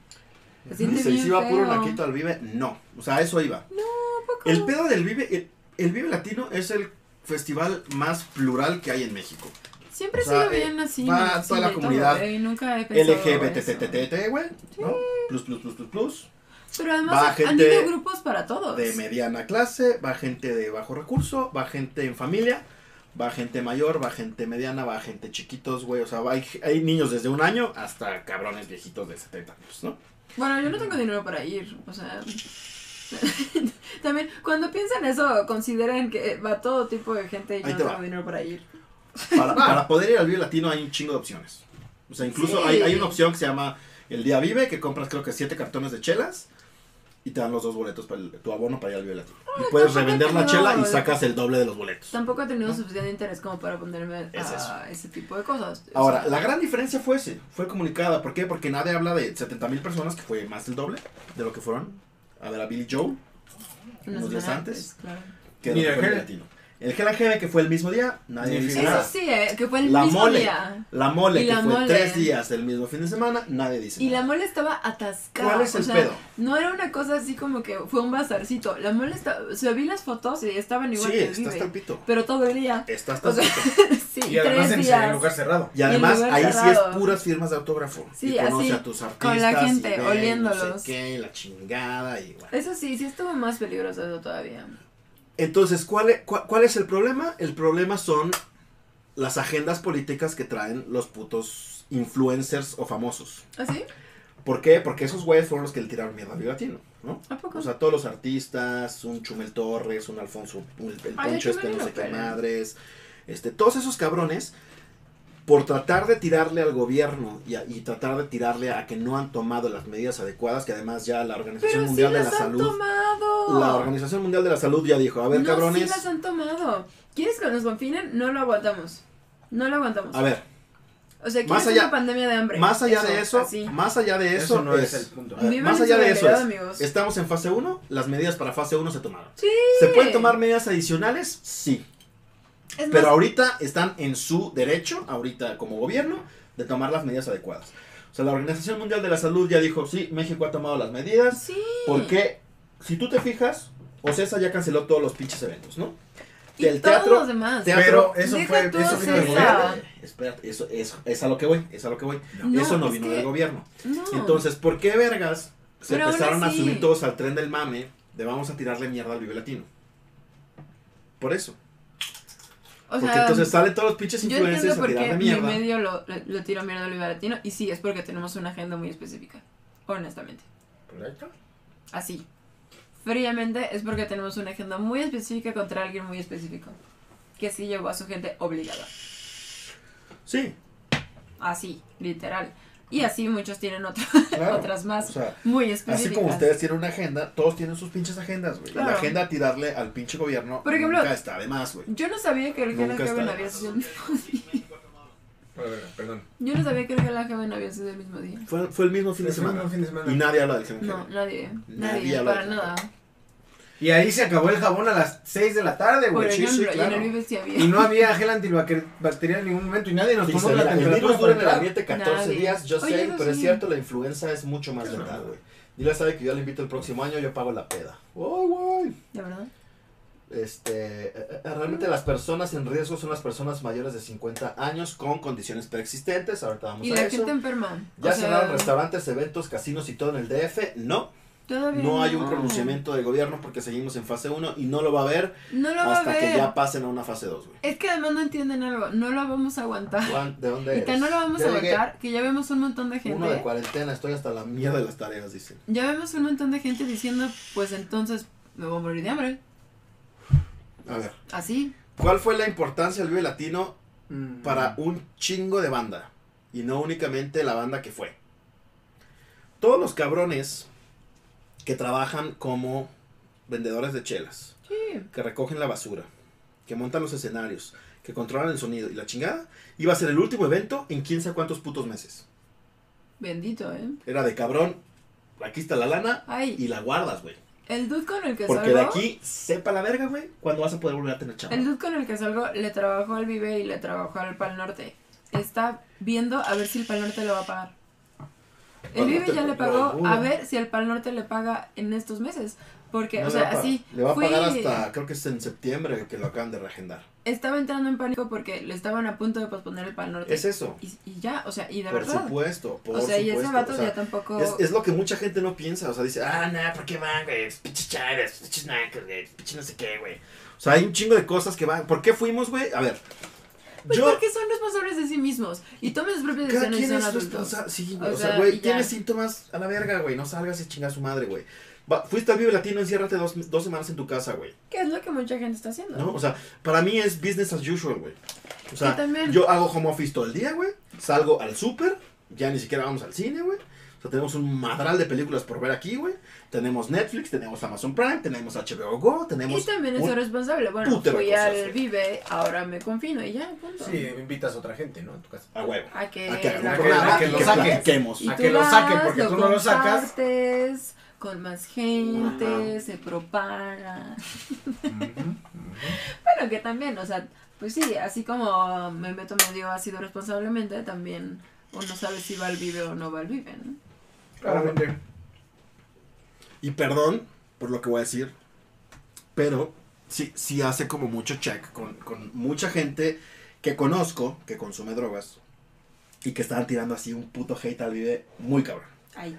S1: Se siente
S2: ¿Se
S1: bien
S2: iba puro
S1: feo.
S2: naquito al Vive? No. O sea, a eso iba.
S1: Tampoco.
S2: El pedo del Vive, el, el Vive Latino es el festival más plural que hay en México.
S1: Siempre
S2: o
S1: he
S2: sea,
S1: sido
S2: eh,
S1: bien así.
S2: va
S1: ¿no?
S2: toda
S1: Sí,
S2: la
S1: de todo,
S2: comunidad
S1: eh, nunca he pensado eso.
S2: LGBTTTT, güey. ¿No? Plus, plus, plus, plus, plus.
S1: Pero además
S2: Va
S1: han- han
S2: gente
S1: ido grupos para todos.
S2: de mediana clase, va gente de bajo recurso, va gente en familia, va gente mayor, va gente mediana, va gente chiquitos, güey. O sea, va- hay, hay niños desde un año hasta cabrones viejitos de 70 años, ¿no?
S1: Bueno, yo no tengo dinero para ir, o sea... *laughs* También, cuando piensen eso, consideren que va todo tipo de gente y yo
S2: Ahí
S1: no
S2: te
S1: tengo
S2: va.
S1: dinero para ir. *laughs*
S2: Para, para poder ir al Vive Latino hay un chingo de opciones. O sea, incluso
S1: Sí.
S2: hay, hay una opción que se llama El Día Vive, que compras creo que siete cartones de chelas y te dan los dos boletos para el- tu abono para ir al Vive Latino. Y puedes
S1: tampoco
S2: revender la
S1: creo.
S2: chela y sacas el doble de los boletos.
S1: Tampoco he tenido suficiente interés como para ponerme
S2: Es
S1: a ese tipo de cosas. O
S2: Ahora,
S1: sea,
S2: la gran diferencia fue ese, fue comunicada. ¿Por qué? Porque nadie habla de 70 mil personas, que fue más del doble de lo que fueron a ver a Billy Joe,
S1: una
S2: unos días
S1: semana
S2: antes.
S1: claro.
S2: que
S3: Ni
S2: era
S3: de
S2: el
S3: Gene.
S2: latino. El Gel Angeve, que fue el mismo día, nadie
S3: Ni
S2: dice
S1: Eso
S3: figura.
S2: nada.
S1: sí, eh, que fue el
S2: La
S1: mismo
S2: mole.
S1: día.
S2: La mole,
S1: Y
S2: que
S1: la
S2: fue
S1: mole.
S2: tres días del mismo fin de semana, nadie dice
S1: Y la
S2: nada.
S1: mole estaba atascada.
S2: ¿Cuál es
S1: o
S2: el
S1: sea,
S2: pedo?
S1: No era una cosa así como que fue un bazarcito. La mole estaba... O sea, vi las fotos y estaban igual
S2: sí,
S1: que
S2: está Eh, hasta el
S1: vive.
S2: pito.
S1: Pero todo el día.
S2: Está
S1: O
S2: hasta el
S1: sea,
S2: pito.
S1: *laughs* sí,
S3: y además
S1: tres
S3: en,
S1: días.
S3: en lugar cerrado.
S2: Y además,
S1: lugar
S2: ahí sí
S1: cerrado.
S2: es puras firmas de autógrafo.
S1: Sí,
S2: y conoce
S1: así,
S2: a tus artistas.
S1: con la gente,
S2: y ven, No
S1: oliéndolos.
S2: sé qué, la chingada y bueno.
S1: Eso sí, sí estuvo más peligroso eso todavía.
S2: Entonces, ¿cuál e- cua- cuál es, el problema? El problema son las agendas políticas que traen los putos influencers o famosos.
S1: ¿Así?
S2: ¿Por qué? Porque esos güeyes fueron los que le tiraron mierda a Viva Latino, ¿no?
S1: ¿A poco?
S2: O sea, todos los artistas, un Chumel Torres, un Alfonso, un, el
S1: Ay,
S2: Poncho
S1: a
S2: este,
S1: Chumel
S2: no
S1: lo
S2: sé qué
S1: operan.
S2: madres, este, todos esos cabrones, por tratar de tirarle al gobierno y, a- y tratar de tirarle a que no han tomado las medidas adecuadas, que además ya la Organización
S1: Pero sí
S2: Mundial de la
S1: las han
S2: Salud...
S1: tomado.
S2: La Organización Mundial de la Salud ya dijo, a ver,
S1: no,
S2: cabrones...
S1: sí las han tomado. ¿Quieres que nos confinen? No lo aguantamos. No lo aguantamos.
S2: A ver,
S1: o sea,
S2: más
S1: ¿quieres
S2: allá-
S1: una pandemia de hambre?
S2: más allá de eso,
S1: así.
S2: más allá de eso,
S3: Eso no es
S2: es-
S3: el punto.
S2: a ver,
S1: Vivan
S2: más
S1: en
S2: allá de eso
S1: solidaridad,
S2: es,
S1: amigos.
S2: estamos en fase 1, las medidas para fase 1 se tomaron.
S1: Sí.
S2: ¿Se pueden tomar medidas adicionales? Sí,
S1: Es
S2: pero
S1: más,
S2: ahorita están en su derecho, ahorita como gobierno, de tomar las medidas adecuadas. O sea, la Organización Mundial de la Salud ya dijo, sí, México ha tomado las medidas,
S1: Sí.
S2: porque si tú te fijas, Ocesa ya canceló todos los pinches eventos, ¿no?
S1: Y
S2: del
S1: todos
S2: teatro-
S1: los demás.
S2: Teatro,
S3: Pero eso
S1: Deja
S3: fue,
S1: tú
S3: eso vino
S1: César.
S3: del gobierno.
S2: espérate, eso es, es a lo que voy, es a lo que voy.
S1: No,
S2: eso no
S1: es
S2: vino
S1: que-
S2: del gobierno.
S1: No.
S2: Entonces, ¿por qué vergas se
S1: Pero aún
S2: empezaron a
S1: así-
S2: subir todos al tren del mame de vamos a tirarle mierda al Vive Latino? Por eso.
S1: o
S2: porque
S1: sea,
S2: entonces salen todos los pinches
S1: yo entiendo
S2: influencers a
S1: por qué
S2: tirarle
S1: mi
S2: mierda.
S1: medio lo, lo, lo tiro mierda al Oliva Latino. Y sí, es porque tenemos una agenda muy específica. Honestamente. Así. Fríamente es porque tenemos una agenda muy específica contra alguien muy específico. Que sí llevó a su gente obligada.
S2: Sí,
S1: Así, literal. Y así muchos tienen otra-
S2: Ah. claro.
S1: *laughs* otras
S2: o
S1: más
S2: sea,
S1: muy
S2: así
S1: específicas.
S2: como ustedes tienen una agenda, todos tienen sus pinches agendas, güey. La
S1: Claro.
S2: agenda a tirarle al pinche gobierno
S1: Por ejemplo-
S2: nunca está de más, güey.
S1: Yo no sabía que el
S2: Nunca
S1: GLHB
S2: está de
S1: en
S2: más.
S1: había sido el mismo *laughs* día.
S3: A ver, perdón.
S1: Yo no sabía que el GLHB en había sido el mismo día.
S2: Fue, fue el mismo fin de
S3: Fue el
S2: semana.
S3: mismo fin de semana.
S2: Y nadie habla del Gen
S1: No,
S2: Gen.
S1: nadie.
S2: Nadie
S1: Nadie,
S2: habla
S1: para
S2: de eso.
S1: nada.
S3: Y ahí se acabó el jabón a las 6 de la tarde,
S1: Por
S3: güey.
S1: ejemplo,
S2: sí,
S1: y
S2: claro.
S1: en el Vive sí había.
S3: Y no había gel antibacterial en ningún momento y nadie nos
S2: Sí,
S3: tomó
S2: se
S3: la
S2: mira, el
S3: temperatura.
S2: virus
S3: para
S2: dura en el
S3: entrar.
S2: ambiente 14
S1: Nadie.
S2: días, yo
S1: Oye,
S2: sé,
S1: eso
S2: pero es
S1: sí.
S2: cierto, la influenza es mucho más letal, güey. Dile sabe que yo la invito el próximo año, yo pago la peda. ¡Oh, güey!
S1: ¿De verdad?
S2: Este, eh, eh, realmente las personas en riesgo son las personas mayores de 50 años con condiciones preexistentes. Ahorita vamos
S1: Y
S2: a
S1: la
S2: eso.
S1: gente enferma.
S2: Ya
S1: o sea,
S2: cerraron restaurantes, eventos, casinos y todo en el DF. No,
S1: todavía
S2: no hay un pronunciamiento del gobierno porque seguimos en fase 1 y no lo va a haber
S1: No lo va a
S2: hasta
S1: ver.
S2: que ya pasen a una fase 2, güey.
S1: Es que además no entienden algo. No lo vamos a aguantar.
S2: Juan, ¿de dónde
S1: Y
S2: eres?
S1: tan no lo vamos
S2: Ya
S1: a
S2: llegué.
S1: aguantar que ya vemos un montón de gente.
S2: Uno de cuarentena, estoy hasta la mierda de las tareas, dicen.
S1: Ya vemos un montón de gente diciendo, pues entonces me voy a morir de hambre.
S2: A ver,
S1: Así.
S2: ¿cuál fue la importancia del Vive Latino
S3: Mm.
S2: para un chingo de banda? Y no únicamente la banda que fue. todos los cabrones que trabajan como vendedores de chelas,
S1: Sí.
S2: que recogen la basura, que montan los escenarios, que controlan el sonido y la chingada, iba a ser el último evento en quién sabe cuántos putos meses.
S1: Bendito, ¿eh?
S2: Era de cabrón, aquí está la lana
S1: Ay.
S2: y la guardas, güey.
S1: El dude con el que
S2: Porque
S1: salgo.
S2: de aquí, sepa la verga, güey, cuando vas a poder volver a tener chamba.
S1: El dude con el que salgo le trabajó al Vive y le trabajó al Pal Norte. Está viendo a ver si el Pal Norte lo va a pagar. El
S13: Pal
S1: Vive
S13: Norte
S1: ya le
S13: lo
S1: pagó
S13: ayuda.
S1: a ver si el Pal Norte le paga en estos meses. Porque,
S2: No
S1: o
S2: le
S1: sea,
S2: va a pagar.
S1: así.
S2: Le va a
S1: fui-
S2: pagar hasta, creo que es en septiembre que lo acaban de reagendar.
S1: Estaba entrando en pánico porque le estaban a punto de posponer el Pal Norte.
S2: Es eso.
S1: Y, y ya, o sea, y de
S2: Por
S1: verdad.
S2: supuesto, por
S1: o sea, y ese
S2: supuesto,
S1: vato
S2: o sea,
S1: ya tampoco.
S2: Es, es lo que mucha gente no piensa, o sea, dice, ah, nah, ¿para qué van, güey? Pinches chaves, pinches nacas, güey, pinches no sé qué, güey. O sea, hay un chingo de cosas que van. ¿Por qué fuimos, güey? A ver,
S1: Pues
S2: yo,
S1: porque son responsables de sí mismos y tomen sus propias
S2: cada
S1: decisiones y
S2: quien
S1: son
S2: es
S1: adultos.
S2: responsable, sí,
S1: O
S2: güey, o sea,
S1: sea,
S2: güey,
S1: y ya.
S2: tienes síntomas a la verga, güey, no salgas y chingas a su madre, güey. Va, fuiste al Vive Latino, enciérrate dos, dos semanas en tu casa, güey,
S1: Que es lo que mucha gente está haciendo.
S2: ¿no? pues, O sea, para mí es business as usual, güey. O
S1: Y
S2: sea,
S1: también-
S2: yo hago home office todo el día, güey, salgo al súper, ya ni siquiera vamos al cine, güey. O sea, tenemos un madral de películas por ver aquí, güey. Tenemos Netflix, tenemos Amazon Prime, tenemos HBO Go, tenemos...
S1: Y también es
S2: un-
S1: ser responsable. Bueno,
S2: putero de
S1: fui
S2: cosas,
S1: al
S2: güey.
S1: Vive, ahora me confino y ya, punto.
S3: Sí, invitas a otra gente, ¿no? A tu casa.
S2: A huevo.
S1: A que,
S2: A que hagan un
S1: Eh, la-
S2: programa
S3: a que
S2: y
S3: lo
S2: que
S3: saquen.
S2: platiquemos.
S1: Y
S3: A
S1: tú
S3: que lo
S1: vas,
S3: saquen, porque tú no lo sacas.
S1: compartes Con más gente, se propaga. *laughs* Bueno, que también, o sea, pues sí, así como me meto medio ácido responsablemente, también uno sabe si va al vive o no va al vive, ¿no?
S3: Claramente.
S2: Y perdón por lo que voy a decir, pero sí, sí hace como mucho check con, con mucha gente que conozco que consume drogas y que estaban tirando así un puto hate al vive muy cabrón.
S1: Ay.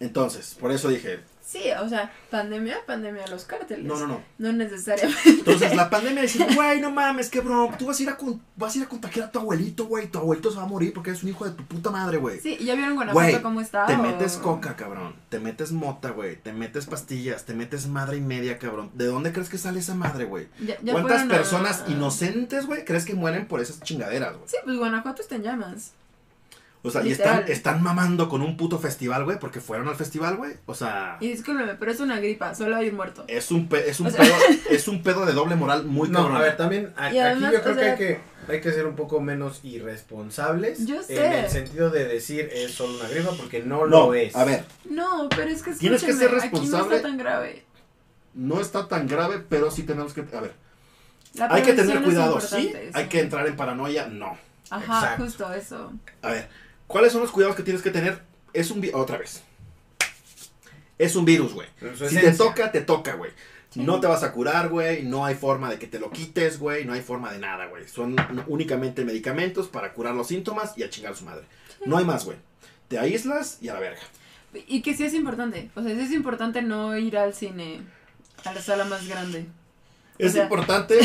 S2: Entonces, por eso dije,
S1: Sí, o sea, pandemia, pandemia a los cárteles.
S2: no, no, no.
S1: No necesariamente.
S2: Entonces la pandemia dice, güey, no mames, qué bro, tú vas a ir a, con- vas a ir a contagiar a tu abuelito, güey, tu abuelito se va a morir porque eres un hijo de tu puta madre, güey.
S1: Sí, ¿ya vieron
S2: Güey,
S1: Guanajuato cómo está?
S2: Te
S1: o-
S2: metes coca, cabrón. Te metes mota, güey. Te metes pastillas. Te metes madre y media, cabrón. ¿De dónde crees que sale esa madre, güey?
S1: Ya- ya
S2: ¿Cuántas
S1: fueron a-
S2: personas inocentes, güey, crees que mueren por esas chingaderas, güey?
S1: Sí, pues Guanajuato está en llamas.
S2: O sea, y
S1: Literal.
S2: están, están mamando con un puto festival, güey, porque fueron al festival, güey. O sea,
S1: Y discúlpeme, pero es una gripa, solo hay un muerto.
S2: es un, pe- es un
S1: O sea-
S2: pedo, es un pedo de doble moral muy
S3: No,
S2: cabrón.
S3: a ver, también a-
S1: Y además,
S3: aquí yo
S1: o
S3: creo que,
S1: sea-
S3: hay que hay que ser un poco menos irresponsables.
S1: Yo
S3: En
S1: sé.
S3: el sentido de decir es solo una gripa porque no,
S2: no,
S3: lo es.
S2: a ver,
S1: No, pero es que escúcheme,
S2: Tienes que ser
S1: aquí no
S2: responsable.
S1: está tan grave.
S2: no está tan grave, pero sí tenemos que, a ver,
S1: La
S2: hay que
S1: prevención
S2: tener
S1: es
S2: cuidado, sí,
S1: importante,
S2: hay que entrar en paranoia, no.
S1: Ajá,
S3: Exacto.
S1: justo eso.
S2: A ver, ¿cuáles son los cuidados que tienes que tener? Es un vi- otra vez. Es un virus, güey.
S3: En su
S2: Si te
S3: esencia.
S2: toca, te toca, güey. No te vas a curar, güey. No hay forma de que te lo quites, güey. No hay forma de nada, güey. Son únicamente medicamentos para curar los síntomas y a chingar a su madre. No hay más, güey. Te aíslas y a la verga.
S1: Y que sí es importante, o sea, sí es importante no ir al cine, a la sala más grande.
S2: Es
S1: sea, *laughs*
S2: importante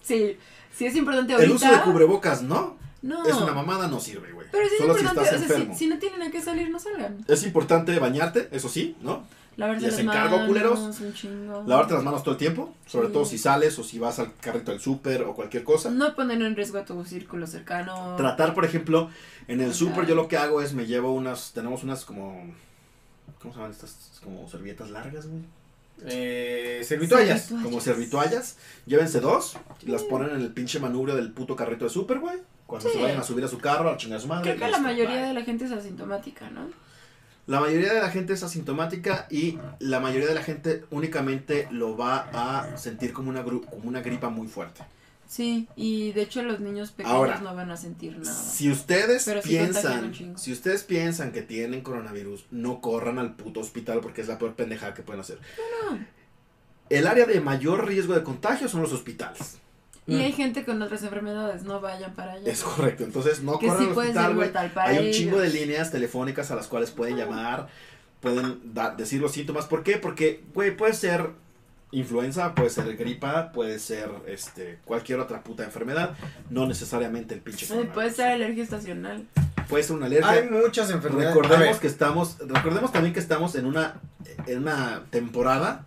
S1: Sí, sí es importante ahorita.
S2: el uso de cubrebocas, ¿no?
S1: No,
S2: Es una mamada, no sirve, güey.
S1: pero sí es
S2: Solo si
S1: importante,
S2: estás
S1: o sea,
S2: enfermo.
S1: si, si no tienen a qué salir, no salgan.
S2: Es importante bañarte, eso sí, ¿no?
S1: Lavarse
S2: Les
S1: las
S2: encargo,
S1: manos,
S2: culeros.
S1: un chingo.
S2: Lavarte las manos todo el tiempo, sobre
S1: Sí.
S2: todo si sales o si vas al carrito del súper o cualquier cosa.
S1: No poner en riesgo a tu círculo cercano.
S2: Tratar, por ejemplo, en el
S1: Ajá.
S2: súper yo lo que hago es me llevo unas, tenemos unas como, ¿cómo se llaman estas? Como servietas largas, güey.
S3: Eh, servituallas.
S1: Servituallas.
S2: Como servitoallas. Llévense dos y las ponen en el pinche manubrio del puto carrito de súper, güey. Cuando
S1: Sí.
S2: se vayan a subir a su carro, a chingar a su madre.
S1: Creo que la
S2: listo,
S1: mayoría
S2: bye.
S1: de la gente es asintomática, ¿no?
S2: La mayoría de la gente es asintomática y la mayoría de la gente únicamente lo va a sentir como una, gru- como una gripa muy fuerte.
S1: Sí, y de hecho los niños pequeños
S2: Ahora,
S1: no van a sentir nada.
S2: Si ustedes
S1: Pero sí contagian un
S2: piensan,
S1: chingo.
S2: si ustedes piensan que tienen coronavirus, no corran al puto hospital porque es la peor pendejada que pueden hacer.
S1: No.
S2: El área de mayor riesgo de contagio son los hospitales.
S1: Y hay gente con otras enfermedades, no vayan para allá.
S2: Es correcto. Entonces no
S1: que
S2: corran
S1: sí
S2: al
S1: puede
S2: hospital,
S1: ser
S2: güey.
S1: mortal para
S2: Hay un
S1: ellos.
S2: chingo de líneas telefónicas a las cuales pueden llamar, pueden da- decir los síntomas. ¿Por qué? Porque, güey, puede ser influenza, puede ser gripa, puede ser este cualquier otra puta enfermedad, no necesariamente el pinche.
S1: Ay,
S2: coronavirus.
S1: Puede ser alergia estacional.
S2: Puede ser una alergia.
S3: Hay muchas enfermedades. A ver,
S2: Recordemos que estamos, recordemos también que estamos en una, en una temporada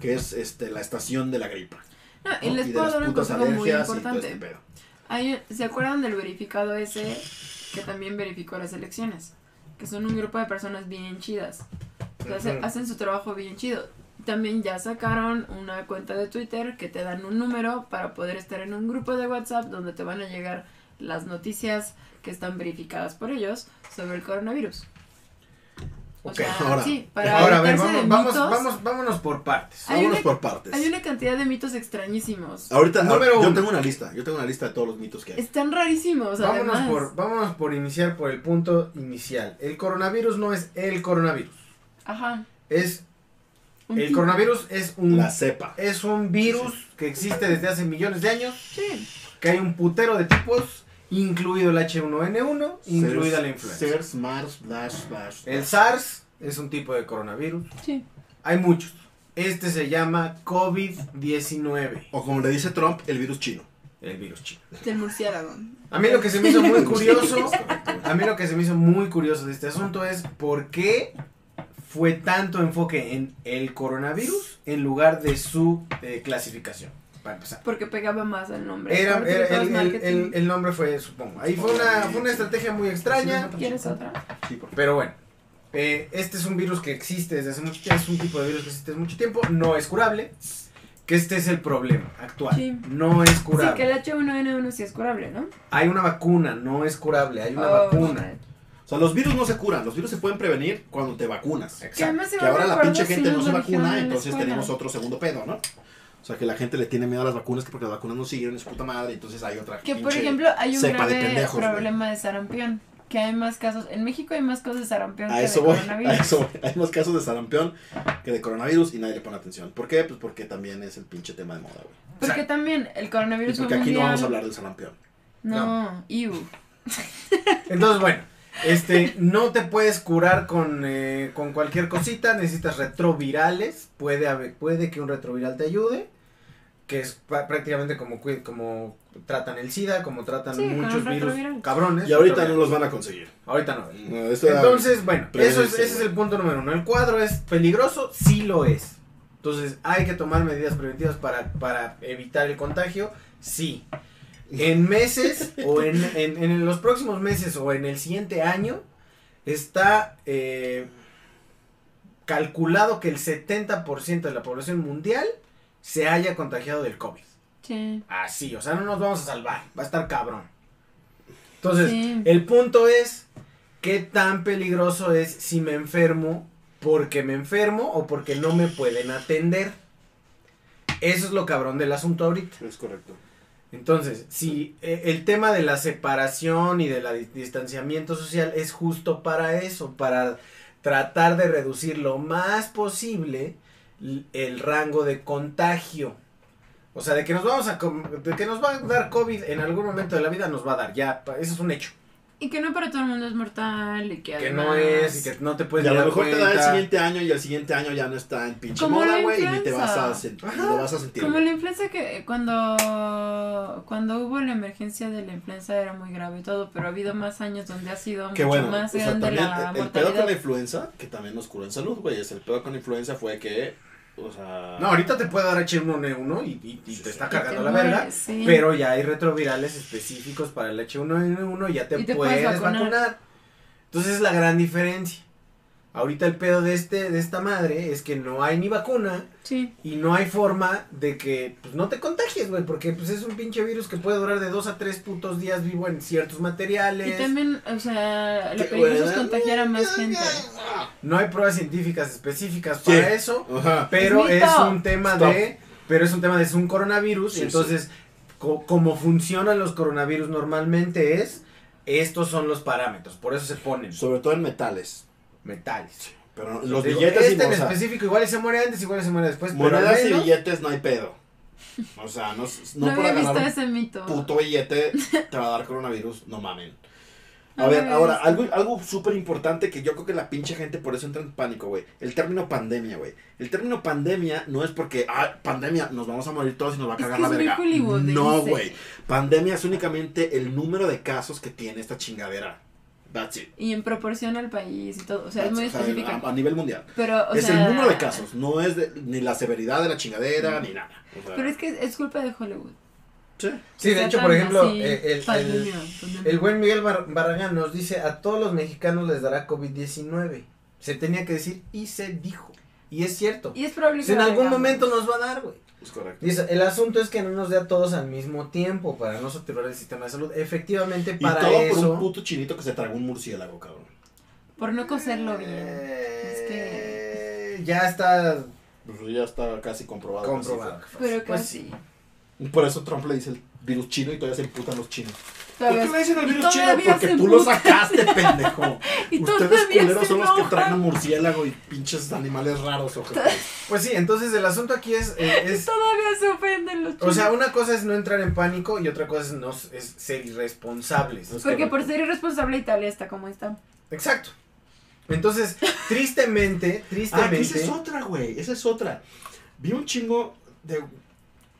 S2: que es este la estación de la gripa.
S1: No, y
S2: ¿no?
S1: les
S2: Y de
S1: puedo
S2: las
S1: dar un
S2: putas
S1: consejo muy
S2: alergias y todo
S1: importante.
S2: este pedo.
S1: Hay- ¿Se acuerdan del verificado ese que también verificó las elecciones? que son un grupo de personas bien chidas. O sea, hace-
S3: Ujú.
S1: hacen su trabajo bien chido. También ya sacaron una cuenta de Twitter que te dan un número para poder estar en un grupo de WhatsApp donde te van a llegar las noticias que están verificadas por ellos sobre el coronavirus. O
S3: Ok,
S1: sea,
S2: ahora-
S1: sí, para
S3: Ahora, a ver,
S1: evitarse de
S3: vamos, vamos,
S1: mitos.
S3: vamos, vámonos por partes.
S1: Hay
S2: Vámonos
S1: una-
S2: por partes.
S1: Hay una cantidad de mitos extrañísimos.
S2: Ahorita,
S3: Número
S2: yo
S3: uno.
S2: tengo una lista. Yo tengo una lista de todos los mitos que hay.
S1: Están rarísimos,
S3: Vámonos
S1: además.
S3: por, vámonos por iniciar por el punto inicial. El coronavirus no es el coronavirus.
S1: Ajá.
S3: Es
S1: un
S3: el
S1: tipo.
S3: coronavirus es un
S2: La cepa.
S3: es un virus que existe desde hace millones de años,
S1: Sí.
S3: que hay un putero de tipos, incluido el H1N1, incluida la influenza.
S2: SARS, MARS, BLASH, BLASH.
S3: El SARS es un tipo de coronavirus.
S1: Sí.
S3: Hay muchos. Este se llama COVID-19,
S2: O como le dice Trump, el virus chino.
S3: el virus chino.
S1: Del murciélago.
S3: A mí lo que se me
S2: *laughs*
S3: hizo muy *laughs* curioso,
S2: Correcto.
S3: a mí lo que se me hizo muy curioso de este asunto es por qué fue tanto enfoque en el coronavirus en lugar de su eh, clasificación. Para empezar.
S1: Porque pegaba más al nombre.
S3: Era,
S1: Aparte de
S3: era-
S1: todo es
S3: el, el-
S1: marketing.
S3: el- el nombre fue, supongo. Ahí fue una, fue una estrategia muy extraña.
S1: ¿Quieres otra?
S2: Sí, por favor.
S3: Pero bueno, eh, este es un virus que existe desde hace mucho tiempo, es un tipo de virus que existe desde mucho tiempo, no es curable, que este es el problema actual,
S1: Sí.
S3: no es
S1: Sí, que
S3: curable.
S1: el H1N1 sí es curable, ¿no?
S3: Hay una vacuna, no es curable, hay una
S1: Oh,
S3: vacuna.
S1: shit.
S2: O sea, los virus no se curan. Los virus se pueden prevenir cuando te vacunas.
S1: Que
S3: Exacto.
S1: además se
S2: Que
S1: me
S2: ahora la
S1: acuerdo
S2: pinche
S1: si
S2: gente
S1: nos
S2: no
S1: lo
S2: se
S1: dijeron en
S2: vacuna,
S1: la
S2: entonces
S1: escuela.
S2: tenemos otro segundo pedo, ¿no? O sea, que la gente le tiene miedo a las vacunas que porque las vacunas no siguieron en su puta madre, entonces hay otra
S1: Que por
S2: pinche-
S1: ejemplo hay un
S2: cepa de
S1: grave
S2: pendejos, güey.
S1: problema de sarampión. Que hay más casos. En México hay más cosas de sarampión
S2: A
S1: que
S2: eso
S1: de
S2: voy, a *laughs*
S1: coronavirus.
S2: eso voy. Hay más casos de sarampión que de coronavirus y nadie le pone atención. ¿Por qué? Pues porque también es el pinche tema de moda, güey.
S1: Porque también el
S2: Y
S1: coronavirus
S2: porque
S1: fue
S2: aquí no
S1: mundial.
S2: vamos a hablar del sarampión.
S1: No, iu.
S3: Entonces, bueno, este, no te puedes curar con, eh, con cualquier cosita, necesitas retrovirales, puede, haber- puede que un retroviral te ayude, que es pa- prácticamente como, cui- como tratan el SIDA, como tratan
S1: Sí, con un
S3: muchos virus
S1: retroviral.
S3: cabrones.
S2: Y ahorita no los
S3: retroviral.
S2: van a conseguir.
S3: Ahorita no.
S2: No, eso era-
S3: Entonces, bueno,
S2: Pero
S3: eso es,
S2: ese,
S3: ese es
S2: güey.
S3: el punto número uno. El cuadro es peligroso, sí lo es. Entonces, ¿hay que tomar medidas preventivas para, para evitar el contagio? Sí. En meses o en, en- en los próximos meses o en el siguiente año está eh, calculado que el 70% de la población mundial se haya contagiado del COVID.
S1: Sí.
S3: Así, o sea, no nos vamos a salvar, va a estar cabrón. Entonces,
S1: Sí.
S3: el punto es, ¿qué tan peligroso es si me enfermo porque me enfermo o porque no me pueden atender? Eso es lo cabrón del asunto ahorita.
S2: Es correcto.
S3: Entonces, si eh, el tema de la separación y del distanciamiento social es justo para eso, para tratar de reducir lo más posible l- el rango de contagio. O sea, de que nos vamos a com- de que nos va a dar COVID en algún momento de la vida nos va a dar, ya, pa- eso es un hecho.
S1: Y que no para todo el mundo es mortal y que,
S3: que
S1: además-
S3: no es y que no te puedes
S2: y a
S3: Pues ni
S2: lo
S3: dar
S2: mejor te da el
S3: cuenta.
S2: siguiente año y al siguiente año ya no está en pinche
S1: Como
S2: moda,
S1: la
S2: güey, y ni te vas a
S1: influenza.
S2: sentir.
S3: Ajá.
S2: Lo vas a sentir.
S1: Como
S2: güey.
S1: la influenza que eh, cuando, cuando hubo la emergencia de la influenza era muy grave y todo, pero ha habido más años donde ha sido
S2: Que
S1: mucho
S2: bueno, o
S1: más
S2: sea,
S1: grande
S2: también
S1: la
S2: el- el pedo con
S1: mortalidad.
S2: la influenza, que también nos curó en salud, güey. es El pedo con la influenza fue que, o sea...
S3: No, ahorita te puede dar H1N1 y, y- y te está
S1: Que te
S3: cargando la
S1: mueres,
S3: verga.
S1: sí.
S3: Pero ya hay retrovirales específicos para el H1N1 y ya te,
S1: Y te
S3: puedes,
S1: puedes
S3: vacunar.
S1: vacunar.
S3: Entonces es la gran diferencia. Ahorita el pedo de este de esta madre es que no hay ni vacuna
S1: Sí,
S3: y no hay forma de que pues, no te contagies, güey, porque pues es un pinche virus que puede durar de dos a tres putos días vivo en ciertos
S1: y
S3: materiales.
S1: también, o sea, lo
S2: Qué
S1: peligroso es
S2: buena.
S1: contagiar a más gente.
S3: No hay pruebas científicas específicas
S2: Sí.
S3: para eso.
S2: Ajá.
S3: Pero
S1: Es
S3: es,
S1: mito.
S3: un tema
S2: Stop.
S3: de. Pero es un tema de es un coronavirus.
S2: Sí,
S3: y entonces, co- como funcionan los coronavirus normalmente es. Estos son los parámetros. Por eso se ponen
S2: Sobre todo en metales.
S3: metales.
S2: Pero los
S3: Digo,
S2: billetes y
S3: Este en
S2: o sea,
S3: específico, igual y se muere antes, igual y se muere después. Pero al
S2: Monedas y
S3: menos-
S2: billetes no hay pedo. O sea, no,
S1: No,
S2: no, por
S1: había visto
S2: agarrar
S1: ese mito.
S2: un puto billete te va a dar coronavirus, no mamen. A
S1: No
S2: ver,
S1: había
S2: ahora,
S1: visto.
S2: algo, algo súper importante que yo creo que la pinche gente por eso entra en pánico, güey. El término pandemia, güey. El término pandemia no es porque, ah, pandemia, nos vamos a morir todos y nos va a
S1: Es
S2: cagar
S1: que
S2: la
S1: es muy
S2: verga.
S1: Hollywood,
S2: no,
S1: dice.
S2: güey. Pandemia es únicamente el número de casos que tiene esta chingadera. That's it.
S1: Y en proporción al país y todo, o sea, es
S2: That's-
S1: muy
S2: o sea,
S1: específico.
S2: a, a nivel mundial.
S1: Pero, o
S2: es
S1: sea, Mm.
S2: el número de casos, no es de- ni la severidad de la chingadera, ni nada. O sea,
S1: Pero es que es culpa de Hollywood.
S2: Sí.
S3: Sí, de hecho, por ejemplo, eh,
S1: Pues,
S3: el, el- el
S1: el
S3: buen Miguel Bar- Barragán nos dice, a todos los mexicanos les dará COVID-19. Se tenía que decir y se dijo. Y es cierto.
S1: Y es probable
S3: Si pues en
S1: lo
S3: algún
S1: tengamos.
S3: momento nos va a dar, güey.
S2: Es correcto.
S3: Dice, el asunto es que no nos dé a todos al mismo tiempo para no saturar el sistema de salud. Efectivamente,
S2: Y
S3: para
S2: todo por un
S3: eso...
S2: puto chinito que se tragó un murciélago, cabrón.
S1: Por no coserlo bien.
S3: eh, Ya está
S2: Pues ya está casi comprobado. que así
S3: comprobado.
S1: Pero
S3: Pues
S1: casi.
S2: fue. Y por eso Trump le dice el virus chino y todavía se emputan los chinos. ¿Por
S1: Todavía-
S2: qué le dicen el
S1: y
S2: virus chino?
S1: todavía
S2: Porque
S1: se
S2: tú lo
S1: emputan.
S2: sacaste, pendejo.
S1: *laughs* Y
S2: Ustedes
S1: todavía
S2: culeros
S1: se
S2: son los que
S1: enojan.
S2: traen un murciélago y pinches animales raros, ojetes.
S3: Pues sí, entonces el asunto aquí es... eh,
S1: *laughs*
S3: es
S1: Todavía se ofenden los chicos.
S3: o sea, una cosa es no entrar en pánico y otra cosa es, no, s- es ser irresponsables.
S2: Es
S1: Porque
S2: correcto.
S1: por ser irresponsable Italia está como está.
S3: Exacto. Entonces, tristemente,
S2: Ah, que
S3: tristemente...
S2: esa es otra, güey. Esa es otra. Vi un chingo de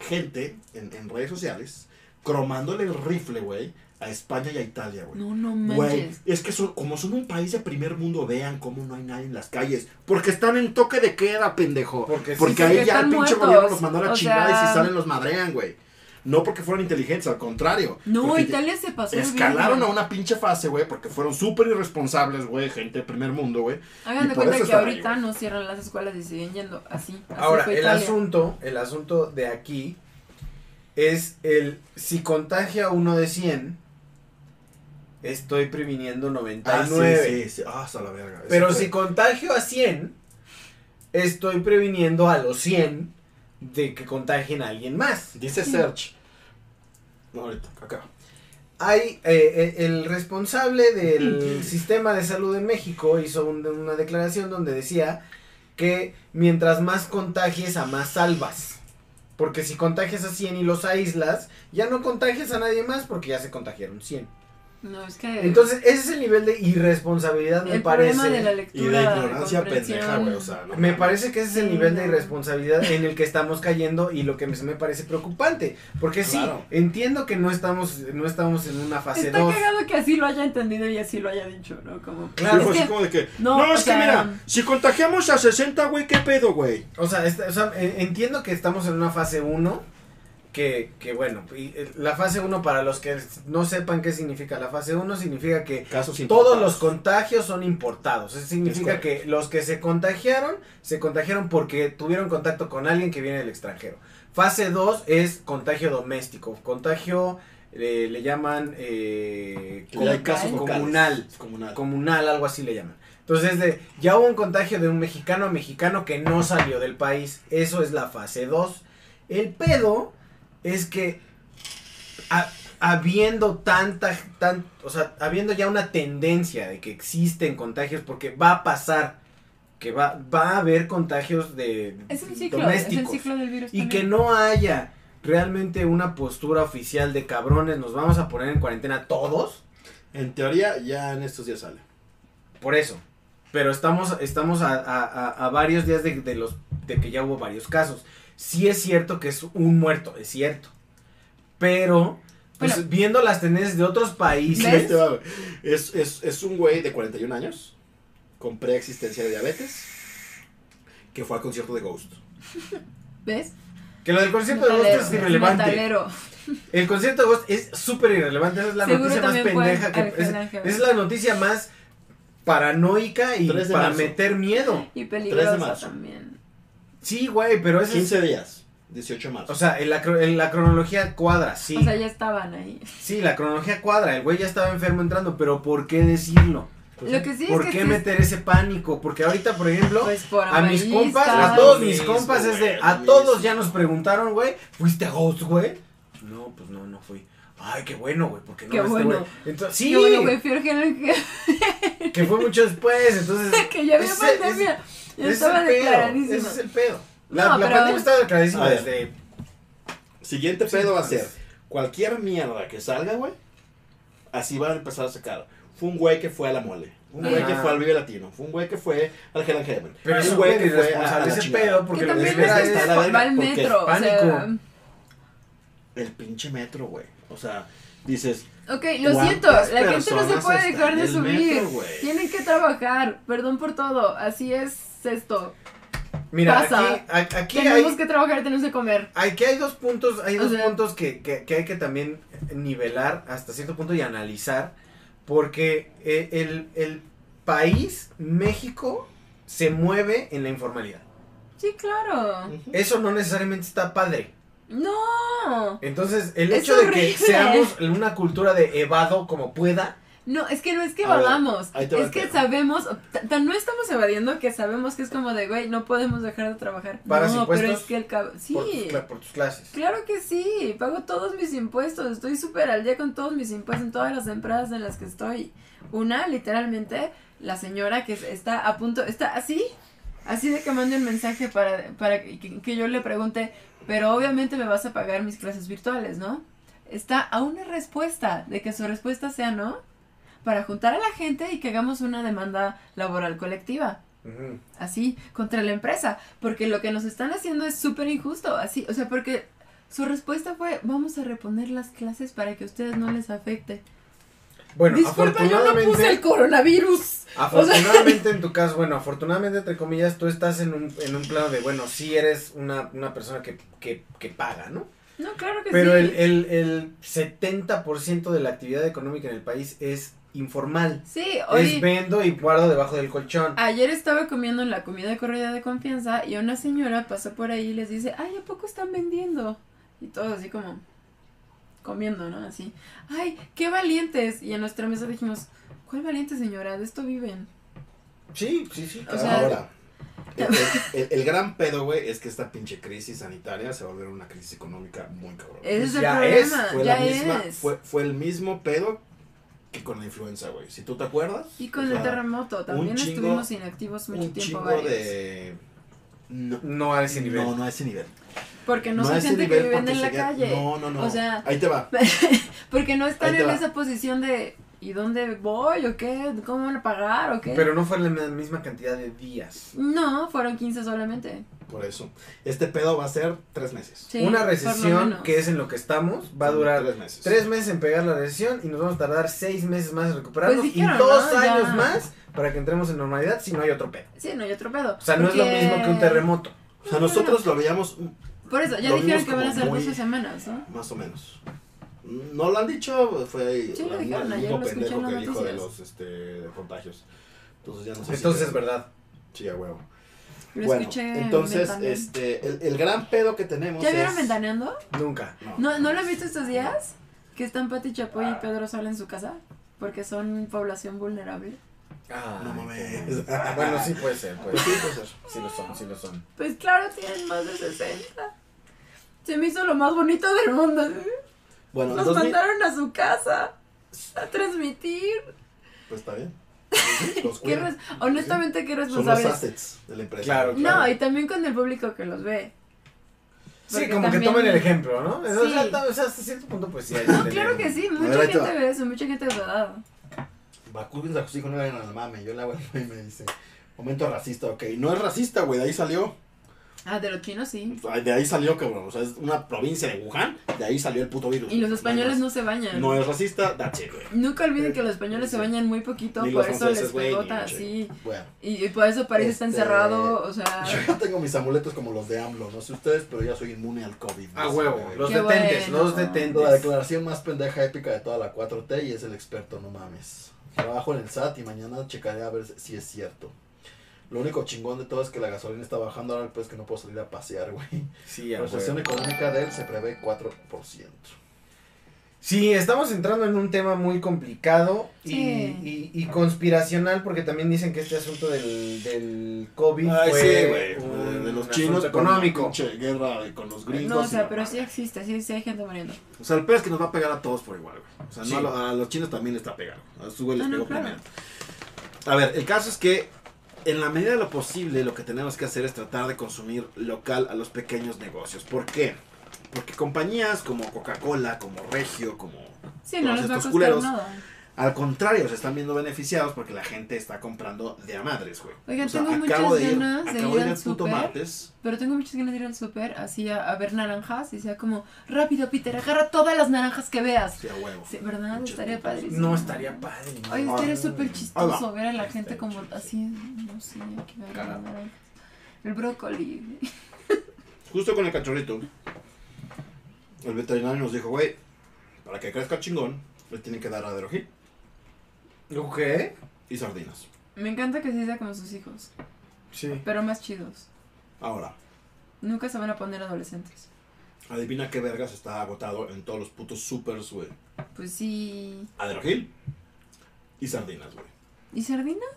S2: gente en, en redes sociales cromándole el rifle, güey, a España y a Italia, güey.
S1: No, no
S2: Güey,
S1: manches.
S2: es que son- como son un país de primer mundo, vean cómo no hay nadie en las calles. Porque están en toque de queda, pendejo.
S3: Porque sí,
S2: Porque
S1: sí,
S2: ahí
S1: porque
S2: ya el
S1: están
S2: pinche
S1: muertos.
S2: gobierno los mandó a la
S1: O
S2: chingada y
S1: sea-
S2: si salen los madrean, güey. No porque fueron inteligentes, al contrario.
S1: No,
S2: Porque
S1: Italia se pasó. de
S2: Escalaron
S1: verga.
S2: a una pinche fase, güey, porque fueron súper irresponsables, güey, gente de primer mundo, güey.
S1: Hagan
S2: y
S1: de
S2: por
S1: cuenta
S2: eso
S1: que
S2: están ahí,
S1: ahorita
S2: güey.
S1: no cierran las escuelas y siguen yendo así. así
S3: Ahora,
S1: fue
S3: el
S1: Italia.
S3: asunto, el asunto de aquí es el si contagia uno de 100, estoy previniendo 99.
S2: sí, sí. Ah, hasta la verga. Eso
S3: Pero
S2: fue-
S3: si contagio a 100, estoy previniendo a los 100 de que contagien a alguien más.
S2: Dice Search. No, ahorita, acá.
S3: Hay eh, eh, el
S1: *laughs*
S3: responsable del sistema de salud en México hizo un- una declaración donde decía que mientras más contagies a más salvas. Porque si contagias a 100 y los aíslas, ya no contagias a nadie más porque ya se contagiaron 100.
S1: No, es que.
S3: Entonces, ese es el nivel de irresponsabilidad, me
S1: Eh. el
S3: parece.
S1: problema de la
S2: Y
S1: lectura.
S2: de ignorancia
S1: comprensión.
S2: pendeja, güey, o sea, no
S3: Me
S2: mames.
S3: parece que ese es el nivel de irresponsabilidad en el que estamos cayendo y lo que me, me parece preocupante. Porque sí,
S2: Claro.
S3: entiendo que no estamos, no estamos en una fase
S1: Está
S3: 2.
S1: cagado que así lo haya entendido y así lo haya dicho, ¿no? Como.
S3: Claro,
S2: Sí,
S1: Es
S2: fue así
S1: que-
S2: pues, como de que. No,
S1: no, o
S2: es que
S1: sea, mm.
S2: mira, si contagiamos a 60, güey, ¿qué pedo, güey?
S3: O sea, esta- o sea, en- entiendo que estamos en una fase 1, que, que bueno, y, eh, la fase 1 para los que no sepan qué significa, la fase 1 significa que
S2: Casos
S3: todos
S2: importados.
S3: los contagios son importados, eso significa
S2: Es
S3: que los que se contagiaron, se contagiaron porque tuvieron contacto con alguien que viene del extranjero. Fase 2 es contagio doméstico, contagio eh, le llaman eh,
S2: Que ya hay casos
S1: Comunal.
S2: locales.
S3: comunal
S2: Comunal.
S3: comunal, algo así le llaman. Entonces, de, ya hubo un contagio de un mexicano a mexicano que no salió del país. Eso es la fase 2. El pedo es que ha- habiendo tanta, tan, o sea, habiendo ya una tendencia de que existen contagios, porque va a pasar, que va, va a haber contagios de
S1: Es un ciclo. Es el
S3: domésticos
S1: ciclo del virus.
S3: y que
S1: también.
S3: no haya realmente una postura oficial de cabrones, nos vamos a poner en cuarentena todos.
S2: En teoría, ya en estos días sale.
S3: Por eso. Pero estamos, estamos a, a- a- a varios días de, de los, de que ya hubo varios casos. Sí es cierto que es un muerto, es cierto. Pero, pues,
S1: Bueno.
S3: viendo las tendencias de otros
S2: Ahí
S3: países,
S2: te Este va, güey. Es, es, es un güey de 41 años con preexistencia de diabetes que fue al concierto de Ghost.
S1: ¿Ves?
S3: que lo del concierto de Ghost es
S1: Metalero,
S3: irrelevante.
S1: metalero.
S3: El concierto de Ghost es súper irrelevante. Esa es la
S1: Seguro
S3: noticia más
S1: también fue
S3: pendeja que.
S1: al
S3: Es,
S1: Ángel Ángel.
S3: es la noticia más paranoica y
S2: 3 de
S3: para
S2: marzo.
S3: meter miedo.
S1: Y
S2: de
S1: peligrosa
S2: marzo.
S1: también.
S3: Sí, güey, pero eso es.
S2: 15 días, 18 de marzo.
S3: O sea, en la, cro- en la cronología cuadra, sí.
S1: O sea, ya estaban ahí.
S3: Sí, la cronología cuadra, el güey ya estaba enfermo entrando, pero ¿por qué decirlo?
S2: Pues
S1: Lo que sí es
S3: Pues ¿Por
S1: que
S3: qué
S1: sí es-
S3: meter ese pánico? Porque ahorita, por ejemplo,
S1: Pues por
S3: a mis compas, a
S1: amarillistas.
S3: todos
S2: Lo
S3: mis
S2: mismo,
S3: compas es de,
S2: güey,
S3: a
S2: lo
S3: todos
S2: mismo.
S3: ya nos preguntaron, güey, ¿fuiste a Ghost, güey? No, pues no, no fui. Ay, qué bueno, güey, porque no
S1: Qué
S3: este
S1: bueno.
S3: güey. Entonces, sí,
S1: Qué bueno, güey, peor que, lo que, *laughs*
S3: que fue mucho después, entonces
S1: que ya había
S3: ese-
S1: pandemia.
S3: ese-
S1: Ya
S3: ese
S1: estaba
S3: es el pedo,
S1: declaradísimo.
S3: Ese es el pedo. La,
S1: No,
S3: la
S1: pero-
S3: pandemia está declaradísima
S2: A ver.
S3: desde
S2: Siguiente pedo va a ser cualquier mierda que salga, güey. Así van a empezar a sacar. Fue un güey que fue a la mole. Un güey que
S3: Ah.
S2: fue al Vive Latino. Fue un güey que fue al Hell and Heaven.
S3: Pero es
S2: un güey
S3: súper
S2: que fue a, a
S3: irresponsable
S2: la
S3: ese
S2: chingada.
S3: pedo
S1: que
S3: porque lo
S1: también
S2: la
S1: es
S3: desvela
S2: gente
S3: es...
S2: está la
S1: desconforme
S2: verga,
S1: al
S2: porque
S1: metro. O sea,
S3: pánico.
S2: El pinche metro, güey. O sea, dices.
S1: ok, lo
S2: ¿Cuántas
S1: siento, la gente no se
S2: personas
S1: puede
S2: están
S1: dejar
S2: en
S1: de
S2: el
S1: subir.
S2: metro, güey?
S1: Tienen que trabajar. Perdón por todo. Así es esto.
S3: Mira,
S1: Pasa.
S3: aquí, a- aquí hay,
S1: Tenemos que trabajar, tenemos que comer.
S3: aquí hay dos puntos, hay
S1: O
S3: dos
S1: sea-
S3: puntos que, que- que hay que también nivelar hasta cierto punto y analizar, porque eh, el, el país, México, se mueve en la informalidad.
S1: Sí, claro.
S3: Eso no necesariamente está padre.
S1: No.
S3: Entonces, el
S1: Es
S3: hecho de
S1: horrible.
S3: que seamos una cultura de evado como pueda,
S1: No, es que no es que
S2: A ver,
S1: evadamos.
S2: ahí te va
S1: Es
S2: el
S1: que
S2: tema.
S1: sabemos, t- tan no estamos evadiendo que sabemos que es como de, güey, no podemos dejar de trabajar.
S3: ¿Pagas
S1: no, pero
S3: impuestos?
S1: es que el cab- Sí.
S3: por, tus, cla- por tus clases.
S1: Claro que sí, pago todos mis impuestos, estoy súper al día con todos mis impuestos en todas las empresas en las que estoy. Una, literalmente, la señora que está a punto, está así, así de que mande un mensaje para, para que, que yo le pregunte, pero obviamente me vas a pagar mis clases virtuales, ¿no? Está a una respuesta, de que su respuesta sea no, para juntar a la gente y que hagamos una demanda laboral colectiva
S3: Ujú.
S1: así contra la empresa, porque lo que nos están haciendo es súper injusto, así, o sea, porque su respuesta fue, vamos a reponer las clases para que a ustedes no les afecte.
S3: Bueno,
S1: Disculpa, yo no
S3: afortunadamente,
S1: puse el coronavirus.
S3: afortunadamente en tu caso, bueno, afortunadamente entre comillas, tú estás en un, en un plano de, bueno, sí eres una, una persona que, que, que paga, ¿no?
S1: No, claro que
S3: Pero
S1: Pues sí.
S3: el, el, el 70% de la actividad económica en el país es informal.
S1: sí,
S3: Es
S1: hoy,
S3: vendo y guardo debajo del colchón.
S1: ayer estaba comiendo en la comida corrida de confianza y una señora pasó por ahí y les dice, ay, ¿a poco están vendiendo? Y todos así como comiendo, ¿no? Así, ay, qué valientes. Y en nuestra mesa dijimos, ¿cuál valiente señora? De esto viven.
S3: Sí, sí, sí.
S1: O sea-
S2: Ahora, el, el- el- el gran pedo, güey, es que esta pinche crisis sanitaria se va a volver una crisis económica muy cabrón.
S1: Ese es el
S3: Ya es,
S1: problema,
S2: Pues fue,
S1: ya
S2: la misma,
S1: es.
S2: fue, fue el mismo pedo que con la influenza, güey. Si tú te acuerdas.
S1: Y con
S2: o
S1: el
S2: sea,
S1: terremoto, también
S2: chingo-
S1: estuvimos inactivos mucho
S2: Un
S1: tiempo
S2: chingo
S1: varios.
S2: de. No,
S3: no a ese nivel.
S2: no, no a ese nivel.
S1: Porque no,
S2: a
S1: son
S2: ese
S1: gente que
S2: nivel
S1: viven
S2: porque
S1: en la
S2: sería-
S1: calle.
S2: No, no, no.
S1: O sea-
S2: Ahí te va.
S1: *laughs* Porque no están
S2: Ahí te
S1: en
S2: va.
S1: esa posición de ¿y dónde voy? ¿O qué? ¿Cómo van a pagar? ¿O qué?
S3: Pero no fue la misma cantidad de días.
S1: no, fueron 15 solamente.
S2: Por eso. Este pedo va a ser tres meses.
S1: Sí,
S3: Una
S1: por lo
S3: recesión
S1: menos.
S3: que es en lo que estamos va a
S2: Son
S3: durar
S2: Tres meses.
S3: Tres meses en pegar la recesión y nos vamos a tardar seis meses más en recuperarnos
S1: Pues dijeron,
S3: y dos
S1: ¿no? Ya.
S3: años más para que entremos en normalidad si no hay otro pedo.
S1: Sí, no hay otro pedo.
S3: O sea, no
S1: Porque-
S3: es lo mismo que un terremoto.
S2: O sea, nosotros lo veíamos mm,
S1: Por eso, ya
S2: Lo
S1: dijeron
S2: vimos
S1: que van a
S2: como
S1: ser
S2: muy-
S1: 12 semanas, ¿no?
S2: más o menos. No lo han dicho, fue
S1: Sí, lo
S2: la-
S1: dijeron,
S2: el
S1: ayer
S2: mismo
S1: lo escuché en
S2: pendejo que
S1: las
S2: dijo de
S1: noticias.
S2: los este, de contagios. Entonces ya no sé si creo.
S3: Entonces es verdad.
S2: Sí, a huevo.
S1: Lo
S2: bueno,
S1: escuché. en
S2: entonces,
S1: Ventaneando.
S2: este, el, el gran pedo que tenemos
S1: ¿Ya vieron
S2: es-
S1: Ventaneando?
S3: Nunca.
S1: ¿No, ¿No lo has visto estos días? Que están Pati Chapoy y Pedro Sol en su casa. Porque son población vulnerable.
S2: Ah, No mames.
S3: Bueno, *laughs* sí puede ser, pues.
S2: Pues sí, puede ser.
S3: Sí lo son, sí lo son.
S1: Pues claro, tienen más de 60. Se me hizo lo más bonito del mundo.
S2: Bueno,
S1: Nos
S2: entonces,
S1: mandaron a su casa a transmitir.
S2: pues
S1: *laughs*
S2: está bien. Los
S1: Qué
S2: cuidan.
S1: res- honestamente, qué
S2: Son los
S1: responsabilidad.
S2: assets de la empresa.
S3: Claro.
S1: No, y también con el público que los ve.
S3: Sí,
S1: Porque
S3: como que
S1: también-
S3: tomen el ejemplo, ¿no? O sea,
S1: Sí.
S3: ta- o sea, hasta cierto punto, pues sí. hay
S1: No,
S3: tener
S1: claro que
S3: un-
S1: sí,
S2: A
S1: mucha
S2: ver, ahí te
S1: gente ve eso, mucha gente es verdad.
S2: Vacúdense a sus hijos, no le hagan al mame. Yo le hago al mame y me dice, momento racista, ok. No es racista, güey, de ahí salió.
S1: Ah, de los chinos sí.
S2: De ahí salió, cabrón. O sea, es una provincia de Wuhan, de ahí salió el puto virus.
S1: Y los
S2: No
S1: españoles
S2: es-
S1: no se bañan.
S2: No es racista, that's it, güey.
S1: Nunca olviden que los españoles se bañan muy poquito,
S2: Ni los
S1: por eso les
S2: franceses, güey,
S1: pegó
S2: ni
S1: tan
S2: mucho.
S1: así.
S2: Bueno.
S1: Y, y por eso parece está
S2: Este-
S1: encerrado, o sea.
S2: Yo ya tengo mis amuletos como los de AMLO, no sé ustedes, pero ya soy inmune al COVID. No
S3: A
S2: sé,
S3: Ah, huevo.
S2: güey.
S3: Los
S1: Qué
S3: detentes,
S1: bueno.
S3: los
S2: La
S3: detentes.
S2: declaración más pendeja épica de toda la 4T y es el experto, no mames. Trabajo en el SAT y mañana checaré a ver si es cierto. Lo único chingón de todo es que la gasolina está bajando ahora, pues que no puedo salir a pasear, güey.
S3: Sí, a
S2: La recesión
S3: huevo.
S2: económica de él se prevé 4%.
S3: Sí, estamos entrando en un tema muy complicado y,
S1: Sí.
S3: y- y conspiracional porque también dicen que este asunto del, del COVID
S2: Ay,
S3: fue
S2: sí, güey.
S3: un
S2: De los
S3: asunto
S2: chinos con la
S3: económico.
S2: pinche guerra y con los gringos.
S1: No, o
S2: y la
S1: sea, pero
S2: madre.
S1: sí existe, sí, sí hay gente muriendo.
S2: O sea, el peor es que nos va a pegar a todos por igual, güey. O sea,
S3: Sí.
S2: no, a, lo- a los chinos también les está pegando. A su güey les
S1: No, Ah, no,
S2: pegó
S1: claro.
S2: primero. A ver, el caso es que en la medida de lo posible lo que tenemos que hacer es tratar de consumir local a los pequeños negocios. ¿Por qué? Porque compañías como Coca-Cola, como Regio, como...
S1: Sí, no
S2: Todos
S1: les va a
S2: estos
S1: costar
S2: culeros.
S1: nada.
S2: Al contrario, se están viendo beneficiados porque la gente está comprando de a madres, güey.
S1: Oigan, tengo muchas ganas de
S2: acabo
S1: ir
S2: de ir
S1: al
S2: al puto
S1: súper.
S2: martes.
S1: Pero tengo muchas ganas de ir al súper, así a, a ver naranjas y sea como, rápido, Peter, agarra todas las naranjas que veas.
S2: Sí, a huevo.
S1: Sí, ¿verdad?
S2: Muchas
S1: Estaría
S2: putas.
S1: padrísimo.
S3: No estaría padre. ¿no?
S1: Oye,
S2: Ay,
S1: estaría súper chistoso ver a la
S2: Estaría
S1: gente como
S2: chido,
S1: así, no sé, aquí va a haber
S2: Cagado.
S1: naranjas. El brócoli. *laughs*
S2: Justo con el cachorrito. El veterinario nos dijo, güey, para que crezca chingón, le tienen que dar aderogil
S3: Ok.
S2: y sardinas.
S1: Me encanta que sí sea como sus hijos,
S3: Sí.
S1: pero más chidos.
S2: Ahora,
S1: Nunca se van a poner adolescentes.
S2: adivina qué vergas está agotado en todos los putos supers, güey.
S1: Pues sí.
S2: Aderogil y sardinas, güey.
S1: ¿Y sardinas?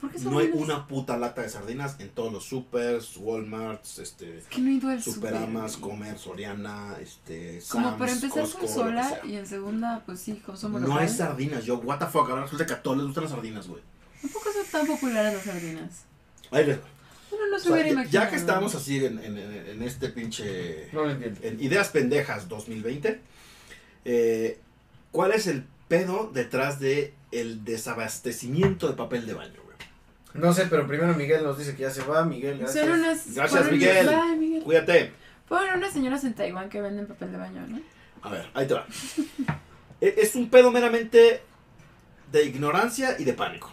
S1: ¿Por qué
S2: No hay
S1: sardinas?
S2: una puta lata de sardinas en todos los supers, Walmarts, este,
S1: Es que no he ido al
S2: Superamas,
S1: súper.
S2: Comer, Soriana, este, Sam's,
S1: Como para empezar
S2: Costco,
S1: con
S2: lo que
S1: sola
S2: sea.
S1: y en segunda, pues sí, consumo
S2: No
S1: local.
S2: hay sardinas, yo, what the fuck, ahora resulta que a todos les gustan las sardinas, güey.
S1: Tampoco son tan populares las sardinas.
S2: Ahí les va.
S1: Uno no
S2: O
S1: se
S2: sea,
S1: hubiera
S2: ya,
S1: imaginado.
S2: ya que estamos así en, en- en- en este pinche...
S3: No lo entiendo.
S2: en Ideas Pendejas 2020, eh, ¿cuál es el pedo detrás de el desabastecimiento de papel de baño, güey?
S3: No sé, pero primero Miguel nos dice que ya se va. Miguel,
S1: Son
S3: gracias.
S1: unas.
S2: Gracias,
S1: fueron-
S2: Miguel.
S1: Ay, Miguel.
S2: Cuídate.
S1: Fueron unas señoras en Taiwán que venden papel de baño, ¿no?
S2: A ver,
S1: *laughs*
S2: ahí te va. E- es un pedo meramente de ignorancia y de pánico.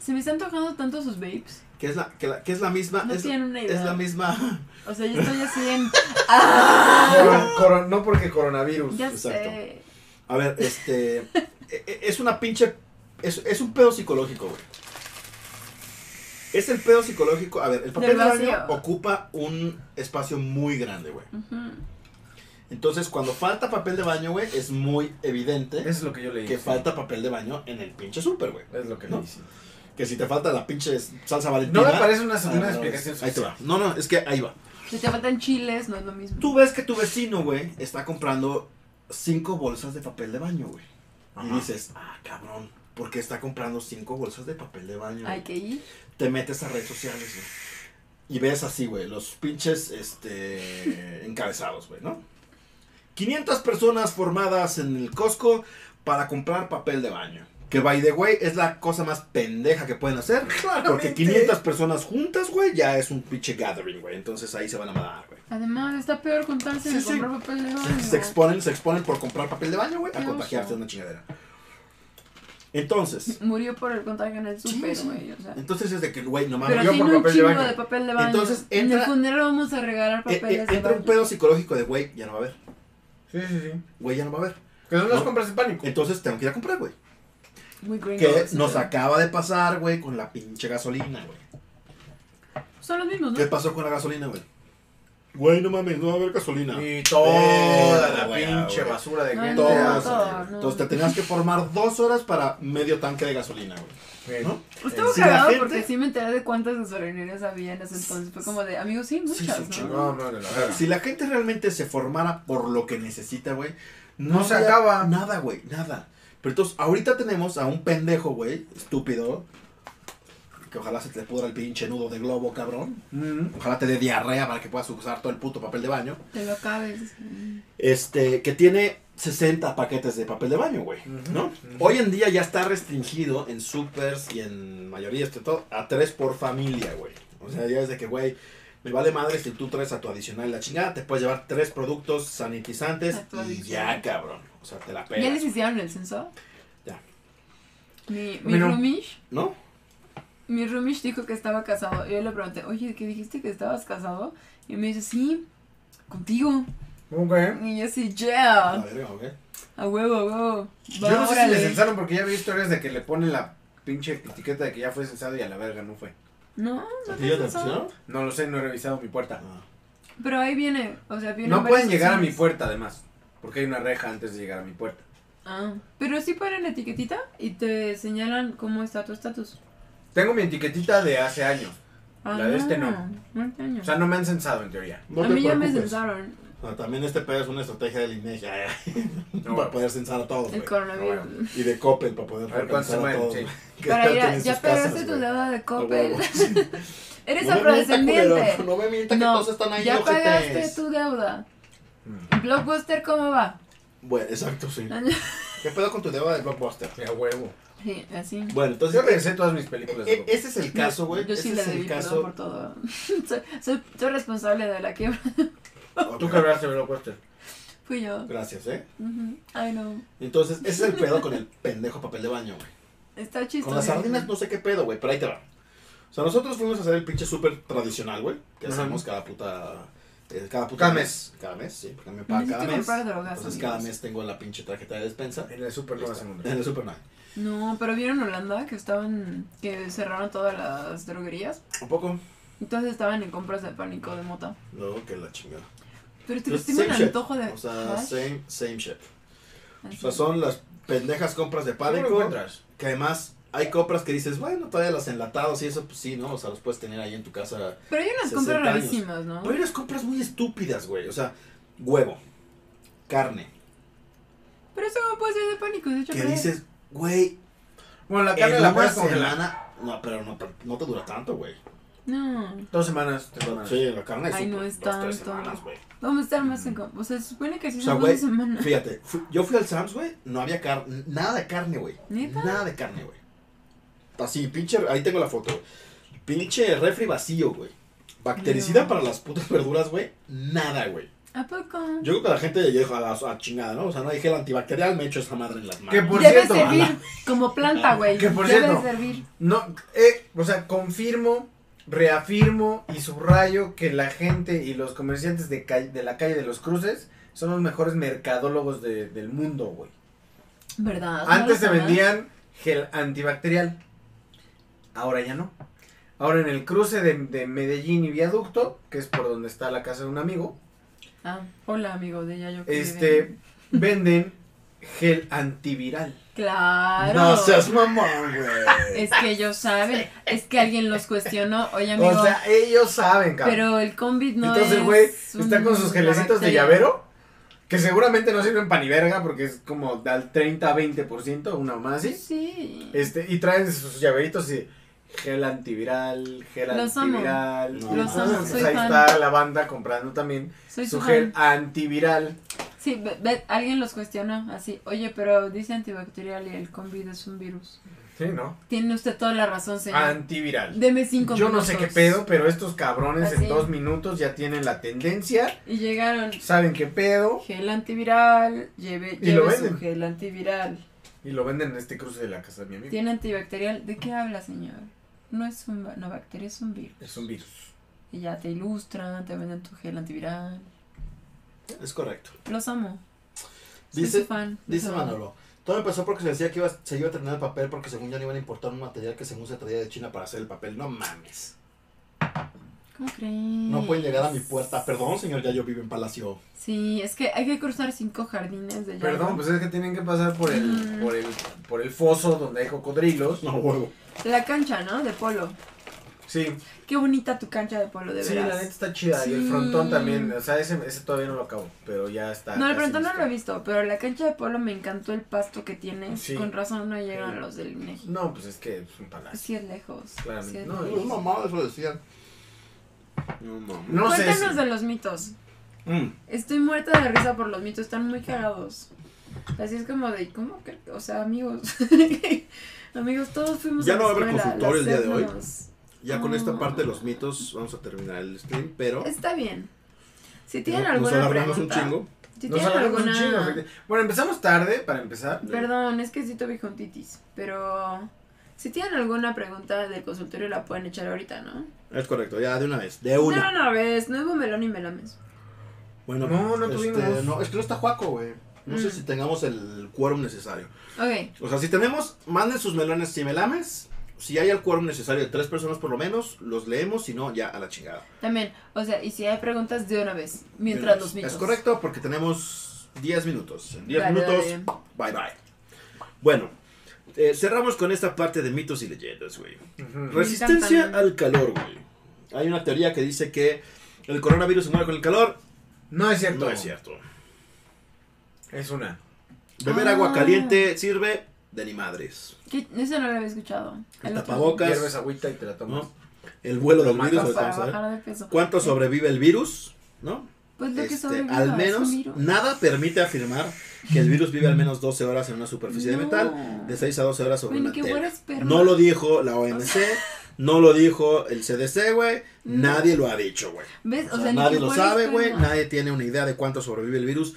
S1: Se me están tocando tanto sus babes.
S2: Que es la, que la- que es la misma...
S1: No
S2: Ah, es,
S1: tienen una idea.
S2: es la misma...
S1: O sea, yo estoy así
S2: *laughs*
S1: en. ¡Ah!
S3: Coro- coro- no porque coronavirus.
S1: Ya
S2: Exacto.
S1: sé.
S2: A ver, este... e- e- es una pinche... Es, es un pedo psicológico, güey. Es el pedo psicológico. A ver, el papel
S1: Del
S2: de baño
S1: vacío.
S2: ocupa un espacio muy grande, güey.
S1: Ujú.
S2: Entonces, cuando falta papel de baño, güey, es muy
S3: Eso
S2: evidente
S3: es lo que yo leí.
S2: que falta papel de baño en el pinche súper, güey.
S3: Es lo que
S2: No.
S3: leí. sí.
S2: Que si te falta la pinche salsa valentina...
S3: No me parece una
S2: Ah,
S3: segunda
S2: no,
S3: explicación.
S2: Ahí te va. No, no, es que ahí va.
S1: Si te faltan chiles, no es lo mismo.
S2: Tú ves que tu vecino, güey, está comprando cinco bolsas de papel de baño, güey. Y
S3: Ajá.
S2: dices, ah, cabrón, ¿por qué está comprando cinco bolsas de papel de baño? güey?"
S1: Hay que ir.
S2: Te metes a redes sociales, güey. Y ves así, güey, los pinches, este, *laughs* encabezados, güey, ¿no? 500 personas formadas en el Costco para comprar papel de baño. Que, by the way, es la cosa más pendeja que pueden hacer. Porque 500 personas juntas, güey, ya es un pinche gathering, güey. Entonces ahí se van a matar, güey.
S1: Además, está peor contarse
S2: Sí,
S1: de
S2: sí.
S1: comprar papel de baño.
S2: Se exponen, se exponen por comprar papel de baño, güey,
S1: Qué
S2: a contagiarse
S1: oso.
S2: de una chingadera. Entonces,
S1: Murió por el contagio en el súper,
S2: sí.
S1: güey. O sea.
S2: entonces es de que, güey, no
S1: Pero
S2: mames.
S3: yo
S1: tiene
S3: por
S1: un
S3: papel de
S1: chingo
S3: baño.
S1: de papel de baño.
S2: Entonces,
S1: En
S2: entra-
S1: el funeral vamos a regalar
S2: Eh, eh,
S1: papeles de
S2: entra un
S1: baño.
S2: pedo psicológico de, güey, ya no va a haber.
S3: Sí, sí, sí.
S2: Güey, ya no va a haber.
S3: Que son las
S2: No.
S3: compras de pánico.
S2: Entonces tengo que ir a comprar, güey.
S1: Muy gringo.
S2: Que nos acaba de pasar, güey, con la pinche gasolina, güey.
S1: Son los mismos, ¿no?
S2: ¿Qué pasó con la gasolina, güey? Güey, no mames, no va a haber gasolina.
S3: Y toda
S2: Eh,
S3: la
S2: güey,
S3: pinche
S2: güey.
S3: basura de
S1: No,
S3: gente.
S1: no,
S2: Toda
S1: no,
S2: la
S1: todo,
S2: gasolina.
S1: no.
S2: Entonces te tenías que formar dos horas para medio tanque de gasolina, güey.
S3: Sí.
S2: ¿No?
S1: Estuvo
S2: Si la
S1: Pues cagado
S2: gente-
S1: porque sí me enteré de cuántas gasolinerías había en ese entonces. Fue como de, amigos, sí,
S2: Sí,
S1: muchas,
S2: sí,
S1: ¿no?
S2: chingón.
S3: No, no, de la verga.
S2: Si la gente realmente se formara por lo que necesita, güey, no,
S3: No se
S2: habría
S3: acaba.
S2: Nada, güey, nada. Pero entonces, ahorita tenemos a un pendejo, güey, estúpido, que ojalá se te pudra el pinche nudo de globo, cabrón.
S3: Mm.
S2: Ojalá te dé diarrea para que puedas usar todo el puto papel de baño.
S1: Te lo acabes.
S2: Este, que tiene 60 paquetes de papel de baño, güey,
S3: Ujú,
S2: ¿no?
S3: ujú.
S2: Hoy en día ya está restringido en supers y en mayoría de todo a tres por familia, güey. O sea, ya es de que, güey, me vale madre si tú traes a tu adicional y la chingada, te puedes llevar tres productos sanitizantes
S1: A tu
S2: y
S1: adicional.
S2: ya, cabrón. O sea, te la
S1: ¿Ya les
S2: pegas,
S1: hicieron el censo?
S2: Ya.
S1: Mi, mi
S3: Mira.
S1: roomish,
S2: ¿no?
S1: mi roomish dijo que estaba casado. Y yo le pregunté, oye, ¿qué dijiste que estabas casado? Y me dice, sí, contigo.
S3: Ok.
S1: Y yo así,
S2: A la
S1: yeah,
S2: verga, ¿ok?
S1: a huevo, a huevo.
S3: Yo
S1: Va,
S3: no sé si le
S1: órale".
S3: censaron porque ya vi historias de que le ponen la pinche etiqueta de que ya fue censado y a la verga no fue.
S1: No, no
S2: ¿A ti
S1: te
S2: ya te
S1: censó.
S2: pusieron?
S3: No lo sé, no he revisado mi puerta.
S2: Ah.
S1: Pero ahí viene, o sea, viene
S3: No pueden
S1: varias
S3: llegar a mi
S1: opciones.
S3: puerta además, porque hay una reja antes de llegar a mi puerta.
S1: Ah, pero sí ponen etiquetita y te señalan cómo está tu estatus.
S3: Tengo mi etiquetita de hace años.
S1: Ah,
S3: La de este no.
S1: este año.
S3: O sea, no me han censado en teoría.
S2: No
S1: a
S2: te
S1: mí ya me
S2: preocupes.
S1: censaron
S2: O sea, también este pedo es una estrategia del INEGI ay, ay, *laughs*
S3: No,
S2: para poder censar a todos,
S1: el
S2: güey.
S1: coronavirus.
S2: Y de Coppel para poder
S3: A ver cuántos se
S2: censar a
S3: mueren,
S2: todos.
S3: sí.
S2: güey, que
S1: Para ir
S2: están
S1: a,
S2: en
S1: ya
S2: sus casas,
S1: pagaste tu
S2: güey.
S1: deuda de
S2: A
S1: Coppel.
S2: *laughs* huevo.
S1: *laughs* Eres
S2: No me mienta,
S1: afrodescendiente.
S2: culero, No me mienta que todos están ahí.
S1: ya
S2: ojetes.
S1: pagaste tu deuda.
S3: Mm.
S1: Blockbuster, ¿cómo va?
S2: Bueno, exacto, sí. ¿Qué pedo con tu deuda de Blockbuster?
S3: A huevo.
S1: sí, así.
S2: Bueno,
S3: Yo
S2: entonces,
S3: regresé todas mis películas.
S2: e-
S3: loco.
S2: ese es el caso, güey.
S1: Yo
S2: ese
S1: sí le
S2: es el
S1: debí perdón
S2: caso.
S1: por todo. *laughs* soy, soy, soy responsable de la quiebra. *laughs*
S2: Ok,
S3: Tú quebraste Blockbuster.
S1: Fui yo.
S2: Gracias, ¿eh?
S1: Ujú, I know.
S2: Entonces, ese es el pedo con el pendejo papel de baño, güey.
S1: Está chistoso.
S2: Con las sardinas no sé qué pedo, güey, pero ahí te va. O sea, nosotros fuimos a hacer el pinche súper tradicional, güey. Que
S3: Ajá.
S2: hacemos cada puta. eh, cada puta
S3: Cada
S2: Cada mes, sí. Porque a mí me pagan cada
S1: Necesito
S2: mes.
S1: comprar drogas.
S2: Entonces
S1: amigos.
S2: cada mes tengo la pinche tarjeta de despensa.
S3: En el Super Nueva Segunda.
S2: En el super no.
S1: No, pero vieron Holanda que estaban. que cerraron todas las droguerías.
S2: ¿Un poco?
S1: Entonces estaban en compras de pánico de mota.
S2: No, que la chingada.
S1: Pero
S2: Pero
S1: te tengo un
S2: same shit.
S1: antojo de.
S2: O sea,
S1: hash.
S2: same, same shit. O
S1: Así.
S2: sea, son las pendejas compras de
S3: ¿Cómo
S2: pánico.
S3: lo encuentras?
S2: Que además hay compras que dices, bueno, todavía las enlatados y eso, pues sí, ¿no? O sea, los puedes tener ahí en tu casa.
S1: Pero hay unas
S2: 60
S1: compras
S2: años.
S1: rarísimas, ¿no?
S2: Pero hay unas compras muy estúpidas, güey. O sea, huevo, carne.
S1: Pero eso no puede ser de pánico. De hecho,
S2: Que
S1: pero-
S2: dices, güey,
S3: Bueno, la carne
S2: en
S3: la
S2: la
S3: puedes
S2: una
S3: congelar.
S2: semana. No, pero no, te- no te dura tanto, güey.
S1: No.
S3: Dos semanas, tres semanas.
S2: Sí, la carne es.
S1: Ay, no
S2: súper-
S1: es
S2: dos, tres
S1: tanto.
S2: semanas, güey.
S1: Vamos a estar más en. com- O sea, se supone que sí
S2: O sea,
S1: son
S2: güey,
S1: dos semanas.
S2: Fíjate, fu- yo fui al Sam's, güey, no había car nada de carne, güey.
S1: ¿Neta?
S2: Nada de carne, güey. Así, pinche, ahí tengo la foto, güey. Pinche refri vacío, güey. Bactericida
S1: No.
S2: para las putas verduras, güey. Nada, güey.
S1: ¿A poco?
S2: Yo creo que la gente ya dijo a la a chingada, ¿no? O sea, no dije el antibacterial, me echo esa madre en las manos.
S3: Que por
S1: Debe
S3: cierto,
S1: servir
S2: ala.
S1: como planta, güey.
S3: Que por
S1: Debe
S3: cierto.
S1: servir.
S3: No, eh, o sea, confirmo, reafirmo y subrayo que la gente y los comerciantes de, calle- de la calle de los cruces son los mejores mercadólogos de- del mundo, güey.
S1: ¿Verdad? No lo
S3: Antes se
S1: sabrás.
S3: vendían gel antibacterial, ahora ya no. Ahora en el cruce de, de Medellín y Viaducto, que es por donde está la casa de un amigo,
S1: Ah, hola, amigo de Yayo. que
S3: Este-
S1: vive en-
S3: venden gel antiviral.
S1: Claro.
S2: No seas mamón, güey.
S1: Es que ellos saben. Es que alguien los cuestionó. Oye, amigo.
S3: o sea, ellos saben, cabrón.
S1: pero el COVID no
S3: Entonces,
S1: es.
S3: el güey está con sus
S1: una
S3: gelecitos de
S1: bacteria.
S3: llavero, que seguramente no sirven para ni verga, porque es como del 30-20%, una más así.
S1: Sí.
S3: Este, y traen sus llaveritos y gel antiviral, gel
S1: Los amo.
S3: antiviral.
S2: No, Los
S1: amo,
S3: Entonces,
S1: soy
S3: pues, ahí
S1: fan.
S3: está la banda comprando también
S1: Soy
S3: su
S1: su
S3: gel
S1: fan.
S3: antiviral.
S1: Sí, ve- ve, alguien los cuestionó así. Oye, pero dice antibacterial y el COVID es un virus.
S3: Sí, ¿no?
S1: Tiene usted toda la razón, señor.
S3: Antiviral.
S1: Deme cinco
S3: Yo no
S1: minutos.
S3: sé qué pedo, pero estos cabrones
S1: Así.
S3: en dos minutos ya tienen la tendencia,
S1: Y llegaron.
S3: saben qué pedo
S1: Gel antiviral, lleve,
S3: Y lo
S1: lleve su
S3: venden.
S1: gel antiviral.
S3: y lo venden en este cruce de la casa de mi amigo.
S1: Tiene antibacterial. ¿De qué habla, señor? No es un, ba- una bacteria, es un virus.
S3: Es un virus.
S1: Y ya te ilustran, te venden tu gel antiviral.
S2: Es correcto.
S1: Los amo. Soy
S2: Dice,
S1: su fan. los
S2: Dice
S1: amo.
S2: Manolo, todo empezó porque se decía que iba, se iba a terminar el papel porque según ya no iban a importar un material que según se traía de China para hacer el papel. No mames.
S1: ¿Cómo crees?
S2: No pueden llegar a mi puerta. Perdón, señor, ya yo vivo en Palacio.
S1: Sí, es que hay que cruzar cinco jardines de allá.
S3: Perdón, pues es que tienen que pasar por el,
S1: Mm.
S3: por el, por el foso donde hay cocodrilos.
S2: No, huevo.
S1: La cancha, ¿no? De polo.
S3: Sí,
S1: Qué bonita tu cancha de polo, de
S3: sí, la
S1: veras.
S3: neta está chida. Y el
S1: Sí.
S3: frontón también, o sea, ese, ese todavía no lo acabo, pero ya está.
S1: No, el
S3: casi
S1: pronto no
S3: listo.
S1: lo he visto, pero la cancha de polo me encantó el pasto que tiene.
S3: Sí.
S1: Con razón no llegan los del INEGI.
S3: No, pues es que es un palacio.
S1: Sí es lejos.
S3: Claramente,
S1: sí es
S3: no,
S1: lejos.
S3: es mamá.
S2: mamado, eso decían. No mames.
S3: No sé.
S1: Cuéntanos
S3: si-
S1: de los mitos.
S3: Mm.
S1: Estoy muerta de risa por los mitos, están muy cagados. Así es como de, ¿cómo que? O sea, amigos. *laughs* amigos, todos fuimos
S2: Ya
S1: a
S2: no
S1: la
S2: va a haber
S1: escuela,
S2: consultorio el día de hoy.
S1: hacemos.
S2: Ya con esta
S1: Ah.
S2: parte de los mitos vamos a terminar el stream, pero
S1: Está bien. Si tienen
S2: nos
S1: alguna
S2: alargamos
S1: pregunta.
S2: un chingo.
S1: Si
S3: Nos
S1: tienen
S3: alargamos un
S1: alguna...
S3: chingo, efecti- Bueno, empezamos tarde para empezar.
S1: Perdón, es que sí tuve conjuntitis, pero si tienen alguna pregunta del consultorio la pueden echar ahorita, ¿no?
S2: Es correcto, ya de una vez, de
S1: No,
S2: una.
S1: no, no, ves, no hubo melón y melames.
S2: Bueno, este,
S3: No, no tuvimos.
S2: No, es que no está Juaco, güey. No sé
S1: Mm.
S2: si tengamos el quórum necesario.
S1: Ok,
S2: O sea, si tenemos, manden sus melones si me lames. Si hay el quórum necesario de tres personas por lo menos, los leemos, si no, ya a la chingada.
S1: también, o sea, y si hay preguntas de una vez,
S2: De una
S1: mientras
S2: vez.
S1: los mitos.
S2: Es correcto, porque tenemos 10 minutos. En 10
S1: Dale,
S2: minutos,
S1: dale.
S2: bye bye. Bueno, eh, cerramos con esta parte de mitos y leyendas, güey.
S3: Ujú.
S2: Resistencia
S1: encantan.
S2: al calor, güey. Hay una teoría que dice que el coronavirus se muere con el calor.
S3: No es cierto.
S2: No es cierto.
S3: Es una.
S2: Beber
S1: Ah.
S2: agua caliente sirve de ni madres.
S1: ¿Qué? Eso no lo había escuchado.
S2: El
S1: otro.
S2: tapabocas.
S3: Hierves agüita y te la tomas.
S2: ¿no? El vuelo del
S3: Lo
S2: virus.
S3: matas
S2: ahorita
S1: Para
S2: vamos a ver.
S1: bajar de peso.
S2: ¿Cuánto sobrevive el virus? ¿No?
S1: Pues lo que
S2: Este,
S1: sobreviva,
S2: al
S1: es
S2: menos,
S1: un virus.
S2: nada permite afirmar que el virus vive al menos 12 horas en una superficie de
S1: No.
S2: metal, de 6 a 12 horas sobre
S1: Güey, ni
S2: una
S1: que
S2: tela.
S1: fuera esperma.
S2: No lo dijo la OMC,
S1: O
S2: no lo dijo el CDC, güey,
S1: No.
S2: nadie lo ha dicho, güey.
S1: ¿Ves?
S2: O
S1: O sea,
S2: sea,
S1: ni
S2: nadie
S1: que
S2: lo
S1: fuera
S2: sabe, güey,
S1: esperma.
S2: nadie tiene una idea de cuánto sobrevive el virus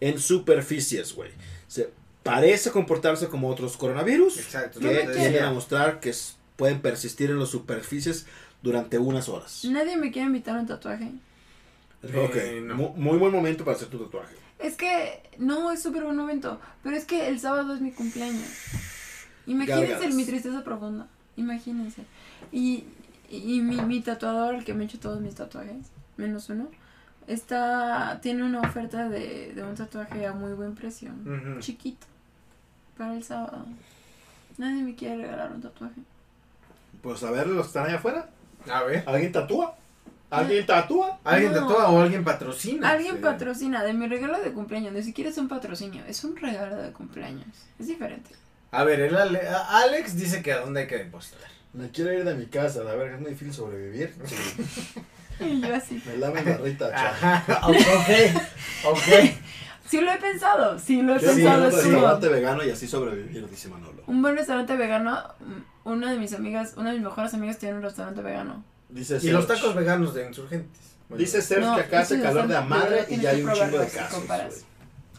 S2: en superficies, güey. Se parece comportarse como otros coronavirus,
S3: Exacto.
S2: que
S3: lo te
S2: tienden a
S3: decía.
S2: mostrar que es- pueden persistir en las superficies durante unas horas.
S1: Nadie me quiere invitar a un tatuaje.
S2: Ok,
S3: Eh, no.
S2: mu- muy buen momento para hacer tu tatuaje.
S1: Es que, no, es súper buen momento. Pero es que el sábado es mi cumpleaños. Imagínense
S2: Gárgaras.
S1: mi tristeza profunda. Imagínense. Y, y mi, mi tatuador, el que me ha hecho todos mis tatuajes, menos uno, está, tiene una oferta de, de un tatuaje a muy buen precio.
S3: Ujú.
S1: Chiquito. Para el sábado. Nadie me quiere regalar un tatuaje.
S2: Pues a ver, los que están allá afuera.
S3: A ver.
S2: ¿Alguien tatúa? ¿Alguien tatúa?
S3: ¿Alguien
S1: No.
S3: tatúa o alguien patrocina?
S1: Alguien
S3: Sí.
S1: patrocina de mi regalo de cumpleaños. Ni siquiera es un patrocinio, es un regalo de cumpleaños. Es diferente.
S3: A ver, el Ale- a- Alex dice que a dónde hay que depositar.
S13: Me quiero ir de mi casa, la verdad es muy difícil sobrevivir.
S1: Y yo así.
S13: *laughs* Me lavan la rita, chaval.
S3: Ajá, *laughs* ok, ok.
S1: Sí lo he pensado, sí lo he
S2: Quiero
S3: Sí,
S1: pensado.
S2: poner un
S3: no,
S1: es
S3: sí.
S1: uno.
S2: restaurante vegano y así sobrevivir, dice Manolo.
S1: Un buen restaurante vegano. mm, Una de mis amigas, una de mis mejores amigas tiene un restaurante vegano.
S2: Dice
S3: Y los
S2: Serge.
S3: tacos veganos de insurgentes. Bueno,
S13: Dice Sergio
S1: No,
S13: que acá
S1: ese
S13: hace calor de a
S1: restaurante
S13: madre y
S1: tienes
S13: ya
S1: que
S13: hay un chingo
S1: probarlo
S13: de
S1: si
S13: casos.
S1: comparas.
S13: güey.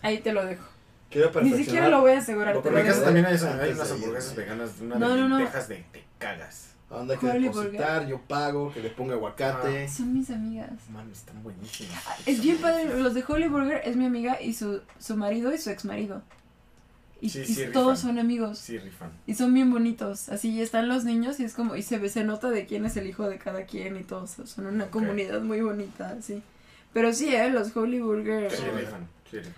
S1: Ahí te lo dejo.
S13: Quiero
S1: Ni
S13: perfeccionar.
S1: siquiera lo voy a asegurar. te
S3: Por
S1: lo
S3: mi casa
S1: juro.
S3: también hay, esas- hay
S13: Antes
S3: unas
S13: de ir,
S3: hamburguesas
S13: güey.
S3: veganas, una
S1: No,
S3: de
S1: no, no.
S3: lentejas de te cagas.
S13: ¿A dónde hay que
S1: Holy
S13: depositar? Yo pago, que le ponga aguacate.
S3: Ah.
S1: Son mis amigas.
S3: Mames, están buenísimas.
S1: Es bien padre, los de Holy Burger es mi amiga y su, su marido y su ex marido. Y,
S3: Sí,
S1: y
S3: sí,
S1: todos
S3: rifan.
S1: son amigos.
S3: Sí, rifan.
S1: Y son bien bonitos, así están los niños y es como, y se, ve- se nota de quién es el hijo de cada quien y todos, son una
S3: Ok.
S1: comunidad muy bonita, sí. Pero sí, eh, los Holy Burger,
S3: Sí,
S1: eh,
S3: rifan. Sí, rifan.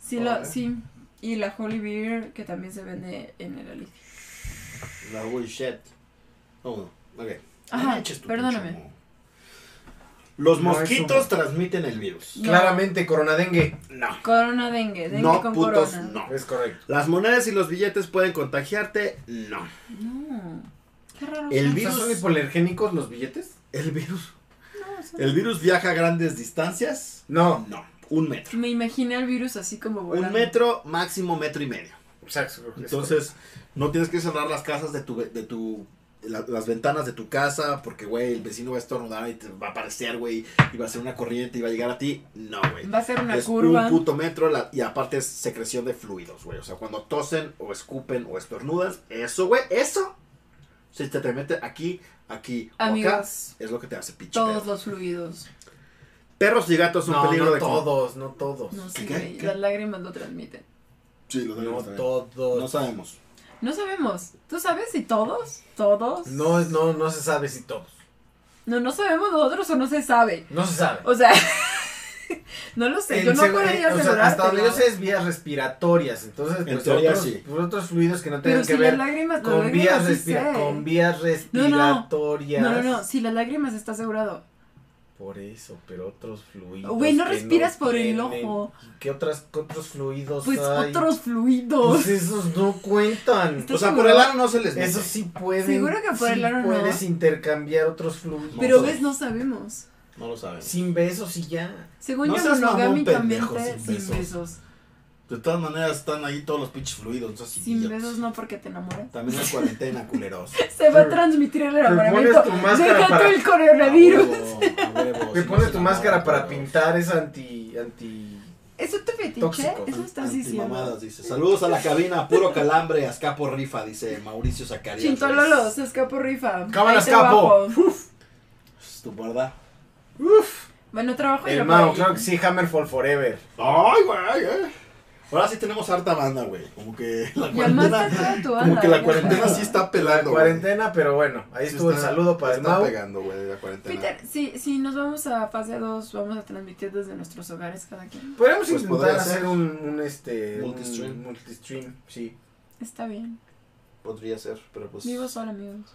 S1: sí, lo-
S13: Órale.
S1: sí, y la Holy Beer que también se vende en el Alicia.
S2: La holy shit. Oh, ok.
S1: Ajá,
S2: Manches, tu pinche
S1: perdóname.
S2: humo. Los
S3: No, es
S2: mosquitos
S3: humo.
S2: transmiten el virus.
S1: No.
S3: Claramente, coronadengue.
S2: No.
S1: Corona dengue, dengue
S2: No,
S1: con
S2: putos,
S1: corona.
S2: no.
S3: Es correcto.
S2: Las monedas y los billetes pueden contagiarte. No.
S1: No, qué raro.
S2: El
S1: son.
S2: vi-
S3: O sea,
S2: Virus.
S3: ¿Son hipoalergénicos los billetes?
S2: El virus.
S1: No, son-
S2: El virus viaja a grandes distancias.
S3: No.
S2: No. Un metro.
S1: Me imaginé el virus así como volando.
S2: Un metro, máximo metro y medio.
S3: O sea, es correcto.
S2: Entonces, no tienes que cerrar las casas de tu, ve- de tu, la- las ventanas de tu casa, porque, güey, el vecino va a estornudar y te va a aparecer, güey, y va a ser una corriente y va a llegar a ti. No, güey.
S1: Va a ser una
S2: es
S1: curva.
S2: un puto metro la- y aparte es secreción de fluidos, güey. O sea, cuando tosen o escupen o estornudas, eso, güey, eso. Si te, te mete aquí, aquí o acá,
S1: Amigos,
S2: es lo que te hace pinche
S1: todos
S2: pedo.
S1: los fluidos.
S2: Perros y gatos son
S3: No,
S2: peligro
S3: no
S2: de...
S3: todos, no todos.
S1: No sé,
S2: ¿Qué, qué,
S1: güey,
S2: qué?
S1: las lágrimas lo transmiten.
S2: Sí, lo
S3: No
S2: sabemos también.
S3: todos.
S2: No sabemos.
S1: No sabemos. ¿Tú sabes si todos? ¿Todos?
S3: No, no, no se sabe si todos.
S1: No, no sabemos nosotros o no se sabe.
S3: No se sabe.
S1: O sea, *laughs* no lo sé. Yo
S3: En
S1: no
S3: seg-
S1: podría
S3: eh, o sea,
S1: asegurarte,
S3: hasta donde
S1: ¿no?
S3: yo sé es vías respiratorias, entonces pues,
S2: teoría,
S3: otros,
S2: sí.
S3: pues, otros fluidos que no
S1: Pero
S3: tienen que
S1: si las
S3: ver
S1: lágrimas, las
S3: con vías,
S1: lágrimas sí
S3: respira-
S1: sé.
S3: con vías
S1: No, no.
S3: respiratorias.
S1: No, no, no. Si las lágrimas está asegurado.
S3: Por eso, pero otros fluidos.
S1: Güey, no
S3: que
S1: respiras por el
S3: tienen.
S1: ojo.
S3: ¿Qué otras, qué otros fluidos
S1: Pues
S3: hay?
S1: otros fluidos.
S3: *laughs* Pues esos no cuentan.
S1: ¿Estás
S2: O sea, por
S1: seguro?
S2: el ano no se les mete.
S3: Eso sí pueden.
S1: Seguro que por
S3: sí
S1: el ano no.
S3: puedes intercambiar otros fluidos.
S1: Pero
S2: No
S1: ves, no sabemos.
S2: No lo sabemos.
S3: Sin besos y ya.
S1: Según
S2: No
S1: yo,
S2: seas mamón, pendejo,
S1: monogámicamente,
S2: sin
S1: sin
S2: besos.
S1: besos.
S2: De todas maneras, están ahí todos los pinches fluidos. no seas
S1: Sin
S2: idiota.
S1: besos no porque te enamoras.
S2: También la cuarentena,
S1: *laughs*
S2: culeros.
S1: Se va a
S3: Te-
S1: transmitir el
S3: pones
S1: enamoramiento.
S3: tu máscara
S1: Deja
S3: para-
S1: tú el coronavirus.
S3: Te pones tu máscara para pintar, es anti. anti...
S1: ¿Eso te fetiche?
S3: Tóxico,
S1: Eso estás diciendo.
S2: Antimamadas, dice. Saludos a la cabina, puro calambre, Azcapo Rifa, dice Mauricio Zacarías.
S1: Chintololo, se escapó rifa.
S3: Cámara
S1: Ahí te
S3: escapo.
S1: bajo.
S2: Es tu verdad.
S1: Bueno, trabajo y
S3: El
S1: lo
S3: Mao,
S1: pago.
S3: claro que sí, Hammerfall Forever.
S2: Ay, güey, eh. Ahora sí tenemos harta banda, güey. Como que la
S1: Llamaste
S2: cuarentena.
S1: a toda tu banda.
S2: Como que la
S1: ya.
S2: cuarentena sí está pelando. güey.
S3: Cuarentena, pero bueno, ahí
S2: Sí
S3: estuvo el
S2: está-
S3: saludo para el
S2: Está
S3: Mao.
S2: pegando, güey, la cuarentena.
S1: Peter, si, si nos vamos a fase 2, vamos a transmitir desde nuestros hogares cada quien.
S3: Podríamos
S2: Pues
S3: intentar
S2: podría
S3: hacer
S2: ser.
S3: un, un este. un
S2: Multistream.
S3: multistream, sí.
S1: Está bien.
S2: Podría ser, pero pues.
S1: Vivo solo, amigos.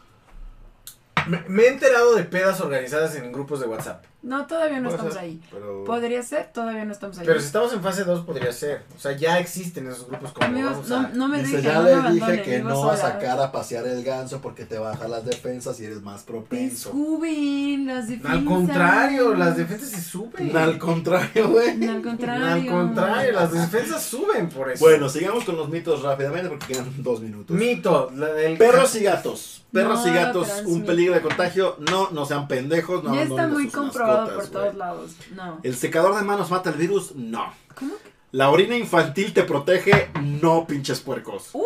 S3: Me, me he enterado de pedas organizadas en grupos de WhatsApp.
S1: No, todavía no
S2: Puede
S1: estamos
S2: ser,
S1: ahí.
S2: Pero.
S1: Podría ser, todavía no estamos ahí.
S3: Pero si estamos en fase 2, podría ser. O sea, ya existen esos grupos como.
S1: Amigos,
S3: vamos
S1: no,
S3: a-
S1: no me
S2: Dice,
S1: dejen,
S2: ya
S1: no me
S2: le
S1: abandonen,
S2: dije que
S1: vivo
S2: no a
S1: sola.
S2: sacar a pasear el ganso porque te baja las defensas y eres más propenso.
S1: Descubren las defensas.
S3: Al contrario, las defensas se suben.
S2: Al contrario, güey.
S1: Al contrario.
S3: Al contrario, las defensas suben por eso.
S2: Bueno, sigamos con los mitos rápidamente porque quedan dos minutos.
S3: mito. la del-
S2: Perros y gatos. Perros y
S1: No,
S2: gatos, un
S1: transmite.
S2: peligro de contagio. No, no sean pendejos. No
S1: ya
S2: abandonen
S1: está
S2: a
S1: muy
S2: sus
S1: comprobado
S2: mascotas,
S1: por
S2: güey.
S1: todos lados. No.
S2: El secador de manos mata el virus. No.
S1: ¿Cómo
S2: La orina infantil te protege. No, pinches puercos.
S1: ¡Wow!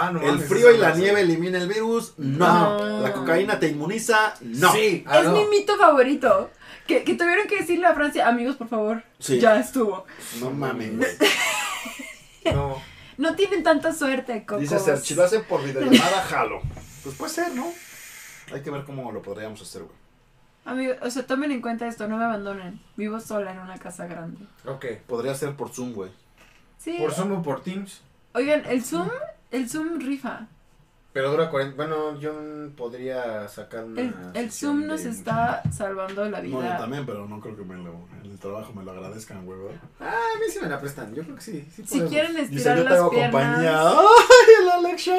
S3: Ah, no
S2: el
S3: mames,
S2: frío y
S3: eso
S2: la
S3: no sé.
S2: nieve elimina el virus. No.
S1: No.
S2: La cocaína te inmuniza. No.
S3: Sí, ah,
S1: Es
S3: no.
S1: mi mito favorito. Que, que tuvieron que decirle a Francia, amigos, por favor,
S2: Sí.
S1: ya estuvo.
S2: No mames. güey.
S3: No.
S1: No tienen tanta suerte, Coco.
S13: Dice Ser, si lo hacen por videollamada, jalo. Pues puede ser, ¿no? Hay que ver cómo lo podríamos hacer, güey.
S1: Amigos, o sea, tomen en cuenta esto, no me abandonen. Vivo sola en una casa grande.
S3: Ok.
S2: Podría ser por Zoom, güey.
S1: Sí.
S3: Por Zoom o por Teams.
S1: Oigan, el Zoom, el Zoom rifa.
S3: Pero dura 40. Bueno, yo no podría sacar una.
S1: El, el
S3: sesión
S1: Zoom nos
S3: de-
S1: está salvando la
S2: No, yo
S1: vida.
S2: también, pero no creo que me lo, en el trabajo me lo agradezcan, güey. ¿verdad?
S3: Ah, a mí sí me la prestan. Yo creo que sí.
S1: Si
S3: sí podemos. *laughs*
S1: quieren
S2: Dice,
S1: estirar
S2: yo
S1: las
S2: tengo compañía.
S1: piernas.
S2: ¡Ay, el Alex Show!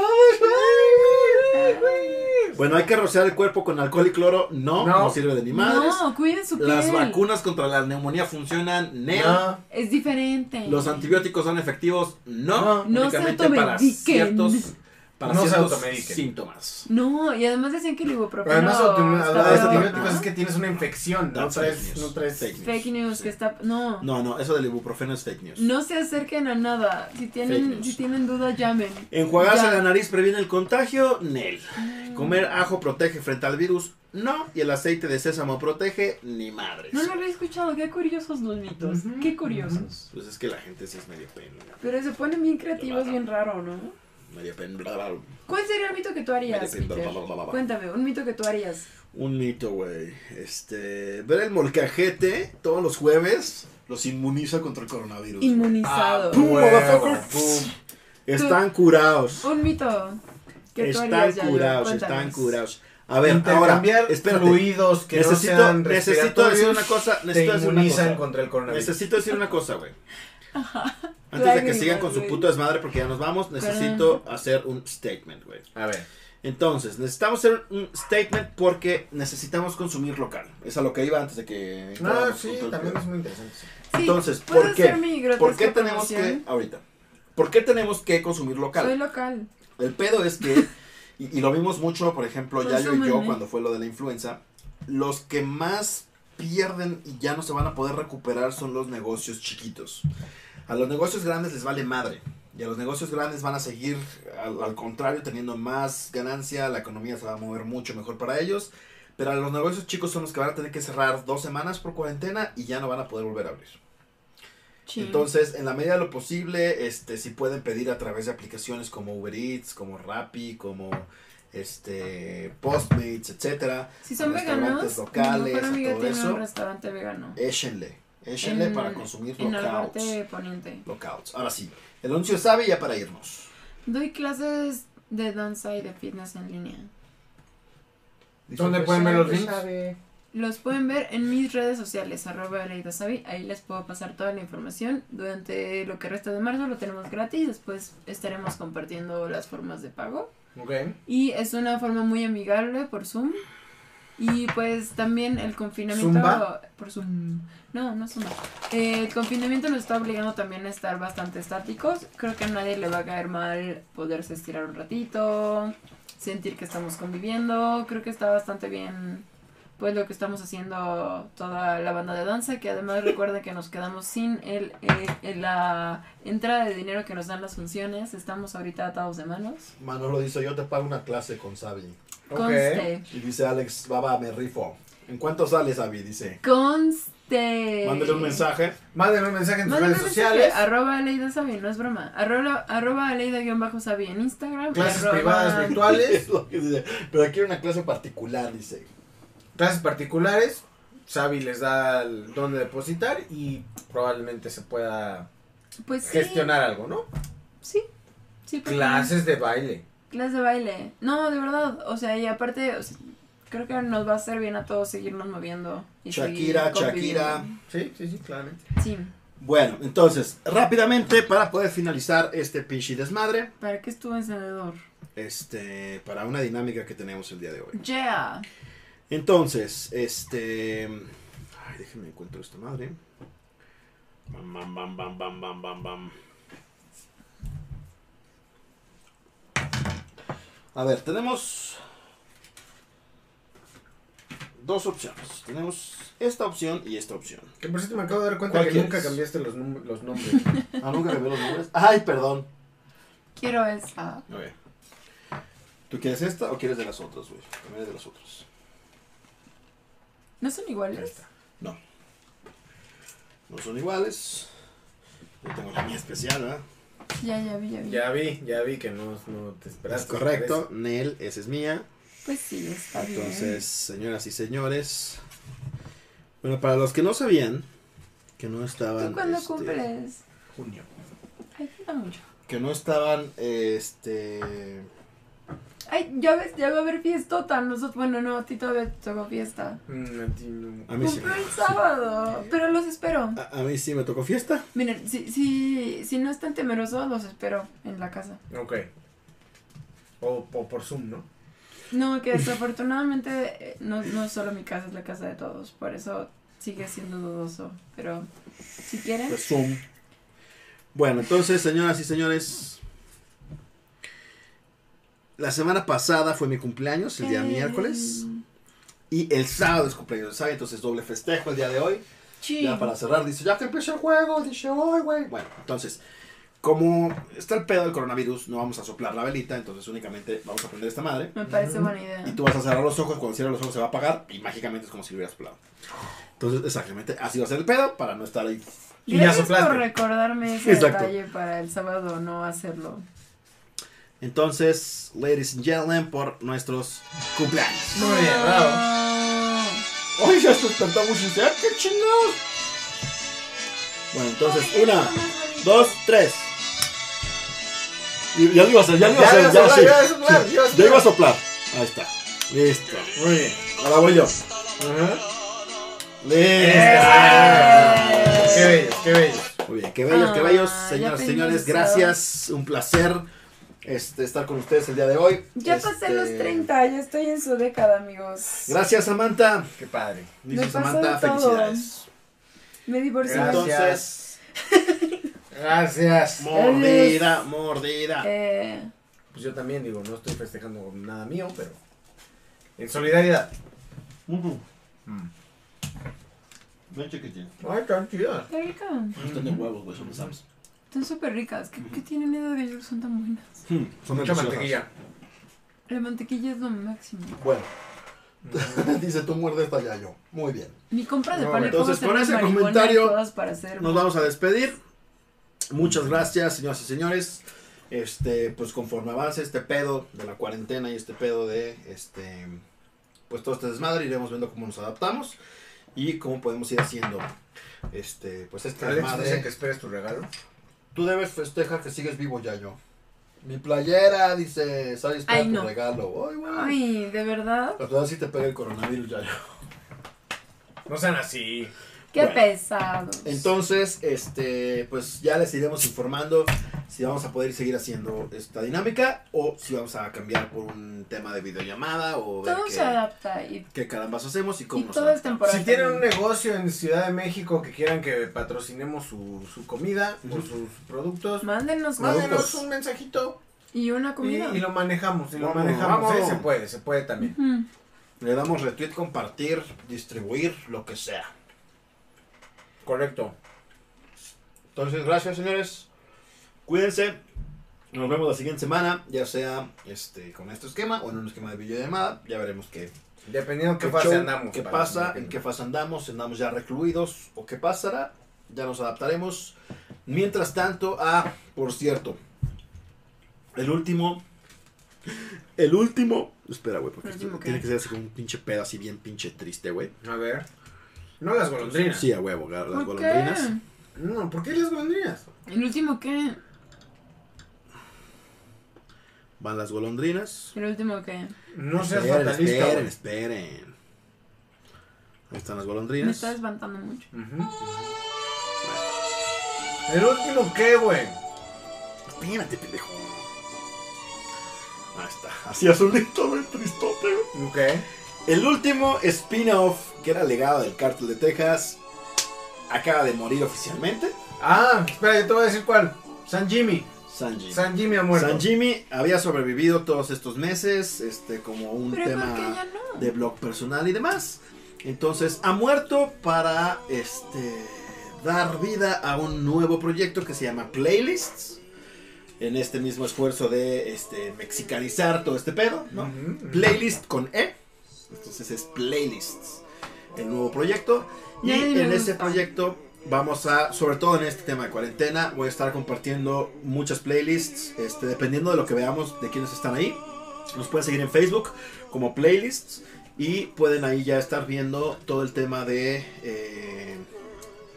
S2: ¡Ay, güey, güey! Bueno, hay que rociar el cuerpo con alcohol y cloro. No, no,
S3: No.
S2: sirve de ni madres.
S1: No, cuiden su piel.
S2: Las vacunas contra la neumonía funcionan. Nel.
S3: No.
S1: Es diferente.
S2: Los antibióticos son efectivos. No.
S3: No.
S1: No
S2: únicamente
S1: se
S2: para
S1: automediquen.
S2: ciertos, para
S3: No se
S2: ciertos
S3: automediquen.
S2: síntomas.
S1: No, y además decían que el ibuprofeno.
S3: Además, autom-
S1: está
S3: además,
S1: peor,
S3: antibióticos
S1: ¿no?
S3: este es que tienes una infección. No
S2: That's
S3: traes.
S2: fake news.
S3: No traes.
S2: Fake news.
S1: Fake news,
S2: Sí.
S1: que está. No. no.
S2: No, no, eso del ibuprofeno es fake news.
S1: se acerquen a nada. Si
S2: Pues, Fake
S1: tienen,
S2: news.
S1: si tienen duda, llamen.
S2: Enjuagarse
S1: Ya. Mm.
S2: la nariz previene el contagio. Nel. Comer ajo protege frente al virus. No. Y el aceite de sésamo protege. Ni madres.
S1: No lo había escuchado. Qué curiosos los mitos.
S3: Ujú,
S1: Qué curiosos.
S2: Pues es que la gente sí es medio pen.
S1: Pero se ponen bien creativos, bien raro, ¿no?
S2: Medio pen. bla, bla, bla.
S1: ¿Cuál sería el mito que tú harías,
S2: Medio pen,
S1: Peter?
S2: bla, bla, bla, bla, bla.
S1: Cuéntame, un mito que tú harías.
S2: Un mito, güey. Este. Ver el molcajete todos los jueves los inmuniza contra el coronavirus.
S1: Inmunizado.
S2: Ah, Pum,
S3: Huevo,
S2: motherfucker.
S3: Ah, pum.
S2: Están curados.
S1: Un mito que tú
S2: Están
S1: harías, Yayo,
S2: curados,
S1: cuéntanos.
S2: están curados. A ver, ahora,
S3: Intercambiar
S2: espérate.
S3: fluidos que
S2: necesito,
S3: no sean
S2: necesito decir una
S3: respiratorios
S2: cosa,
S3: te
S2: necesito decir una
S3: inmunizan
S2: cosa.
S3: contra el coronavirus.
S2: Necesito decir una cosa,
S1: *laughs*
S2: güey. Antes de que
S1: Lágrimas,
S2: sigan con su
S1: güey.
S2: puto desmadre porque ya nos vamos, necesito hacer un statement, güey.
S3: A ver.
S2: Entonces, necesitamos hacer un statement porque necesitamos consumir local. Es a lo que iba antes de que...
S3: No, Ah, sí, también es muy interesante. sí.
S1: Sí,
S2: Entonces,
S1: ¿puedo
S2: ¿por qué?
S1: hacer mi
S2: ¿Por qué
S1: grotesca
S2: tenemos que...
S1: promoción?
S2: Ahorita. ¿Por qué tenemos que consumir local?
S1: Soy local.
S2: El pedo es que, y, y lo vimos mucho, por ejemplo, Yayo y yo
S1: Consúmenme.
S2: cuando fue lo de la influenza, los que más pierden y ya no se van a poder recuperar son los negocios chiquitos. A los negocios grandes les vale madre. Y a los negocios grandes van a seguir, al, al contrario, teniendo más ganancia, la economía se va a mover mucho mejor para ellos. Pero a los negocios chicos son los que van a tener que cerrar dos semanas por cuarentena y ya no van a poder volver a abrir.
S1: Chin.
S2: Entonces, en la medida de lo posible, este, si pueden pedir a través de aplicaciones como Uber Eats, como Rappi, como este Postmates, etcétera,
S1: si son
S2: restaurantes
S1: veganos,
S2: locales,
S1: mi mejor amiga
S2: a todo
S1: tiene
S2: eso.
S1: un restaurante vegano.
S2: échenle, échenle
S1: En-
S2: para consumir
S1: En
S2: lockouts.
S1: Albarte Poniente.
S2: Lockouts. Ahora sí, el anuncio sabe ya para irnos.
S1: Doy clases de danza y de fitness en línea.
S3: ¿Dónde pueden ver los links?
S1: Los pueden ver en mis redes sociales, arroba Aleida Sabi. Ahí les puedo pasar toda la información. Durante lo que resta de marzo lo tenemos gratis. Después estaremos compartiendo las formas de pago.
S3: Ok.
S1: Y es una forma muy amigable por Zoom. Y pues también el confinamiento
S3: ¿Zumba?
S1: por Zoom. No, no es Zumba. Eh, el confinamiento nos está obligando también a estar bastante estáticos. Creo que a nadie le va a caer mal poderse estirar un ratito, sentir que estamos conviviendo. Creo que está bastante bien pues lo que estamos haciendo toda la banda de danza, que además recuerden que nos quedamos sin el, eh, el- la entrada de dinero que nos dan las funciones. Estamos ahorita atados de manos.
S2: Manolo dice, yo te pago una clase con Sabi.
S1: Conste.
S2: Y dice Alex, baba, me rifo. ¿En cuánto sale Sabi? Dice.
S1: Conste.
S2: Mándale un mensaje. *laughs*
S3: Mándenme un mensaje en sus
S1: Mándale
S3: redes
S1: un
S3: sociales.
S1: mensaje, Arroba Aleida Sabi, no es broma. Arroba, arroba Aleida-Sabi en Instagram. y
S3: Clases
S1: arroba- *laughs*
S3: privadas virtuales.
S2: Es lo que dice. Pero aquí hay una clase particular, dice.
S3: clases particulares. Xavi les da el- dónde depositar y probablemente se pueda
S1: Pues sí.
S3: gestionar algo, ¿no?
S1: Sí. Sí, porque-
S3: Clases de baile.
S1: Clase de baile. No, de verdad. O sea, y aparte, o sea, creo que nos va a hacer bien a todos seguirnos moviendo. Y
S2: Shakira,
S1: seguir conviviendo.
S2: Shakira.
S3: Sí, sí, sí, claramente.
S1: Sí.
S2: Bueno, entonces, rápidamente, para poder finalizar este pinche desmadre,
S1: ¿Para qué estuvo encendedor?
S2: este, para una dinámica que tenemos el día de hoy.
S1: Yeah.
S2: Entonces, este. Ay, déjenme encuentro esta madre. Bam, bam, bam, bam, bam, bam, bam, bam. A ver, tenemos dos opciones. Tenemos esta opción y esta opción.
S3: Que por cierto me acabo de dar cuenta
S2: ¿Cuál
S3: que
S2: quieres?
S3: nunca cambiaste los, *laughs* num- los nombres.
S2: Ah, nunca cambié los nombres. Ay, perdón.
S1: Quiero esa.
S2: A ver. ¿Tú quieres esta o quieres de las otras, güey? También es de las otras.
S1: ¿No son iguales?
S2: No son iguales. Yo tengo la mía especial, ¿verdad?
S1: Ya, ya vi, ya vi.
S3: Ya vi, ya vi que no, no te
S2: Es
S3: esperaste.
S2: correcto. Nel, esa es mía.
S1: Pues sí, está bien.
S2: Entonces, señoras y señores. Bueno, para los que no sabían, que no estaban.
S1: ¿Tú cuándo
S2: este,
S1: cumples?
S2: Junio.
S1: Ayuda mucho.
S2: Que no estaban, este.
S1: Ay, ya ves, ya va a haber fiestota. Nosotros, bueno, no, a ti todavía te tocó fiesta.
S3: Mm, a ti no.
S2: A mí sí.
S1: Cumplo el sábado, pero los espero.
S2: A, a mí sí me tocó fiesta.
S1: Miren, si, si, si no están temerosos, los espero en la casa.
S3: Ok. O, o por Zoom, ¿no?
S1: No,
S2: *laughs*
S1: que desafortunadamente eh, no, no es solo mi casa, es la casa de todos. Por eso sigue siendo dudoso. Pero si quieren,
S2: Pues, Zoom. Bueno, entonces, señoras y señores. La semana pasada fue mi cumpleaños, el día
S1: eh,
S2: miércoles. Y el sábado es cumpleaños, ¿sabes? Entonces, doble festejo el día de hoy.
S1: Sí.
S2: Ya para cerrar, dice, ya que empieza el juego, dice, hoy, güey. Bueno, entonces, como está el pedo del coronavirus, no vamos a soplar la velita, entonces únicamente vamos a prender esta madre.
S1: Me parece buena idea.
S2: Y tú vas a cerrar los ojos, cuando cierras los ojos se va a apagar y mágicamente es como si lo hubieras soplado. Entonces, exactamente, así va a ser el pedo para no estar ahí.
S3: Y ya
S1: Gracias
S3: soplaste.
S1: por recordarme ese
S2: Exacto.
S1: detalle para el sábado no hacerlo.
S2: Entonces, ladies and gentlemen, por nuestros cumpleaños.
S3: Muy bien, bravo.
S2: ¡Ay, ya se despertó mucho! ¡Ah, qué chingados! Bueno, entonces, una, dos, tres. Y- Ya lo iba a hacer, ya lo iba a
S3: Ya
S2: hacer,
S3: lo
S2: ya
S3: iba a
S2: sí.
S3: soplar, ya lo iba
S2: Sí, Ya iba
S3: a soplar, ya lo iba a
S2: a
S3: soplar.
S2: soplar. Ahí está. Listo.
S3: Muy bien.
S2: Ahora voy yo.
S3: Ajá.
S2: Listo.
S3: Qué bellos, qué bellos.
S2: Muy bien, qué bellos, qué
S1: Ah,
S2: bellos.
S1: ya
S2: Señoras y
S1: pedimos
S2: señores,
S1: eso.
S2: gracias. Un placer este, estar con ustedes el día de hoy.
S1: Ya pasé
S2: Este,
S1: los 30, ya estoy en su década, amigos.
S2: Gracias, Samantha.
S3: Qué padre.
S2: Dice
S1: Me pasó
S2: Samantha,
S1: de todo.
S2: felicidades.
S1: Me divorcié.
S3: Gracias. Gracias.
S2: Mordida, mordida.
S1: Eh,
S3: Pues yo también digo, no estoy festejando nada mío, pero. En solidaridad.
S2: Mm, Ven chiquitín.
S3: Ay, tan chida.
S1: qué rica.
S2: Están de huevos, güey, son los Sams.
S1: Están súper ricas. ¿Qué, qué tienen idea de que son tan buenas?
S2: Mm, Son
S3: Mucha
S2: deliciosas.
S3: mantequilla.
S1: La mantequilla es lo máximo.
S2: Bueno. *laughs* Dice, tú muerde esta ya yo. Muy bien.
S1: Mi compra de
S3: No,
S1: pan y
S2: entonces,
S1: hacer
S2: con
S1: unas
S2: ese
S1: marihuanas
S2: comentario,
S1: todas para hacer.
S2: Nos vamos a despedir. Muchas gracias, señoras y señores. Este, pues conforme avance este pedo de la cuarentena y este pedo de este pues todo este desmadre, iremos viendo cómo nos adaptamos y cómo podemos ir haciendo este pues este
S3: Alex dice
S2: desmadre.
S3: que esperes tu regalo.
S2: Tú debes festejar que sigues vivo ya yo. Mi playera dice, sales para
S1: Ay,
S2: tu
S1: no.
S2: regalo. Ay, güey.
S1: Ay, de verdad.
S2: La verdad sí te pega el coronavirus ya.
S3: No sean así.
S1: Qué
S2: Bueno.
S1: pesado.
S2: Entonces, este, pues ya les iremos informando si vamos a poder seguir haciendo esta dinámica o si vamos a cambiar por un tema de videollamada o ver
S1: Todo se
S2: qué,
S1: adapta y,
S2: qué carambas hacemos y
S1: y
S2: cómo nos
S1: todo es
S2: adaptamos.
S1: temporal.
S3: Si tienen un
S1: también.
S3: negocio en Ciudad de México que quieran que patrocinemos su, su comida o
S2: Ujú.
S3: sus productos,
S1: Mándenos
S3: mándenos
S2: Productos.
S3: un mensajito
S1: y una
S3: y,
S1: comida.
S3: y lo manejamos. Y lo
S2: Vamos,
S3: manejamos.
S2: vamos.
S3: ¿eh? Se puede, se puede también.
S1: Mm.
S2: Le damos retweet, compartir, distribuir, lo que sea.
S3: Correcto.
S2: Entonces, gracias señores. Cuídense. Nos vemos la siguiente semana, ya sea este con este esquema o en un esquema de videollamada. Ya veremos qué,
S3: Dependiendo en qué
S2: qué
S3: fase
S2: show,
S3: andamos.
S2: qué
S3: para-
S2: pasa, en qué fase andamos, si andamos ya recluidos o qué pasará, ya nos adaptaremos. Mientras tanto, ah, por cierto, el último, el último, espera, güey, porque
S1: ¿El último
S2: esto
S1: qué?
S2: tiene que ser así como un pinche pedo así bien pinche triste, güey.
S3: A ver. No las golondrinas.
S2: Sí, a huevo, gar- las
S1: ¿Por qué?
S2: golondrinas.
S3: No, ¿por qué las golondrinas?
S1: ¿El último qué?
S2: Van las golondrinas.
S1: ¿El último qué?
S3: No seas
S2: esperen,
S3: fatalista.
S2: esperen,
S3: güey.
S2: esperen. Ahí están las
S1: Me
S2: golondrinas.
S1: está espantando mucho.
S3: Ujú. El último qué, güey.
S2: Espérate, pendejo. Ahí está. Así azulito, güey, tristote, güey.
S3: Ok.
S2: El último spin-off que era legado del cártel de Texas acaba de morir oficialmente.
S3: Ah, espera, yo te voy a decir cuál. San Jimmy.
S2: San Jimmy.
S3: San Jimmy ha muerto.
S2: San Jimmy había sobrevivido todos estos meses, este, como un
S1: Pero ¿por qué ya
S2: tema
S1: no?
S2: de blog personal y demás. Entonces ha muerto para este dar vida a un nuevo proyecto que se llama Playlists. en este mismo esfuerzo de este, mexicanizar todo este pedo, ¿no?
S3: Ujú.
S2: Playlist con E. Entonces es Playlists, el nuevo proyecto. Y
S1: Ya, ya, ya,
S2: en
S1: ya.
S2: ese proyecto vamos a, sobre todo en este tema de cuarentena, voy a estar compartiendo muchas playlists, este, dependiendo de lo que veamos, de quiénes están ahí. Nos pueden seguir en Facebook como playlists y pueden ahí ya estar viendo todo el tema de... eh,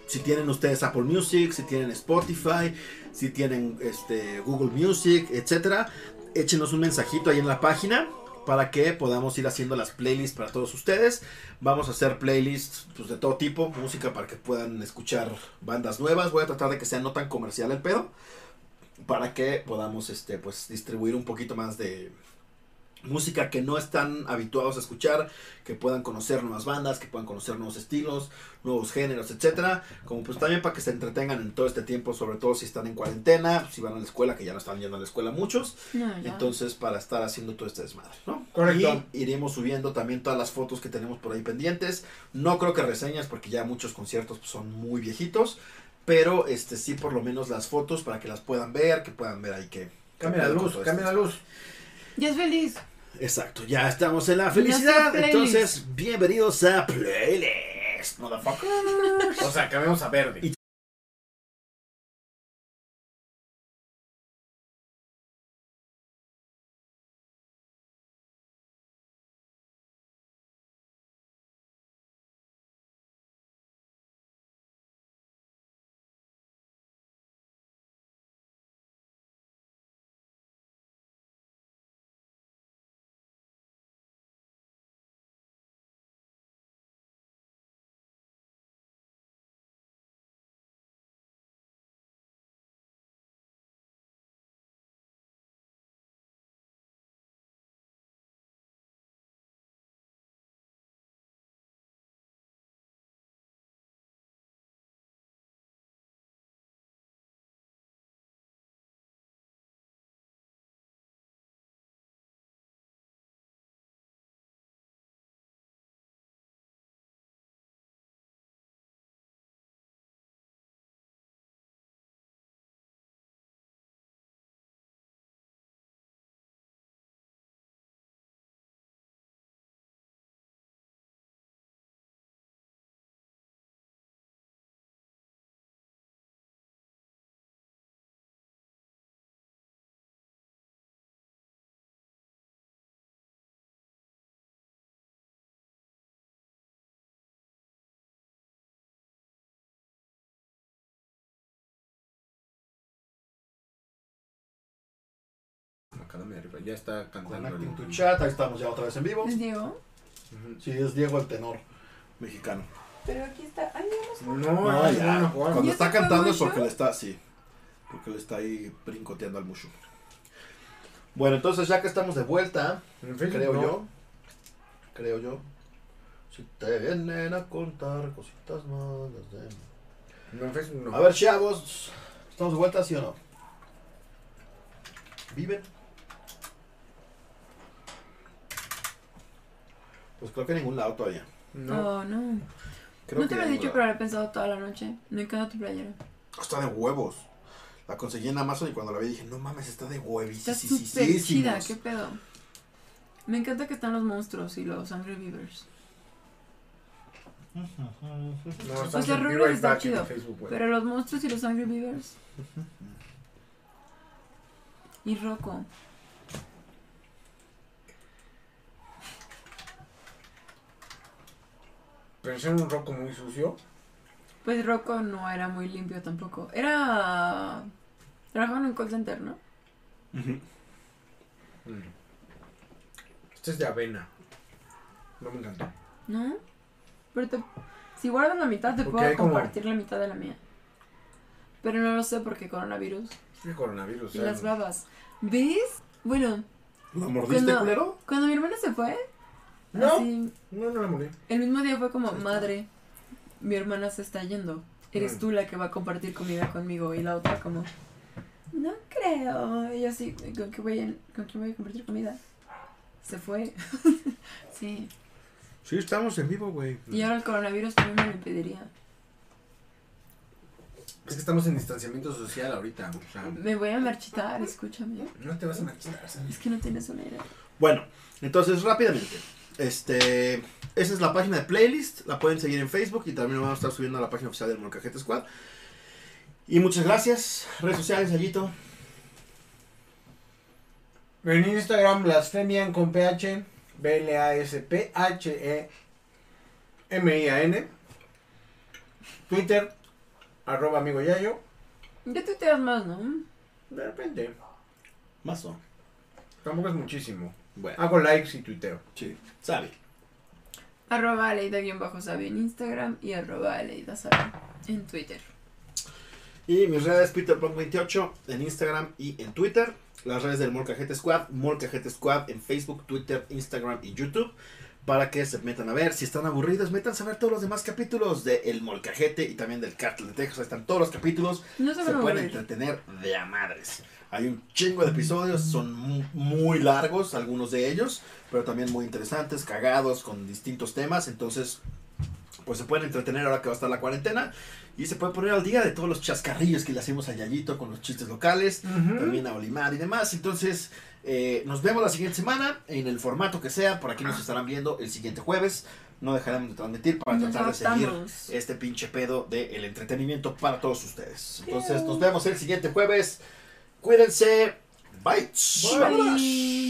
S2: si tienen ustedes Apple Music, si tienen Spotify, si tienen este, Google Music, etcétera, échenos un mensajito ahí en la página para que podamos ir haciendo las playlists para todos ustedes. Vamos a hacer playlists pues, de todo tipo, música para que puedan escuchar bandas nuevas. Voy a tratar de que sea no tan comercial el pedo, para que podamos este, pues, distribuir un poquito más de música que no están habituados a escuchar, que puedan conocer nuevas bandas, que puedan conocer nuevos estilos, nuevos géneros, etcétera, como pues también para que se entretengan en todo este tiempo, sobre todo si están en cuarentena, si van a la escuela, que ya no están yendo a la escuela muchos,
S1: No, ya.
S2: entonces para estar haciendo todo este desmadre, ¿no?
S3: Correcto.
S2: Y iremos subiendo también todas las fotos que tenemos por ahí pendientes. No creo que reseñas porque ya muchos conciertos pues, son muy viejitos, pero este sí por lo menos las fotos para que las puedan ver, que puedan ver ahí que
S3: Cambia la luz, cambia la luz.
S1: Ya es feliz.
S2: Exacto, ya estamos en la felicidad,
S1: Ya está playlist.
S2: entonces bienvenidos a Playlist, motherfucker.
S3: *laughs* O sea, cambiamos a verde. Macadamia arriba, Ya está cantando. el-
S2: Connecting to chat, ahí estamos ya otra vez en vivo.
S1: ¿Les digo?
S2: Sí, es Diego el tenor mexicano.
S8: Pero aquí está. Ay,
S2: No,
S3: No, no,
S2: ya,
S3: no, no,
S2: Cuando
S1: ¿Y
S2: está
S1: ese fue
S2: cantando es
S1: Mushu?
S2: porque le está así. Porque le está ahí brincoteando al mushu. Bueno, entonces ya que estamos de vuelta,
S3: En Facebook,
S2: creo
S3: no.
S2: yo. Creo yo. Si te vienen a contar cositas malas de mí.
S3: No, en Facebook no.
S2: A ver, chavos, ¿estamos de vuelta, sí o no? ¿Viven? Pues creo que en ningún lado todavía.
S3: No.
S1: No, Oh, no.
S2: Creo
S1: no
S2: que
S1: te lo he
S2: en
S1: dicho,
S2: ningún
S1: pero
S2: lado.
S1: lo he pensado toda la noche. No encuentro tu playera.
S2: Está de huevos. La conseguí en Amazon y cuando la vi dije, no mames, está de huevis.
S1: Está súper chida, qué pedo. Me encanta que están los monstruos y los Angry Beavers.
S3: No,
S1: sea,
S3: estamos en
S1: Rubén
S3: Be Right
S1: está
S3: Back en
S1: chido,
S3: Facebook, güey.
S1: Pero los monstruos y los Angry Beavers. Y Rocco.
S3: Pensé en un roco muy sucio.
S1: Pues Rocco no era muy limpio tampoco. Era. Trabajaba en un call center, ¿no?
S3: Mm. Este es de avena. No me encantó.
S1: ¿No? Pero te- si guardas la mitad, te
S3: Porque hay
S1: puedo
S3: como-
S1: compartir la mitad de la mía. Pero no lo sé porque coronavirus.
S3: Es que coronavirus.
S1: Y
S3: o sea,
S1: las babas. ¿Ves? Bueno,
S2: ¿Lo mordiste,
S1: Cuando-
S2: culero?
S1: cuando mi hermana se fue,
S3: No.
S1: así,
S3: No, no la morí.
S1: el mismo día fue como, madre, mi hermana se está yendo. Eres
S3: Mm.
S1: tú la que va a compartir comida conmigo. Y la otra como, no creo. Y yo así, ¿con qué voy a, con quién voy a compartir comida? Se fue. *laughs* sí.
S2: Sí, estamos en vivo, güey.
S1: Y ahora el coronavirus también me lo impediría.
S3: Es que estamos en distanciamiento social ahorita. O sea,
S1: Me voy a marchitar, escúchame.
S3: no te vas a marchitar. ¿sabes?
S1: Es que no tienes una idea.
S2: Bueno, entonces rápidamente. Este, esa es la página de playlist. La pueden seguir en Facebook y también la vamos a estar subiendo a la página oficial del Molcajete Squad. Y muchas gracias. Redes sociales, Gallito.
S3: En Instagram, blasfemian con PH, B-L-A-S-P-H-E-M-I-A-N. Twitter, arroba amigo Yayo.
S1: Ya tuiteas más, ¿no?
S3: De repente,
S2: Más o
S3: tampoco es muchísimo.
S2: Bueno,
S3: Hago likes y tuiteo.
S2: sí. Sabe.
S1: Arroba Aleida-Sabi en Instagram y arroba Aleida-Sabi en Twitter.
S2: Y mis redes, PeterPunk28 en Instagram y en Twitter. Las redes del Molcajete Squad, Molcajete Squad en Facebook, Twitter, Instagram y YouTube. Para que se metan a ver. Si están aburridos, métanse a ver todos los demás capítulos de El Molcajete y también del Cártel de Texas. Ahí están todos los capítulos.
S1: No se
S2: Se
S1: van a
S2: pueden
S1: morir.
S2: entretener de a madres. Hay un chingo de episodios, son mu- muy largos algunos de ellos, pero también muy interesantes, cagados, con distintos temas. Entonces, pues se pueden entretener ahora que va a estar la cuarentena. Y se puede poner al día de todos los chascarrillos que le hacemos a Yayito con los chistes locales, también a Olimar y demás. Entonces, eh, nos vemos la siguiente semana en el formato que sea. Por aquí nos
S1: Ah.
S2: estarán viendo el siguiente jueves. No dejaremos de transmitir para
S1: Nos
S2: tratar de seguir
S1: adaptamos.
S2: este pinche pedo del entretenimiento para todos ustedes. Entonces, nos vemos el siguiente jueves. Cuídense. Bye.
S1: Bye.